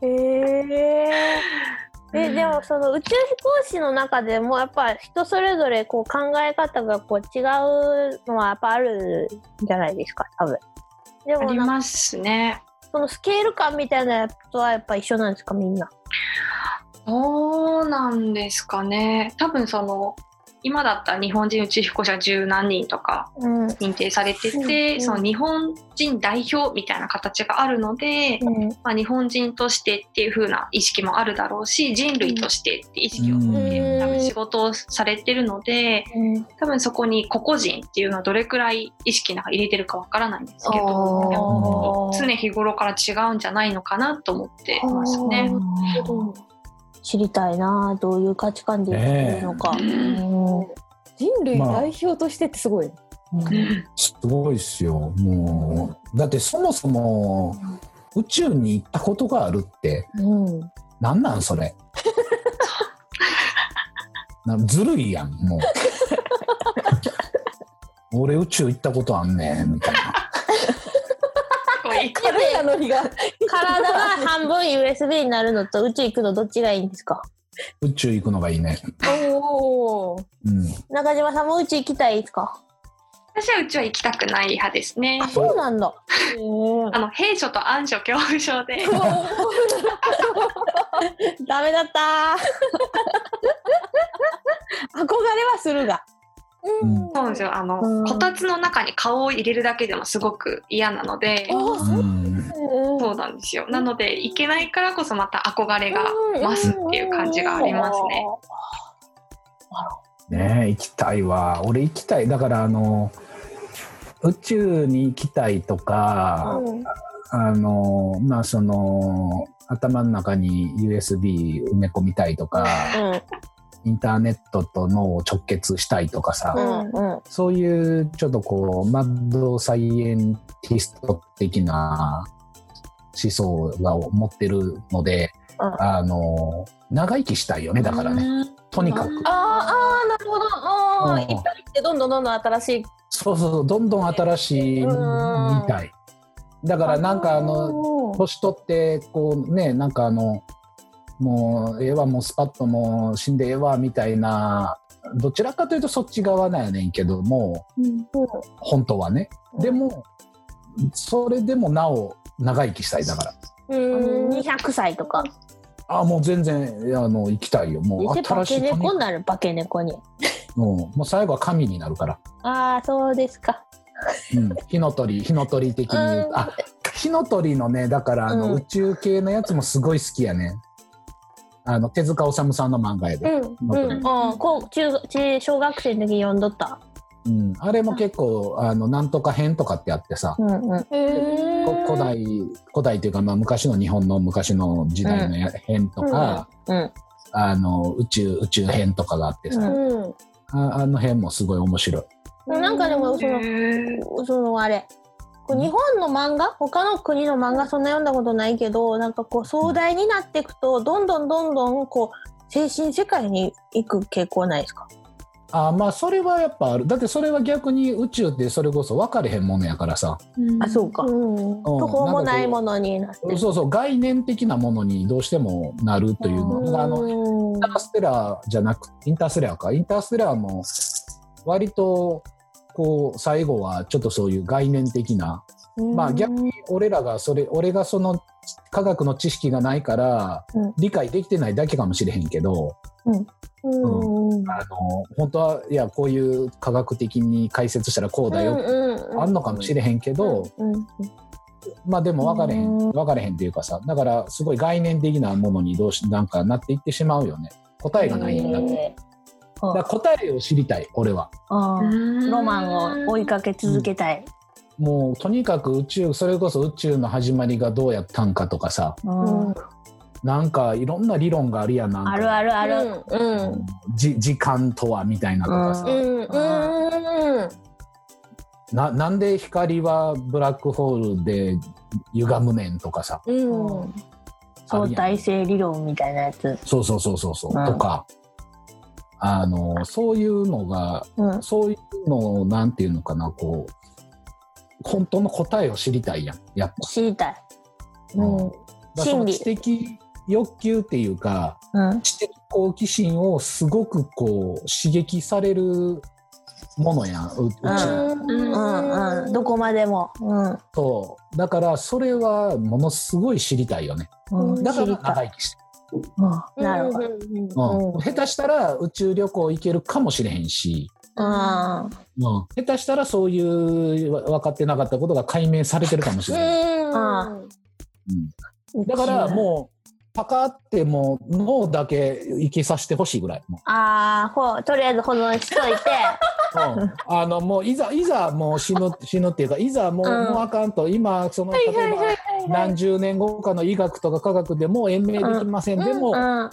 Speaker 4: へえ。えでもその宇宙飛行士の中でもやっぱ人それぞれこう考え方がこう違うのはやっぱあるんじゃないですか多分。で
Speaker 5: あ
Speaker 4: も
Speaker 5: り
Speaker 4: なんか
Speaker 5: ますね。
Speaker 4: そのスケール感みたいなやつとはやっぱ一緒なんですかみんな。
Speaker 5: そうなんですかね。多分その、今だったら日本人宇宙飛行士は十何人とか
Speaker 4: うん。うん。
Speaker 5: 認定されてて、その日本人代表みたいな形があるので、まあ、日本人としてっていう風な意識もあるだろうし人類としてって意識を持って、
Speaker 2: うん
Speaker 5: 多分仕事をされてるので、多分そこに個々人っていうのはどれくらい意識なんか入れてるかわからないんですけどやっぱ常日頃から違うんじゃないのかなと思ってますね。
Speaker 4: 知りたいなどういう価値観で生きてるのか。
Speaker 5: うん
Speaker 8: 人類
Speaker 2: まあ
Speaker 8: 代表としてってすごい。
Speaker 2: すごいっすよもうだってそもそも宇宙に行ったことがあるって
Speaker 8: うん。
Speaker 2: なんなんそれなずるいやんもう *laughs* 俺宇宙行ったことあんねんみたいな
Speaker 5: こういい
Speaker 8: 彼らの日が
Speaker 4: 体が半分 USB になるのと宇宙行くのどっちがいいんですか
Speaker 2: 宇宙行くのがいいね
Speaker 8: おお。
Speaker 2: うん
Speaker 4: 中島さんも宇宙行きたいですか
Speaker 5: 私はうちは行きたくない派ですね
Speaker 4: あ。そうなんだ。
Speaker 5: あの兵所と暗所恐怖症で
Speaker 4: ダメだった
Speaker 8: 憧れはするが。
Speaker 2: うん
Speaker 5: そうなんですよ。あの、こたつの中に顔を入れるだけでもすごく嫌なので、
Speaker 2: うん
Speaker 5: そうなんですよ。なので、行けないからこそまた憧れが増すっていう感じがありますね。
Speaker 2: ねえ行きたいわ俺行きたいだからあの宇宙に行きたいとか、あのまあその頭の中に USB 埋め込みたいとか、インターネットと脳を直結したいとかさ、そういうちょっとこうマッドサイエンティスト的な思想が持ってるので、
Speaker 4: うん
Speaker 2: あの長生きしたいよねだからね、
Speaker 5: ね。
Speaker 2: とにかく。
Speaker 8: あーあーなるほど。あ
Speaker 2: う
Speaker 8: ー
Speaker 2: ん
Speaker 8: いっぱい行ってどんどんどんどん新しい。
Speaker 2: そうそうそうどんどん新しいみたいだからなんかあの年取ってこうねなんかあのもうええわもうスパッともう死んでええわみたいなどちらかというとそっち側なんやねんけども、本当はねでもそれでもなお長生きしたいだから
Speaker 4: うん、200歳とか。
Speaker 2: ああもう全然いやあの行きたいよもう
Speaker 4: で、化
Speaker 2: 新し
Speaker 4: け
Speaker 2: い髪
Speaker 4: 猫になる、化け猫に。
Speaker 2: うん、もう最後は神になるから、
Speaker 4: ああ、そうですか。
Speaker 2: うん、火の鳥火の鳥的に言うと、
Speaker 4: うん
Speaker 2: あ火の鳥のねだからあの、
Speaker 4: うん
Speaker 2: 宇宙系のやつもすごい好きやねあの手塚治虫さんの漫画や
Speaker 4: う
Speaker 2: で、
Speaker 4: ん、
Speaker 2: 火の
Speaker 4: う
Speaker 2: 鳥
Speaker 4: ん、あーこう中中小学生の時読んどった。
Speaker 2: うん、あれも結構あのなんとか編とかってあってさ、
Speaker 4: うんうん。
Speaker 2: こ古代古代というか、まあ、昔の日本の昔の時代のや編とか、
Speaker 4: うんうん
Speaker 2: あの宇宙宇宙編とかがあってさ、
Speaker 4: うん。
Speaker 2: ああの編もすごい面白い。
Speaker 4: なんかでもそのそのあれこう日本の漫画他の国の漫画そんな読んだことないけどなんかこう壮大になっていくとどんどんどんどんこう精神世界に行く傾向ないですか
Speaker 2: あまあそれはやっぱあるだってそれは逆に宇宙ってそれこそ分かれへんものやからさ、
Speaker 4: あそうか、うん、途方もないものになってる
Speaker 2: そうそう概念的なものにどうしてもなるというの、だからあのイン
Speaker 4: うん
Speaker 2: ターステラーじゃなくインターステラーかインターステラーも割とこう最後はちょっとそういう概念的なまあ逆に俺らがそれ俺がその科学の知識がないから
Speaker 4: うん
Speaker 2: 理解できてないだけかもしれへんけど、
Speaker 4: うんうん
Speaker 2: あの本当はいやこういう科学的に解説したらこうだよってあんのかもしれへんけど、
Speaker 4: うん
Speaker 2: まあでも分かれへん分かれへんっていうかさだからすごい概念的なものにどうしなんかなっていってしまうよね答えがないんだって、だから答えを知りたい俺は
Speaker 4: あーロ
Speaker 5: ロ
Speaker 4: マンを追いかけ続けたい、
Speaker 2: もうとにかく宇宙それこそ宇宙の始まりがどうやったんかとかさ
Speaker 4: うん
Speaker 2: なんかいろんな理論があるやんなんか
Speaker 4: あるあるある、
Speaker 6: うんうん
Speaker 2: じ時間とはみたいなとかさ、
Speaker 6: うんうんうん
Speaker 2: ななんで光はブラックホールで歪むねんとかさ
Speaker 6: うん
Speaker 2: ある
Speaker 4: 相
Speaker 2: やん
Speaker 4: 対性理論みたいなやつ
Speaker 2: そうそうそうそうそう、
Speaker 4: うん
Speaker 2: とかあのそういうのが、
Speaker 4: うん
Speaker 2: そういうのをなんていうのかなこう本当の答えを知りたいやんやっ
Speaker 4: 知りたい、
Speaker 2: ぱ、
Speaker 4: うん
Speaker 2: だからそ
Speaker 4: 真
Speaker 2: の
Speaker 4: 理
Speaker 2: 知的欲求っていうか
Speaker 4: うん、
Speaker 2: 知的好奇心をすごくこう刺激されるものやんううち
Speaker 4: うんうん、どこまでも、う
Speaker 2: とだからそれはものすごい知りたいよね
Speaker 4: んうん、
Speaker 2: だから
Speaker 4: 知り
Speaker 2: 長
Speaker 4: たい、
Speaker 2: 生きして
Speaker 4: うん、なるほど、
Speaker 2: る、
Speaker 4: う
Speaker 2: うんん、下手したら宇宙旅行行けるかもしれへんし、
Speaker 4: うん、
Speaker 2: うん、下手したらそういうわ分かってなかったことが解明されてるかもしれない、
Speaker 4: あ
Speaker 2: うん、だからもうパカってもう脳だけ生きさせてほしいぐらいもう
Speaker 4: ああほとりあえず保存しといて
Speaker 2: うんあのもういざいざもう死ぬ死ぬっていうかいざもう,、
Speaker 4: うん
Speaker 2: もうあかんと今その例えば何十年後かの医学とか科学でもう延命できません、でも、
Speaker 4: うん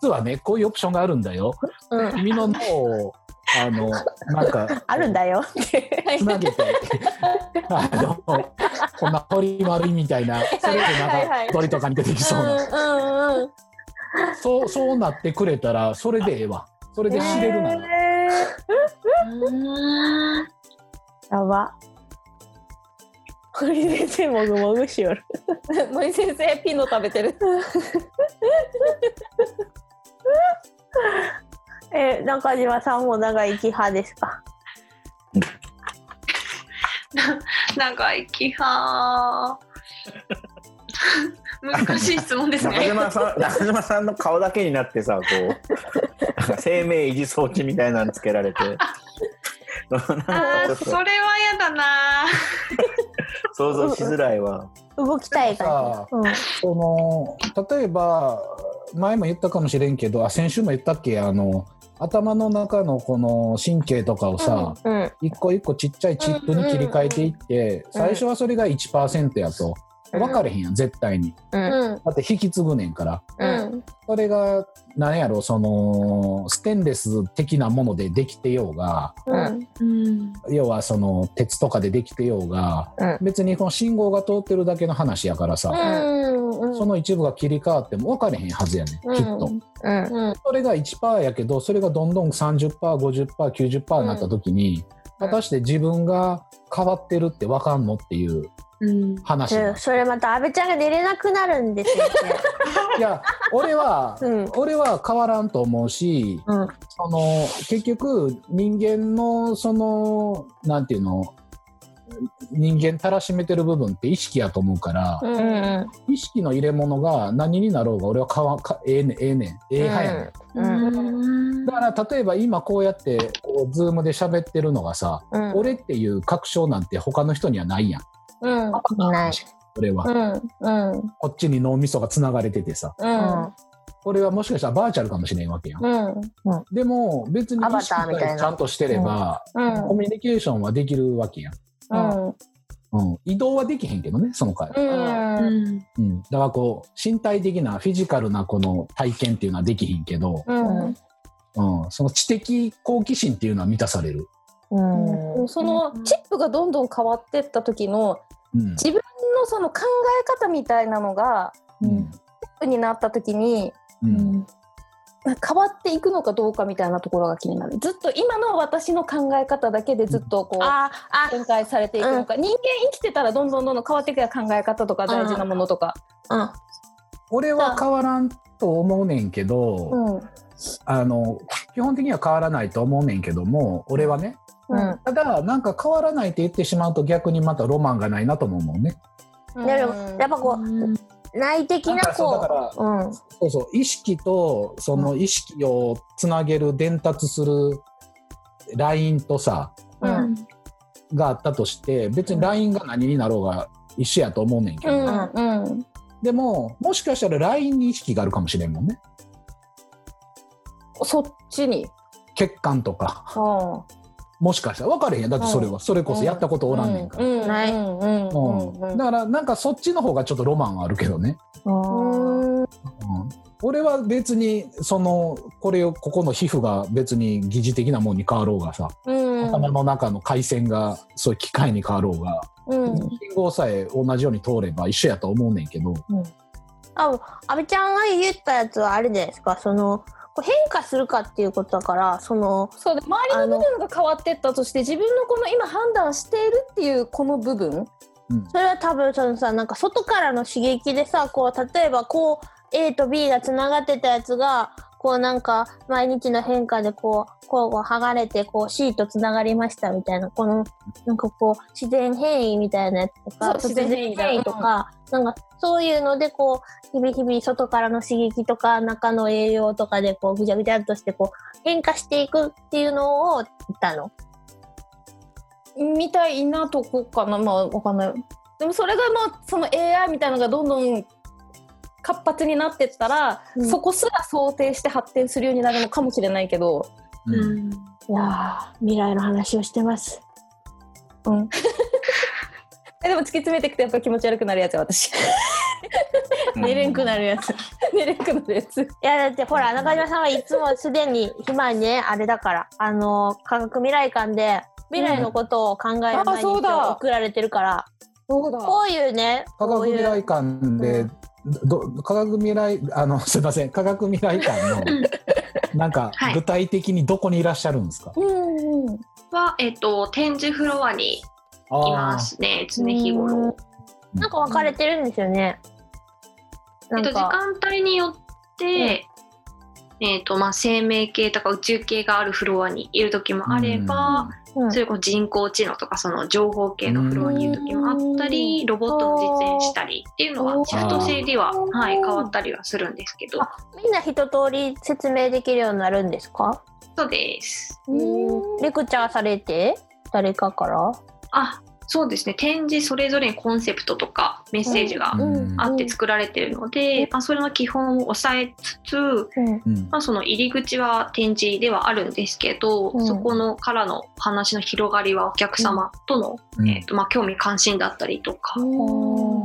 Speaker 2: 実はねこういうオプションがあるんだよ、
Speaker 4: うん
Speaker 2: 君の脳をあ
Speaker 4: *laughs*
Speaker 2: のなんか
Speaker 4: あるんだよ
Speaker 2: つなげてあのこんな鳥丸いみたいなそれで
Speaker 4: はいは
Speaker 2: ないんか鳥とかに出てきそうな、
Speaker 4: うんうん
Speaker 2: そうそうなってくれたらそれでええわそれで知れるなら、
Speaker 4: やば
Speaker 6: 堀先生もぐもぐ
Speaker 5: *laughs*
Speaker 6: しよる。
Speaker 3: 森先生ピノ食べてる
Speaker 4: *laughs* え中島さんも長生き派ですか
Speaker 5: *laughs* 長生き派 *laughs* 難しい質問です
Speaker 7: 中
Speaker 5: ね。
Speaker 7: 島さん、中島さんの顔だけになってさ、こう、 *laughs* なんか生命維持装置みたいなのつけられて、なん
Speaker 5: *laughs* あ
Speaker 7: か
Speaker 5: ー
Speaker 7: ち
Speaker 5: そ
Speaker 7: ょっ
Speaker 5: れはやだな
Speaker 7: と *laughs* 想像しづらいわ。
Speaker 4: 動きたいから、うん、
Speaker 2: その例えば前も言ったかもしれんけどあ先週も言ったっけあの頭の中のこの神経とかをさ、
Speaker 4: うん
Speaker 2: 一個一個ちっちゃいチップに切り替えていって、最初はそれが1%やと分かれへんやん絶対に
Speaker 6: うん
Speaker 2: だって引き継ぐねんから
Speaker 6: うん
Speaker 2: それが何やろそのステンレス的なものでできてようが
Speaker 6: うん
Speaker 2: 要はその鉄とかでできてようが、
Speaker 4: うん
Speaker 2: 別にこの信号が通ってるだけの話やからさ、
Speaker 6: うん
Speaker 2: その一部が切り替わっても分かれへんはずやねん、きっと。
Speaker 4: うん
Speaker 2: それが1%やけどそれがどんどん 30%50%90% になった時に、
Speaker 4: うん
Speaker 2: 果たして自分が変わってるって分かんのっていう話、
Speaker 4: うんそれまた阿部ちゃんが寝れなくなるんですよね。
Speaker 2: いや俺は、
Speaker 4: うん
Speaker 2: 俺は変わらんと思うし、
Speaker 4: うん
Speaker 2: その結局人間のそのなんていうの人間たらしめてる部分って意識やと思うから、
Speaker 4: うんうん
Speaker 2: 意識の入れ物が何になろうが俺はかわかええねんええねんええ派やねん、
Speaker 4: うん
Speaker 2: だから例えば今こうやってこうズームで喋ってるのがさ、
Speaker 4: うん
Speaker 2: 俺っていう確証なんて他の人にはないやん
Speaker 4: うんない
Speaker 2: 俺は、
Speaker 4: うんうん
Speaker 2: こっちに脳みそがつながれててさ
Speaker 4: うん
Speaker 2: 俺はもしかしたらバーチャルかもしれんわけやん、
Speaker 4: うん
Speaker 2: でも別に
Speaker 4: ア
Speaker 2: 意
Speaker 4: バター
Speaker 2: 識
Speaker 4: みたい
Speaker 2: さ
Speaker 4: な
Speaker 2: えちゃんとしてれば、
Speaker 4: うん
Speaker 2: コミュニケーションはできるわけやん、
Speaker 4: うん
Speaker 2: うん、移動はできへんけどねその回、
Speaker 4: うん
Speaker 5: ん
Speaker 2: うん、だからこう身体的なフィジカルなこの体験っていうのはできひんけど、
Speaker 4: うん
Speaker 2: うん、その知的好奇心っていうのは満たされる、
Speaker 3: でもそのチップがどんどん変わってった時の
Speaker 2: うん
Speaker 3: 自分のその考え方みたいなのが
Speaker 2: うん
Speaker 3: チップになった時に
Speaker 2: うん
Speaker 3: 変わっていくのかどうかみたいなところが気になるずっと今の私の考え方だけでずっとこう
Speaker 4: ああ
Speaker 3: 展開されていくのか、人間生きてたらどんどんどんどん変わっていくやん考え方とか大事なものとか、
Speaker 2: 俺は変わらんと思うねんけど、
Speaker 3: うん
Speaker 2: あの基本的には変わらないと思うねんけども俺はね
Speaker 4: うん
Speaker 2: ただなんか変わらないって言ってしまうと逆にまたロマンがないなとも思うね
Speaker 4: なるほどやっぱこう内的
Speaker 2: なん
Speaker 4: な
Speaker 2: かそうだから
Speaker 4: こううん
Speaker 2: そうそう意識とその意識をつなげる伝達するラインとさ
Speaker 4: うん
Speaker 2: があったとして別に LINE が何になろうが一緒やと思うねんけど、
Speaker 4: うんうん
Speaker 2: でももしかしたら LINE に意識があるかもしれんもんね
Speaker 3: そっちに、
Speaker 2: 血管とか
Speaker 3: うん
Speaker 2: もしかしたら分かれへんやんだってそれは、それこそやったことおらんねんから、
Speaker 3: うん
Speaker 4: ない
Speaker 3: うんうんうん
Speaker 2: うんだからなんかそっちの方がちょっとロマンはあるけどね、うん俺は別にそのこれをここの皮膚が別に疑似的なもんに変わろうがさ、頭の中の回線がそういう機械に変わろうが、信号さえ同じように通れば一緒やと思うねんけど、
Speaker 4: あ、阿部ちゃんが言ったやつはあれじゃないですか。そのこう変化するかっていうことだから、その
Speaker 3: そうで周りの部分が変わってったとして自分のこの今判断しているっていうこの部分
Speaker 2: うん
Speaker 4: それは多分そのさなんか外からの刺激でさこう例えばこう A と B がつながってたやつがこうなんか毎日の変化でこう交互剥がれてこう C とつながりましたみたいなこのなんかこう自然変異みたいなやつとか
Speaker 3: そう
Speaker 4: 突然
Speaker 3: 自然変異だ
Speaker 4: とか、なんかそういうのでこう日々日々外からの刺激とか中の栄養とかでこうぐちゃぐちゃっとしてこう変化していくっていうのを言ったの。
Speaker 3: みたいなとこかなまあわかんないでもそれがまあその AI みたいなのがどんどん活発になってったら、
Speaker 4: うん
Speaker 3: そこすら想定して発展するようになるのかもしれないけど
Speaker 4: いやー未来の話をしてます。
Speaker 3: えでも突き詰めていくとやっぱ気持ち悪くなるやつ私
Speaker 4: 寝れんくなるやつ。
Speaker 3: 寝れなくなるやつ
Speaker 4: いやだってほら中島さんはいつもすでに今ねあれだからあの科学未来館で未来のことを考える
Speaker 3: うんあ
Speaker 4: 毎日
Speaker 3: そうだ
Speaker 4: を送られてるから、
Speaker 3: そうだ
Speaker 4: こういうね
Speaker 2: 科
Speaker 4: こ
Speaker 2: 学
Speaker 4: うい
Speaker 2: 未来
Speaker 4: う
Speaker 2: 館で、ど科学未来あの *laughs* すいません科学未来館の
Speaker 5: うん
Speaker 2: なんか
Speaker 5: はい
Speaker 2: 具体的にどこにいらっしゃるんですか、
Speaker 3: うんうん
Speaker 5: は、えっと、展示フロアにい
Speaker 2: あ
Speaker 5: ま
Speaker 2: ー
Speaker 5: すね、常日頃。
Speaker 4: なんか分かれてるんですよね。な
Speaker 5: えっと、
Speaker 4: ん
Speaker 5: 時
Speaker 4: か、
Speaker 5: 間帯によって、えっと、まあ、生命系とか宇宙系があるフロアにいる時もあれば、
Speaker 4: うん
Speaker 5: それこそ人工知能とかその情報系のフロアにいる時もあったり、ロボットを実演したりっていうのは、シフト制では、はい、変わったりはするんですけど、
Speaker 4: みんな一通り説明できるようになるんですか？
Speaker 5: そうです。
Speaker 4: レクチャーされて誰かから？
Speaker 5: あ、そうですね、展示それぞれにコンセプトとかメッセージが
Speaker 2: うん
Speaker 5: あって作られてるので、まあ、それの基本を抑えつつ、
Speaker 2: うん
Speaker 5: まあ、その入り口は展示ではあるんですけど、
Speaker 4: うん
Speaker 5: そこのからの話の広がりはお客様との、
Speaker 2: うん
Speaker 5: えーとまあ、興味関心だったりとか、
Speaker 4: う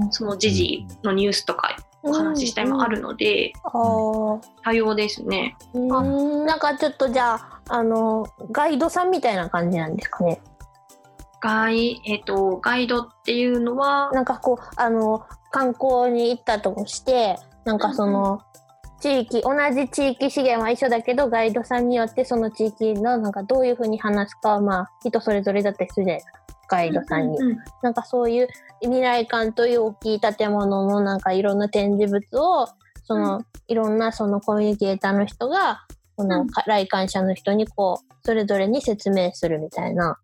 Speaker 4: ん
Speaker 5: その時事のニュースとかお話ししたりもあるので、
Speaker 4: あー
Speaker 5: 多様ですね。
Speaker 4: あなんかちょっとじゃああのガイドさんみたいな感じなんですかね。
Speaker 5: ガイ,、えー、とガイドっていうのは、
Speaker 4: なんかこうあの観光に行ったとしてなんかその地域同じ地域資源は一緒だけどガイドさんによってその地域のなんかどういうふうに話すかはまあ人それぞれだったりするじゃないですかガイドさんに。
Speaker 5: うん
Speaker 4: なんかそういう未来館という大きい建物のなんかいろんな展示物をその、いろんなそのコミュニケーターの人がこの、
Speaker 5: うん
Speaker 4: 来館者の人にこうそれぞれに説明するみたいな。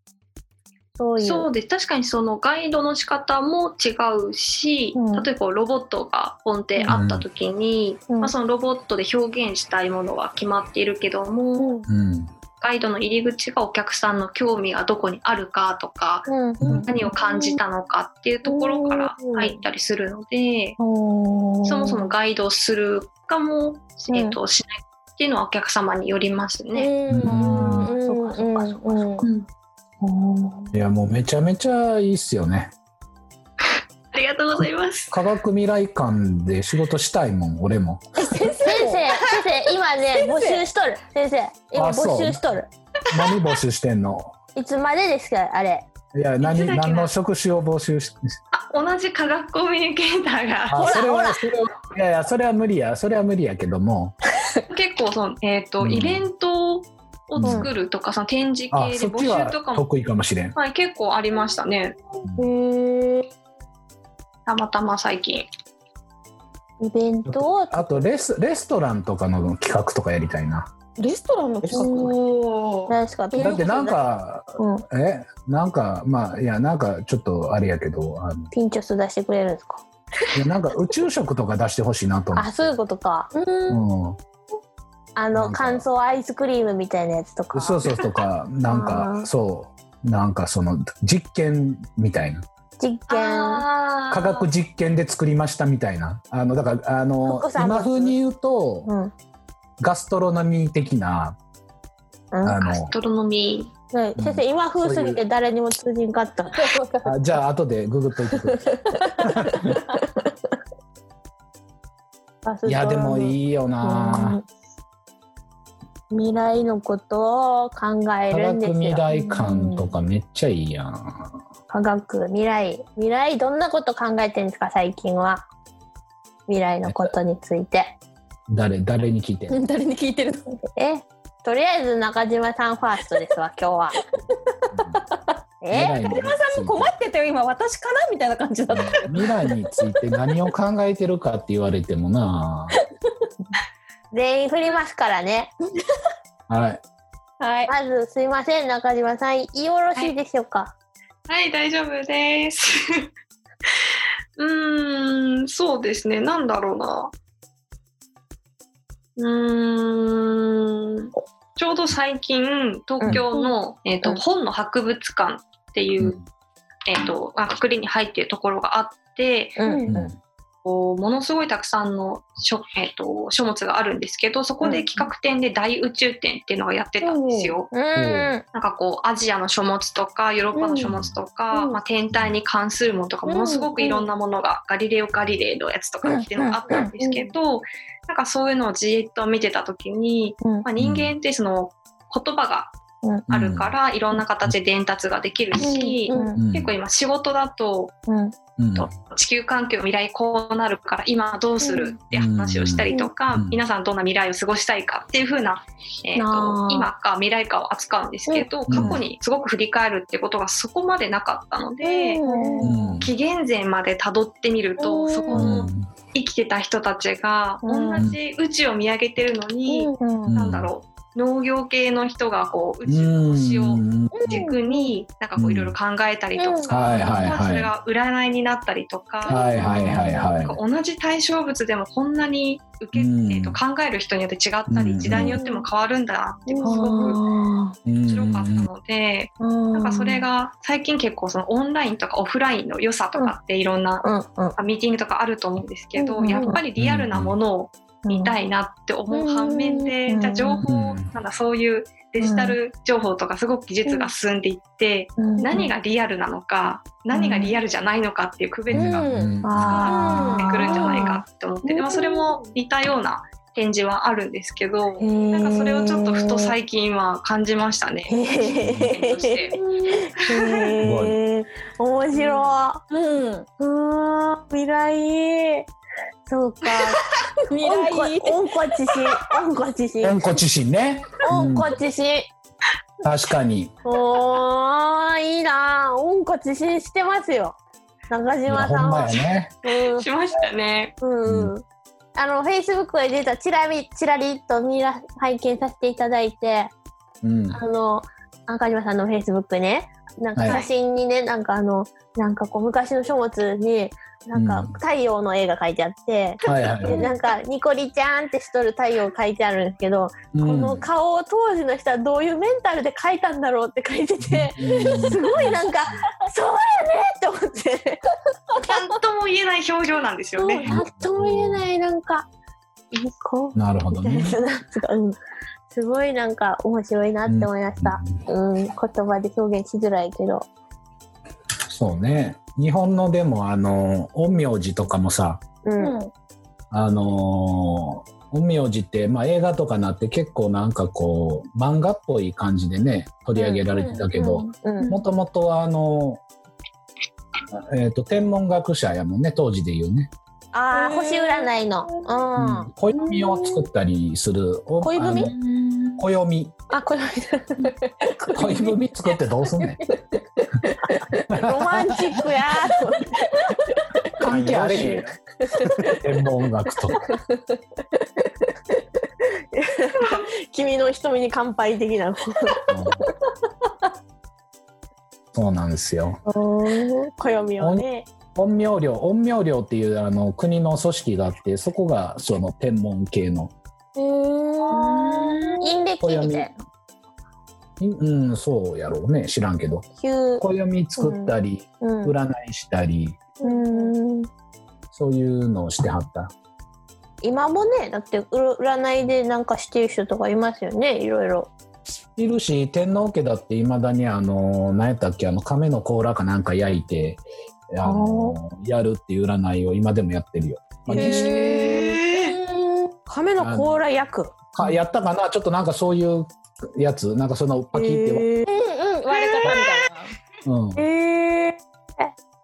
Speaker 6: そういう。
Speaker 5: そうです確かにそのガイドの仕方も違うし、
Speaker 6: うん
Speaker 5: 例えばロボットがポンってあった時に、
Speaker 6: うん
Speaker 5: まあ、そのロボットで表現したいものは決まっているけども、
Speaker 2: うん
Speaker 5: ガイドの入り口がお客さんの興味がどこにあるかとか、
Speaker 6: うん。
Speaker 2: うん
Speaker 5: 何を感じたのかっていうところから入ったりするので、そ
Speaker 6: そ
Speaker 5: もそもガイドをするかも、
Speaker 6: ん
Speaker 5: えっとしないっていうのはお客様によりますね。
Speaker 2: うん
Speaker 6: うん
Speaker 3: そうかそうかそうかそうか
Speaker 5: うん
Speaker 2: いやもうめちゃめちゃいいっすよね
Speaker 5: ありがとうございます。
Speaker 2: 科学未来館で仕事したいもん俺も
Speaker 4: 先生先生今ね募集しとる先生今
Speaker 2: あそう
Speaker 4: 募集しとる
Speaker 2: 何募集してんの
Speaker 4: いつまでですかあれ
Speaker 2: いや何
Speaker 5: いつだっけな
Speaker 2: 何の職種を募集し
Speaker 5: あ同じ科学コミュニケーターが
Speaker 2: あそれはそれはいやいやそれは無理やそれは無理やけども
Speaker 5: 結構その、えっと
Speaker 2: うん
Speaker 5: イベントを作るとか、その展示
Speaker 2: あ
Speaker 5: 系
Speaker 2: そ
Speaker 5: で
Speaker 2: っ
Speaker 5: 募
Speaker 2: ちは
Speaker 5: 集とかも、
Speaker 2: 得意かもしれん
Speaker 5: はい、結構ありましたねたまたま最近。
Speaker 4: イベントを
Speaker 2: あとレスレストランとかの企画とかやりたいな
Speaker 8: レストランの企画
Speaker 4: 何ですか
Speaker 2: だってなんか、
Speaker 4: う
Speaker 2: えなんかまあいやなんかちょっとあれやけどあの
Speaker 4: ピンチョス出してくれるんですか
Speaker 2: いやなんか宇宙食とか出してほしいなと思
Speaker 4: あそういうことか
Speaker 2: う、な
Speaker 4: あ
Speaker 2: ん
Speaker 4: の
Speaker 2: か
Speaker 4: 乾燥アイスクリームみたいなやつと
Speaker 2: う
Speaker 4: か
Speaker 2: ん、そうそうとかなん
Speaker 4: *laughs* あ
Speaker 2: か
Speaker 4: ー
Speaker 2: そうなんかその実験みたいな
Speaker 4: 実験
Speaker 5: あ
Speaker 2: 科
Speaker 5: ー
Speaker 2: 学実験で作りましたみたいなあのだからあの
Speaker 4: ここさん
Speaker 2: 今風に言うと、
Speaker 4: うん
Speaker 2: ガストロノミー的な、
Speaker 4: うん
Speaker 2: あ
Speaker 5: ガス
Speaker 2: の
Speaker 5: トロノミ
Speaker 4: ね
Speaker 5: ー。
Speaker 4: 先生今風すぎて誰にも通じんかった
Speaker 2: あじゃあ後でググっといて
Speaker 4: *laughs*
Speaker 2: くださいいやでも
Speaker 4: い
Speaker 2: いいよな、
Speaker 4: 未来のことを考え
Speaker 2: 科
Speaker 4: る
Speaker 2: 学
Speaker 4: んですよ
Speaker 2: 未来館とかめっちゃいいやん
Speaker 4: 科学未来未来どんなこと考えてるんですか最近は未来のことについて
Speaker 2: 誰誰に聞いてんの
Speaker 8: 誰に聞いてるの
Speaker 4: えとりあえず中島さんファーストですわ今日はえ
Speaker 2: 未来について
Speaker 8: 困ってたよ今私かなみたいな感じだった
Speaker 2: 未来について何を考えてるかって言われてもな
Speaker 4: 全員振りますからね
Speaker 2: はい
Speaker 8: はい
Speaker 4: まずすいません中島さん言いよろしいでしょうか、
Speaker 5: はい、大丈夫です。 *laughs* うーん、そうですね。なんだろうな。うーん、ちょうど最近、東京の、えっと本の博物館っていう、
Speaker 2: うん
Speaker 5: えっとまあくくりに入っているところがあって、
Speaker 2: うんうん
Speaker 5: こうものすごいたくさんの書,、えっと書物があるんですけどそこで企画展で大宇宙展っていうのをやってたんですよ。
Speaker 4: うん
Speaker 5: なんかこうアジアの書物とかヨーロッパの書物とか、まあ、天体に関するものとかものすごくいろんなものが、ガリレオ・ガリレイのやつとかっていうのがあったんですけど、なんかそういうのをじーっと見てた時に、
Speaker 4: うん
Speaker 5: まあ、人間ってその言葉があるからいろんな形で伝達ができるし、
Speaker 4: うん
Speaker 2: うん
Speaker 5: 結構今仕事だと
Speaker 4: うん
Speaker 2: うん
Speaker 5: 地球環境未来こうなるから今どうするって話をしたりとか、
Speaker 2: うん
Speaker 5: 皆さんどんな未来を過ごしたいかっていう風な、えー
Speaker 4: あ
Speaker 5: と
Speaker 4: ー
Speaker 5: 今か未来かを扱うんですけど、
Speaker 2: ん
Speaker 5: 過去にすごく振り返るってことがそこまでなかったので、
Speaker 2: う
Speaker 4: うん
Speaker 5: 紀元前まで辿ってみると、
Speaker 4: うん
Speaker 5: そこの生きてた人たちが
Speaker 4: う
Speaker 5: 同
Speaker 2: ん
Speaker 5: じ宇宙を見上げてるのに、
Speaker 4: ん
Speaker 2: うん
Speaker 5: なんだろう農業系の人がこう宇宙の星を
Speaker 2: うん
Speaker 5: 軸になんかこういろいろ考えたりとか、
Speaker 2: はいはい
Speaker 5: まあそれ
Speaker 2: は
Speaker 5: が占いになったりとか。
Speaker 2: いはいはいはいはい
Speaker 5: なんか同じ対象物でもこんなに受け、
Speaker 2: うん
Speaker 5: えーと考える人によって違った
Speaker 2: う
Speaker 5: り
Speaker 2: ん
Speaker 5: 時代によっても変わるんだなっていうのがすごく
Speaker 4: あ
Speaker 2: 面
Speaker 5: 面白かったので、なんかそれが最近結構そのオンラインとかオフラインの良さとかっていろんな、
Speaker 4: ーうん
Speaker 5: あミーティングとかあると思うんですけど、
Speaker 4: うん
Speaker 5: やっぱりリアルなものを見たいなって思う反面で、
Speaker 4: うん
Speaker 5: じゃあ情報、
Speaker 2: うん
Speaker 5: なんだそういうデジタル情報とかすごく技術が進んでいって、
Speaker 4: うん
Speaker 5: 何がリアルなのか何がリアルじゃないのかっていう区別が
Speaker 2: うん
Speaker 5: が出てくるんじゃないかって思ってでもそれも似たような展示はあるんですけどなんかそれをちょっとふと最近は感じましたね。として
Speaker 4: へえ面
Speaker 8: う
Speaker 4: 白
Speaker 8: ん
Speaker 4: い。うーん未来。そうか。
Speaker 8: 未
Speaker 4: 温
Speaker 8: 来
Speaker 4: 故温故知新。温故知新。
Speaker 2: 温故知新ね
Speaker 4: 温故知新。
Speaker 2: 確かに
Speaker 4: おーいいなあ。温故知新してますよ。中
Speaker 2: いや
Speaker 4: 島
Speaker 2: ほ
Speaker 4: さ
Speaker 2: ん
Speaker 4: ん
Speaker 2: ま
Speaker 4: は
Speaker 2: や。ね
Speaker 4: うん
Speaker 5: しましたね。
Speaker 4: うん。あのフェイスブックで出たちらりちらりっと見ら拝見させていただいて、
Speaker 2: うん
Speaker 4: あの中島さんのフェイスブックねなんか
Speaker 2: はい
Speaker 4: 写真にね、なんかあのなんかこう昔の書物になんか
Speaker 2: うん
Speaker 4: 太陽の絵が書いてあって、
Speaker 2: はいはい
Speaker 4: でなんかニコリちゃんってしとる太陽書いてあるんですけど、
Speaker 2: うん
Speaker 4: この顔を当時の人はどういうメンタルで書いたんだろうって書いてて
Speaker 2: うん
Speaker 4: すごいなんかそうやねって思って
Speaker 5: なんとも言えない表情なんですよ
Speaker 4: そう
Speaker 5: ね。
Speaker 4: なんとも言えないなんかいい子
Speaker 2: なるほど
Speaker 4: みたい
Speaker 2: ね。
Speaker 4: *laughs* ななんかうんすごいなんか面白いなって思いました、
Speaker 2: うん
Speaker 4: うん言葉で表現しづらいけど
Speaker 2: そうね。日本のでも、あの、陰陽師とかもさ、
Speaker 4: うん、
Speaker 2: あのー陰陽師って、まあ、映画とかなって結構なんかこう漫画っぽい感じでね取り上げられてたけど
Speaker 4: うん
Speaker 2: もともとはあのーえー、と天文学者やもんね当時で言うね、
Speaker 4: ああ星占いのう
Speaker 2: う
Speaker 4: ん、
Speaker 2: ん暦を作ったりするお
Speaker 4: 恋文
Speaker 2: あの暦
Speaker 4: あこれみた
Speaker 2: *laughs* 恋
Speaker 4: い
Speaker 2: 文作ってどうすんね
Speaker 4: *laughs*
Speaker 2: ん
Speaker 4: なロマンチックやー
Speaker 2: 関係あれへん
Speaker 7: *laughs*
Speaker 2: 天文学と
Speaker 4: *laughs* 君の瞳に乾杯的な
Speaker 2: そうなんですよ
Speaker 4: *laughs* 暦をね
Speaker 2: 陰陽寮陰陽寮っていうあの国の組織があってそこがその天文系の
Speaker 4: 陰歴みたい
Speaker 2: いうんそうやろうね知らんけど
Speaker 4: な
Speaker 2: 暦作ったり、
Speaker 4: うん
Speaker 2: 占いしたり
Speaker 4: うん
Speaker 2: そういうのをしてはった
Speaker 4: 今もねだってう占いでなんかしてる人とかいますよねいろいろ
Speaker 2: いるし天皇家だっていまだにあの何やったっけあの亀の甲羅かなんか焼いてあのやるっていう占いを今でもやってるよ、まあ実際
Speaker 4: 亀の甲羅焼く
Speaker 2: かやったかなちょっとなんかそういうやつなんかそのパキって割
Speaker 4: うんうん割れ方み
Speaker 2: うん、
Speaker 4: たいなへえ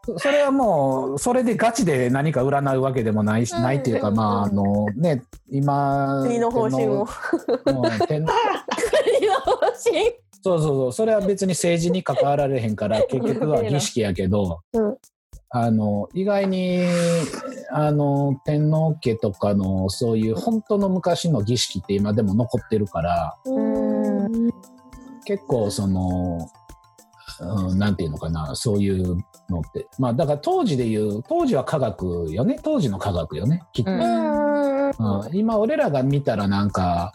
Speaker 2: そそれはもうそれでガチで何か占うわけでもないし、
Speaker 4: うん
Speaker 2: ないっていうかまああのね今
Speaker 4: 国の方針を
Speaker 2: 天皇うん天皇
Speaker 4: 国の方針
Speaker 2: そうそうそうそれは別に政治に関わられへんから結局は儀式やけど、
Speaker 4: うん
Speaker 2: あの意外にあの天皇家とかのそういう本当の昔の儀式って今でも残ってるから
Speaker 4: うん
Speaker 2: 結構その、うん、なんていうのかなそういうのってまあだから当時でいう当時は科学よね当時の科学よねきっと、
Speaker 4: う
Speaker 2: うん
Speaker 4: ん
Speaker 2: 今俺らが見たらなんか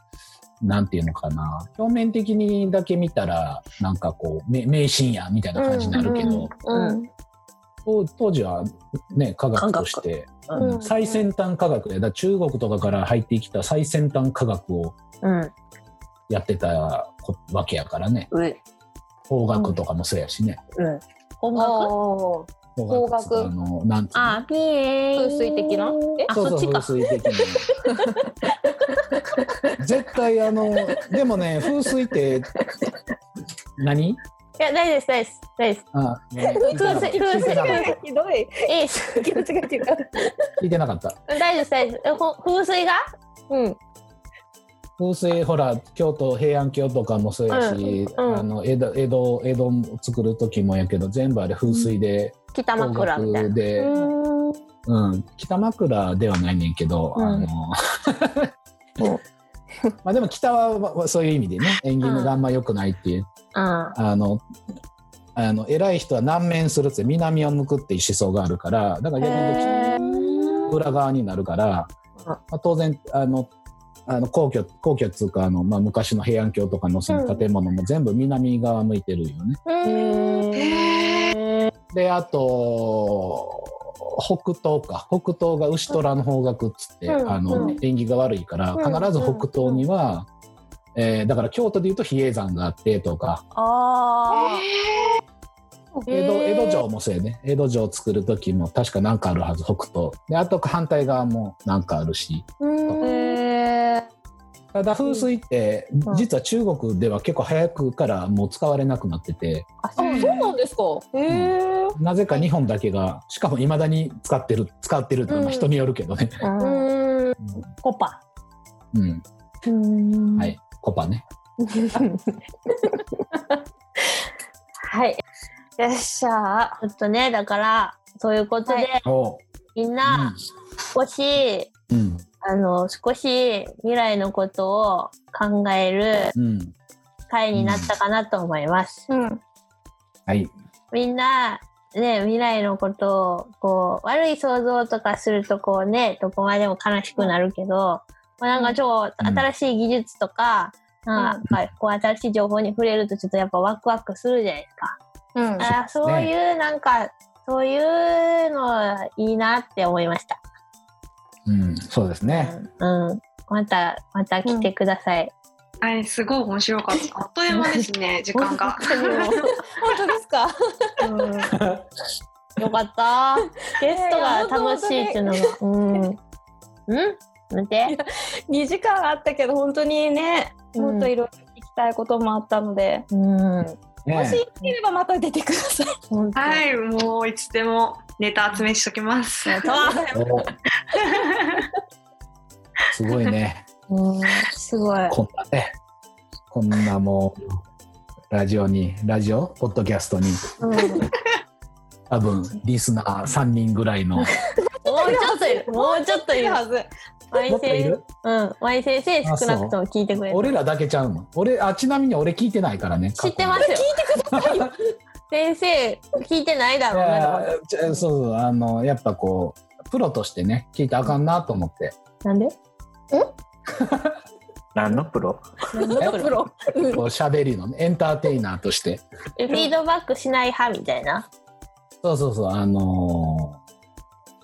Speaker 2: なんていうのかな表面的にだけ見たらなんかこうめ迷信やみたいな感じになるけど、
Speaker 4: うん
Speaker 2: 当当時はね科学として、
Speaker 4: 学
Speaker 2: うん最先端科学やだから中国とかから入ってきた最先端科学を
Speaker 6: うん
Speaker 2: やってたこわけやからね
Speaker 6: うん
Speaker 2: 法学とかもそうやしね、
Speaker 6: うん
Speaker 8: 音楽
Speaker 6: おー
Speaker 2: 法学っていうかあのなんていうの
Speaker 8: あ、ピエー。
Speaker 3: 風水的なえ
Speaker 8: あ、
Speaker 2: そう
Speaker 8: そっち
Speaker 2: そう
Speaker 8: か。
Speaker 2: 風
Speaker 4: *laughs*
Speaker 2: 水的に絶対あのでもね風水って何
Speaker 4: いや大丈夫です大丈夫です
Speaker 2: あ
Speaker 4: 風水風水風水
Speaker 8: ひどい。
Speaker 4: いいっす
Speaker 8: 気持ちが違う。
Speaker 2: 聞いてなかった
Speaker 4: 大丈夫です大丈夫ですえほ風水がうん
Speaker 2: 風水ほら京都平安京とかもそうやし、
Speaker 4: うんうん
Speaker 2: あの江戸江戸江戸作る時もやけど全部あれ風水で、
Speaker 4: 北枕みたいな
Speaker 2: 方角で、
Speaker 4: うん
Speaker 2: うん北枕ではないねんけど、
Speaker 4: うん
Speaker 2: あの *laughs* まあでも北はわわそういう意味でね縁起があんま良くないっていう、
Speaker 4: あ
Speaker 2: あのあの偉い人は南面するって南を向くっていう思想があるからだから逆に北裏側になるから、まあ、当然あのあの皇居皇居っつうかあの、まあ、昔の平安京とかのその建物も全部南側向いてるよね。であと北東か北東が牛虎の方角っつって、
Speaker 4: うん
Speaker 2: あ
Speaker 4: う
Speaker 2: の
Speaker 4: ん
Speaker 2: 縁起が悪いから、
Speaker 4: うん
Speaker 2: 必ず北東には、えーだから京都でいうと比叡山があってとか
Speaker 4: あ
Speaker 2: 江戸江戸城もそうやね江戸城作る時も確か何かあるはず北東であと反対側も何かあるし。ただ風水って、実は中国では結構早くからもう使われなくなってて、
Speaker 3: あそうなんですか
Speaker 2: なぜか日本だけがしかもいまだに使ってる使ってるっていうのは人によるけどね、
Speaker 4: うん
Speaker 6: コパ
Speaker 2: うんはいコパね
Speaker 4: はいよっしゃーちょっとねだからそういうことで
Speaker 2: おう
Speaker 4: みんな少し
Speaker 2: うん
Speaker 4: あの少し未来のことを考える
Speaker 2: うん
Speaker 6: 回になったかなと思います。
Speaker 4: うん。
Speaker 2: はい。
Speaker 6: みんな、ね、未来のことを、こう、悪い想像とかすると、こうね、どこまでも悲しくなるけど、もうなんか超
Speaker 2: うん
Speaker 6: 新しい技術とか、なんかこう新しい情報に触れるとちょっとやっぱワクワクするじゃないですか。
Speaker 4: うん。
Speaker 6: あーそういうなんか、そういうのいいなって思いました。
Speaker 2: うん、そうですね。
Speaker 6: うん。また、また来てください。
Speaker 5: はい、すごい面白かった。あっという間ですね、時間が。
Speaker 3: 本当です
Speaker 6: *laughs*
Speaker 3: か
Speaker 6: よかった。ゲストが楽しいっていうのが。うん。うん見て。
Speaker 3: 2時間あったけど本当にねもっといろいろ聞きたいこともあったので、
Speaker 6: うん。
Speaker 3: も
Speaker 2: ね
Speaker 3: しよければまた出てください。
Speaker 6: 本当
Speaker 5: はい、もういつでもネタ集めしときます。
Speaker 2: おすごいね。
Speaker 6: *laughs* うんすごい。
Speaker 2: こんなね、こんなもう、ラジオに、ラジオ、ポッドキャストに、多分、リスナー3人ぐらいの、も
Speaker 6: もうちょっといる。もうちょっといるはず。マイ
Speaker 2: っとい
Speaker 6: 先
Speaker 2: る
Speaker 6: 生、うん、マイ先生
Speaker 2: あ
Speaker 6: 少なくとも聞いてくれる。
Speaker 2: 俺らだけちゃうの俺あ、ちなみに俺聞いてないからね。
Speaker 6: 知ってますよ。聞いてください。先生聞いてないだ
Speaker 2: い
Speaker 6: ろうなと思って
Speaker 2: やちょそうそう、あの、やっぱこう、プロとしてね、聞いたらあかんなと思って。
Speaker 6: なんで？
Speaker 7: 何のプロ
Speaker 3: プロ。
Speaker 2: こう喋りのねエンターテイナーとして。
Speaker 6: フィードバックしない派みたいな。
Speaker 2: そうそうそう、あの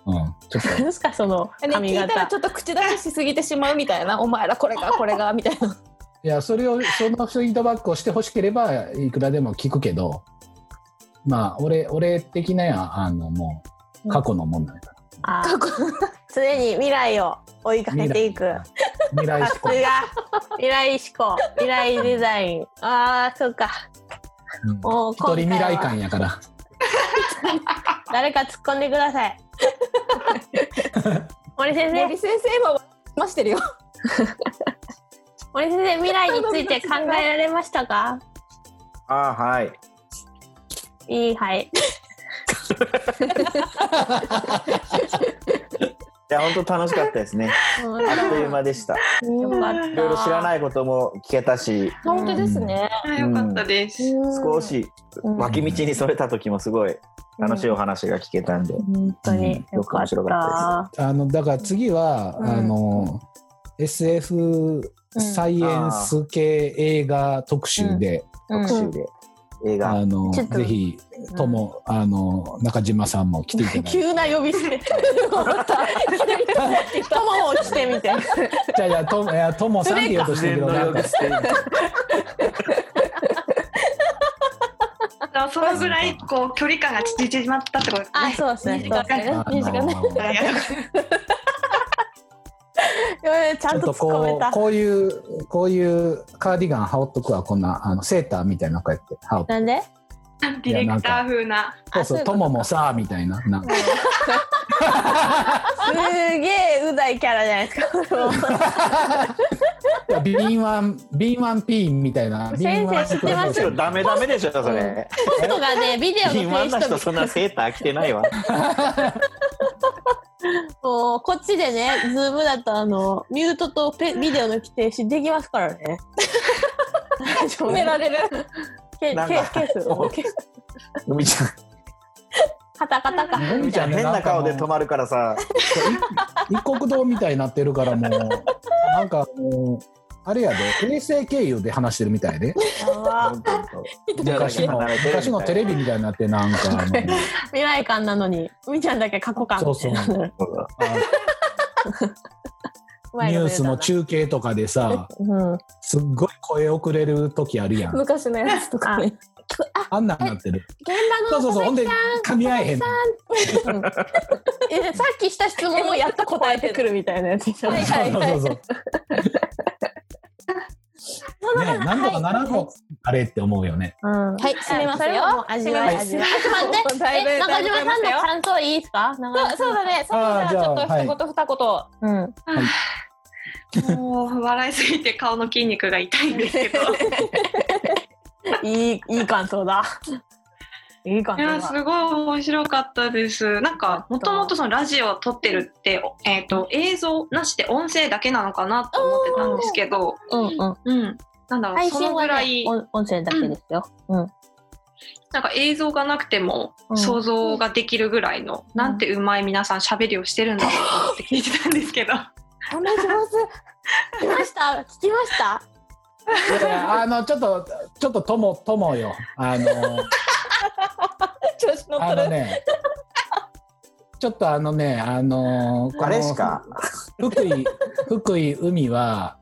Speaker 2: ーうん、ちょっと。
Speaker 6: 何ですかその
Speaker 3: ね、聞
Speaker 6: 髪
Speaker 3: いたら
Speaker 6: 型
Speaker 3: ち。ょっと口出ししすぎてしまうみたいな、お前らこれ
Speaker 6: *laughs*
Speaker 3: がこれがみたいな。
Speaker 2: いや、それを、そのフィードバックをしてほしければ、いくらでも聞くけど、まあ、俺、俺的なや、あの、もう、過去のもんだから。
Speaker 6: あ常に未来を追いかけていく。
Speaker 2: 未来志
Speaker 6: さす
Speaker 2: 向
Speaker 6: *laughs* が。未来志向、未来
Speaker 3: *laughs*
Speaker 6: デザイン。ああ、そうか。
Speaker 2: うん
Speaker 6: もう
Speaker 2: 一人
Speaker 6: 今回
Speaker 2: 未
Speaker 6: は
Speaker 2: 来感やから。
Speaker 6: 誰か突っ込んでく
Speaker 2: *laughs*
Speaker 6: ださい。森先生
Speaker 3: 森、先生も笑ってましてるよ。
Speaker 6: 森先生、未来について考えられましたか？
Speaker 7: ああ、はい。
Speaker 6: いいはい。
Speaker 7: いや、本当楽しかったですね。あっという間でした。
Speaker 6: よかっ
Speaker 7: いろいろ知らないことも聞けたし、
Speaker 3: 本当ですね。
Speaker 5: はい、よかったです。
Speaker 7: 少し脇道にそれた時もすごい楽しいお話が聞けたんで、
Speaker 6: 本当によか
Speaker 7: よく
Speaker 6: っ
Speaker 7: 面白か
Speaker 6: た。
Speaker 2: あの、だから次は、
Speaker 6: うん
Speaker 2: あの、SF サイエンス系映画特集で、
Speaker 7: 特集で映画。
Speaker 2: あの、
Speaker 6: ちょっと
Speaker 2: ぜひ、とも、あの、中島さんも来ていただ
Speaker 6: *laughs*
Speaker 2: いて。
Speaker 3: 急な呼び捨て。トモを来てみて。
Speaker 2: じゃあ、じゃあ、とも、いやともさんって言おうとしてるけど、なんか
Speaker 5: だからそのぐらいこう距離感が縮んでしまったってことですね。
Speaker 6: あ、そうですね。そうですね。
Speaker 2: あの
Speaker 6: ちゃ
Speaker 2: ちょ
Speaker 6: ん
Speaker 2: っと
Speaker 6: と突っ込
Speaker 2: こ
Speaker 6: め
Speaker 2: う
Speaker 6: た。
Speaker 2: こういうこういうカーディガン羽織っとくわこんなあのセーターみたいなのこうやって羽織って
Speaker 6: なんで？
Speaker 5: ディレクター風な。
Speaker 2: そうそう友もさみたいななんか
Speaker 6: すげえうざいキャラじゃないですか。
Speaker 2: 敏腕敏腕ピンみたいな敏腕
Speaker 6: 先生知ってま
Speaker 7: むしろダメダメでしょそれ。
Speaker 6: ポ
Speaker 7: *laughs*
Speaker 6: ストがね、ビデオの
Speaker 7: 今
Speaker 6: ペ
Speaker 7: の
Speaker 6: ージ
Speaker 7: 人
Speaker 6: と
Speaker 7: そんなセーター着て
Speaker 4: *laughs*
Speaker 7: ないわ。
Speaker 6: もうこっちでね、ズームだとあのミュートとペビデオの規定しできますからね。
Speaker 3: 褒められる。
Speaker 6: ケケ
Speaker 7: なんか
Speaker 6: ース、ケ
Speaker 7: もう
Speaker 6: ース、
Speaker 7: のみちゃん、
Speaker 6: カタカタか。
Speaker 7: のみちゃん変な顔で止まるからさ。
Speaker 2: 一国道みたいになってるからもうなんかもうあれやで平成経由で話してるみたいで
Speaker 7: 本当本
Speaker 2: 昔の昔のテレビみたいになってなんかあの
Speaker 6: 未来感なのに、みーちゃんだけ過去感。
Speaker 2: そうそう
Speaker 7: 当
Speaker 2: あニュースの中継とかでさ
Speaker 6: うん。
Speaker 2: すっごい声遅れる時あるやん
Speaker 3: 昔のやつとかね。
Speaker 2: あんなんなってる。
Speaker 6: 現
Speaker 2: そ
Speaker 6: 場
Speaker 2: うそうそう、ほんで、噛み合えへん。
Speaker 6: えさっきした質問をやっと答えてくるみたいなやつでしょ。はいはいはい。
Speaker 2: そう
Speaker 6: *laughs*
Speaker 2: そうそう。ねえ、なんとかならんの、あれって思うよね。
Speaker 6: うん。
Speaker 4: はい、閉めます
Speaker 6: それはもう
Speaker 4: よ。
Speaker 6: 味わい味わい。
Speaker 4: *laughs*
Speaker 6: ちょっと待って。え、中島さんの感想いいですか？中島さん
Speaker 3: そうだね。さ
Speaker 2: あ
Speaker 3: っ
Speaker 2: ーじゃあ
Speaker 3: きからちょっと一言二言。
Speaker 6: うん。
Speaker 5: もう笑いすぎて顔の筋肉が痛いんですけ
Speaker 4: *laughs*
Speaker 5: ど。
Speaker 6: いいいい感想だ。いい感
Speaker 5: いや
Speaker 6: 想
Speaker 5: す
Speaker 6: だ。
Speaker 5: ごい面白かったです。なんかもともとそのラジオを撮ってるって、えっ、と映像なしで音声だけなのかなと思ってたんですけど、
Speaker 6: うんうん。
Speaker 5: うん、なんだろう、
Speaker 4: 配
Speaker 5: その
Speaker 4: 信
Speaker 5: ぐ
Speaker 4: は、
Speaker 5: ら
Speaker 4: ね
Speaker 5: い、、
Speaker 4: 音音声だけですよ。
Speaker 5: なんか映像がなくても
Speaker 4: うん
Speaker 5: 想像ができるぐらいの、なんてうまい皆さん喋りをしてるんだろうと思って聞いてたんです
Speaker 4: *laughs*
Speaker 5: けど。
Speaker 4: あんま上手。聞きました聞きました
Speaker 2: いやあのちょっとちょっとともともよあの
Speaker 6: 調子乗
Speaker 2: あ
Speaker 6: っと
Speaker 2: の
Speaker 6: る。
Speaker 2: ねちょっとあのねあのこの
Speaker 7: あれしか。
Speaker 2: 福井福井海は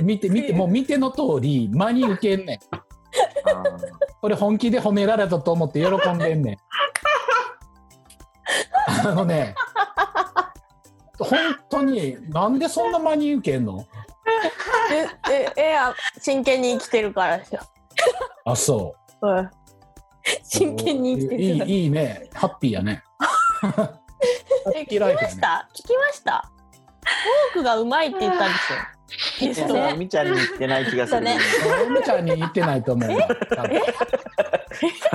Speaker 2: 見て見てもう見ての通り間に受けんねん
Speaker 7: あ
Speaker 2: これ本気で褒められたと思って喜んでんねんあのね本当になんでそんな間に受けんの
Speaker 4: え、え、えや、真剣に生きてるからですよ。
Speaker 2: あそう
Speaker 4: うん。
Speaker 6: 真剣に生きて
Speaker 2: い
Speaker 6: る。
Speaker 2: いいいねハッピーやねハ
Speaker 4: え、
Speaker 2: ッ
Speaker 4: 聞
Speaker 2: ピ
Speaker 4: き
Speaker 2: ーライ
Speaker 4: ま
Speaker 2: フや
Speaker 4: し
Speaker 2: ね
Speaker 4: た聞きましたフォークがうまいって言ったんですよ。
Speaker 7: ーいや
Speaker 4: ね
Speaker 7: みちゃんに言ってない気がする。
Speaker 2: 海ちゃんに言ってないと思う多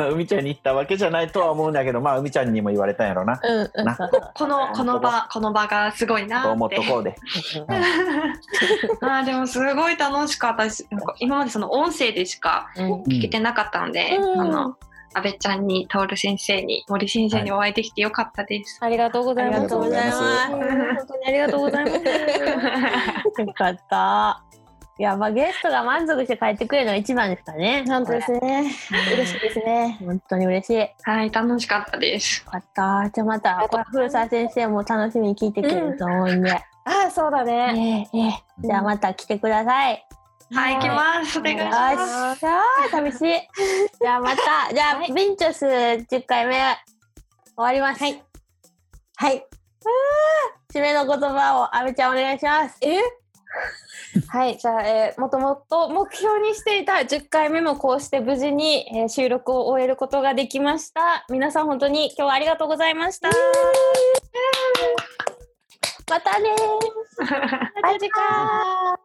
Speaker 2: 分
Speaker 7: 海ちゃんに言ったわけじゃないとは思うんだけど、まあ海ちゃんにも言われたんやろな。
Speaker 4: うん、うん、
Speaker 7: な
Speaker 4: そう
Speaker 5: この、この場、この場がすごいな
Speaker 7: と
Speaker 5: ー
Speaker 7: 思
Speaker 5: っ
Speaker 7: ってと。こうで。
Speaker 5: あーでもすごい楽しかったし、なんか今までその音声でしか
Speaker 4: うん
Speaker 5: 聞けてなかったので、
Speaker 4: うん
Speaker 5: あの、安倍ちゃんに、徹先生に、森先生にお会いできてよかったです。
Speaker 6: ありがとうござい
Speaker 4: あり
Speaker 6: ま
Speaker 4: が
Speaker 6: す
Speaker 4: とう。ございます。
Speaker 7: あり
Speaker 4: 本当にありがとうございます。よかった。いや、まあ、ゲストが満足して帰ってくれるのが一番ですからね。
Speaker 3: 本当ですね。嬉しいですね。
Speaker 4: 本当に嬉しい。よ
Speaker 5: *laughs* はい、楽しかったです。
Speaker 4: かった。じゃあまた、これ古澤先生も楽しみに聞いてくれると思うんで。
Speaker 3: あ、そうだね。
Speaker 4: ねえねえじゃあまた来てください。
Speaker 5: はい、行きます。お願いし
Speaker 4: よ
Speaker 5: ます。
Speaker 4: っしゃー、寂しい。じゃあまた、じゃあ、ビンチョス10回目、終わります。はい。
Speaker 3: はい。
Speaker 4: 締めの言葉を、阿部ちゃんお願いします。
Speaker 3: えはい、じゃあ、えーもともと目標にしていた10回目もこうして無事に、えー収録を終えることができました。皆さん本当に今日はありがとうございました。
Speaker 4: またね
Speaker 2: *laughs*
Speaker 4: ー。
Speaker 3: また次回。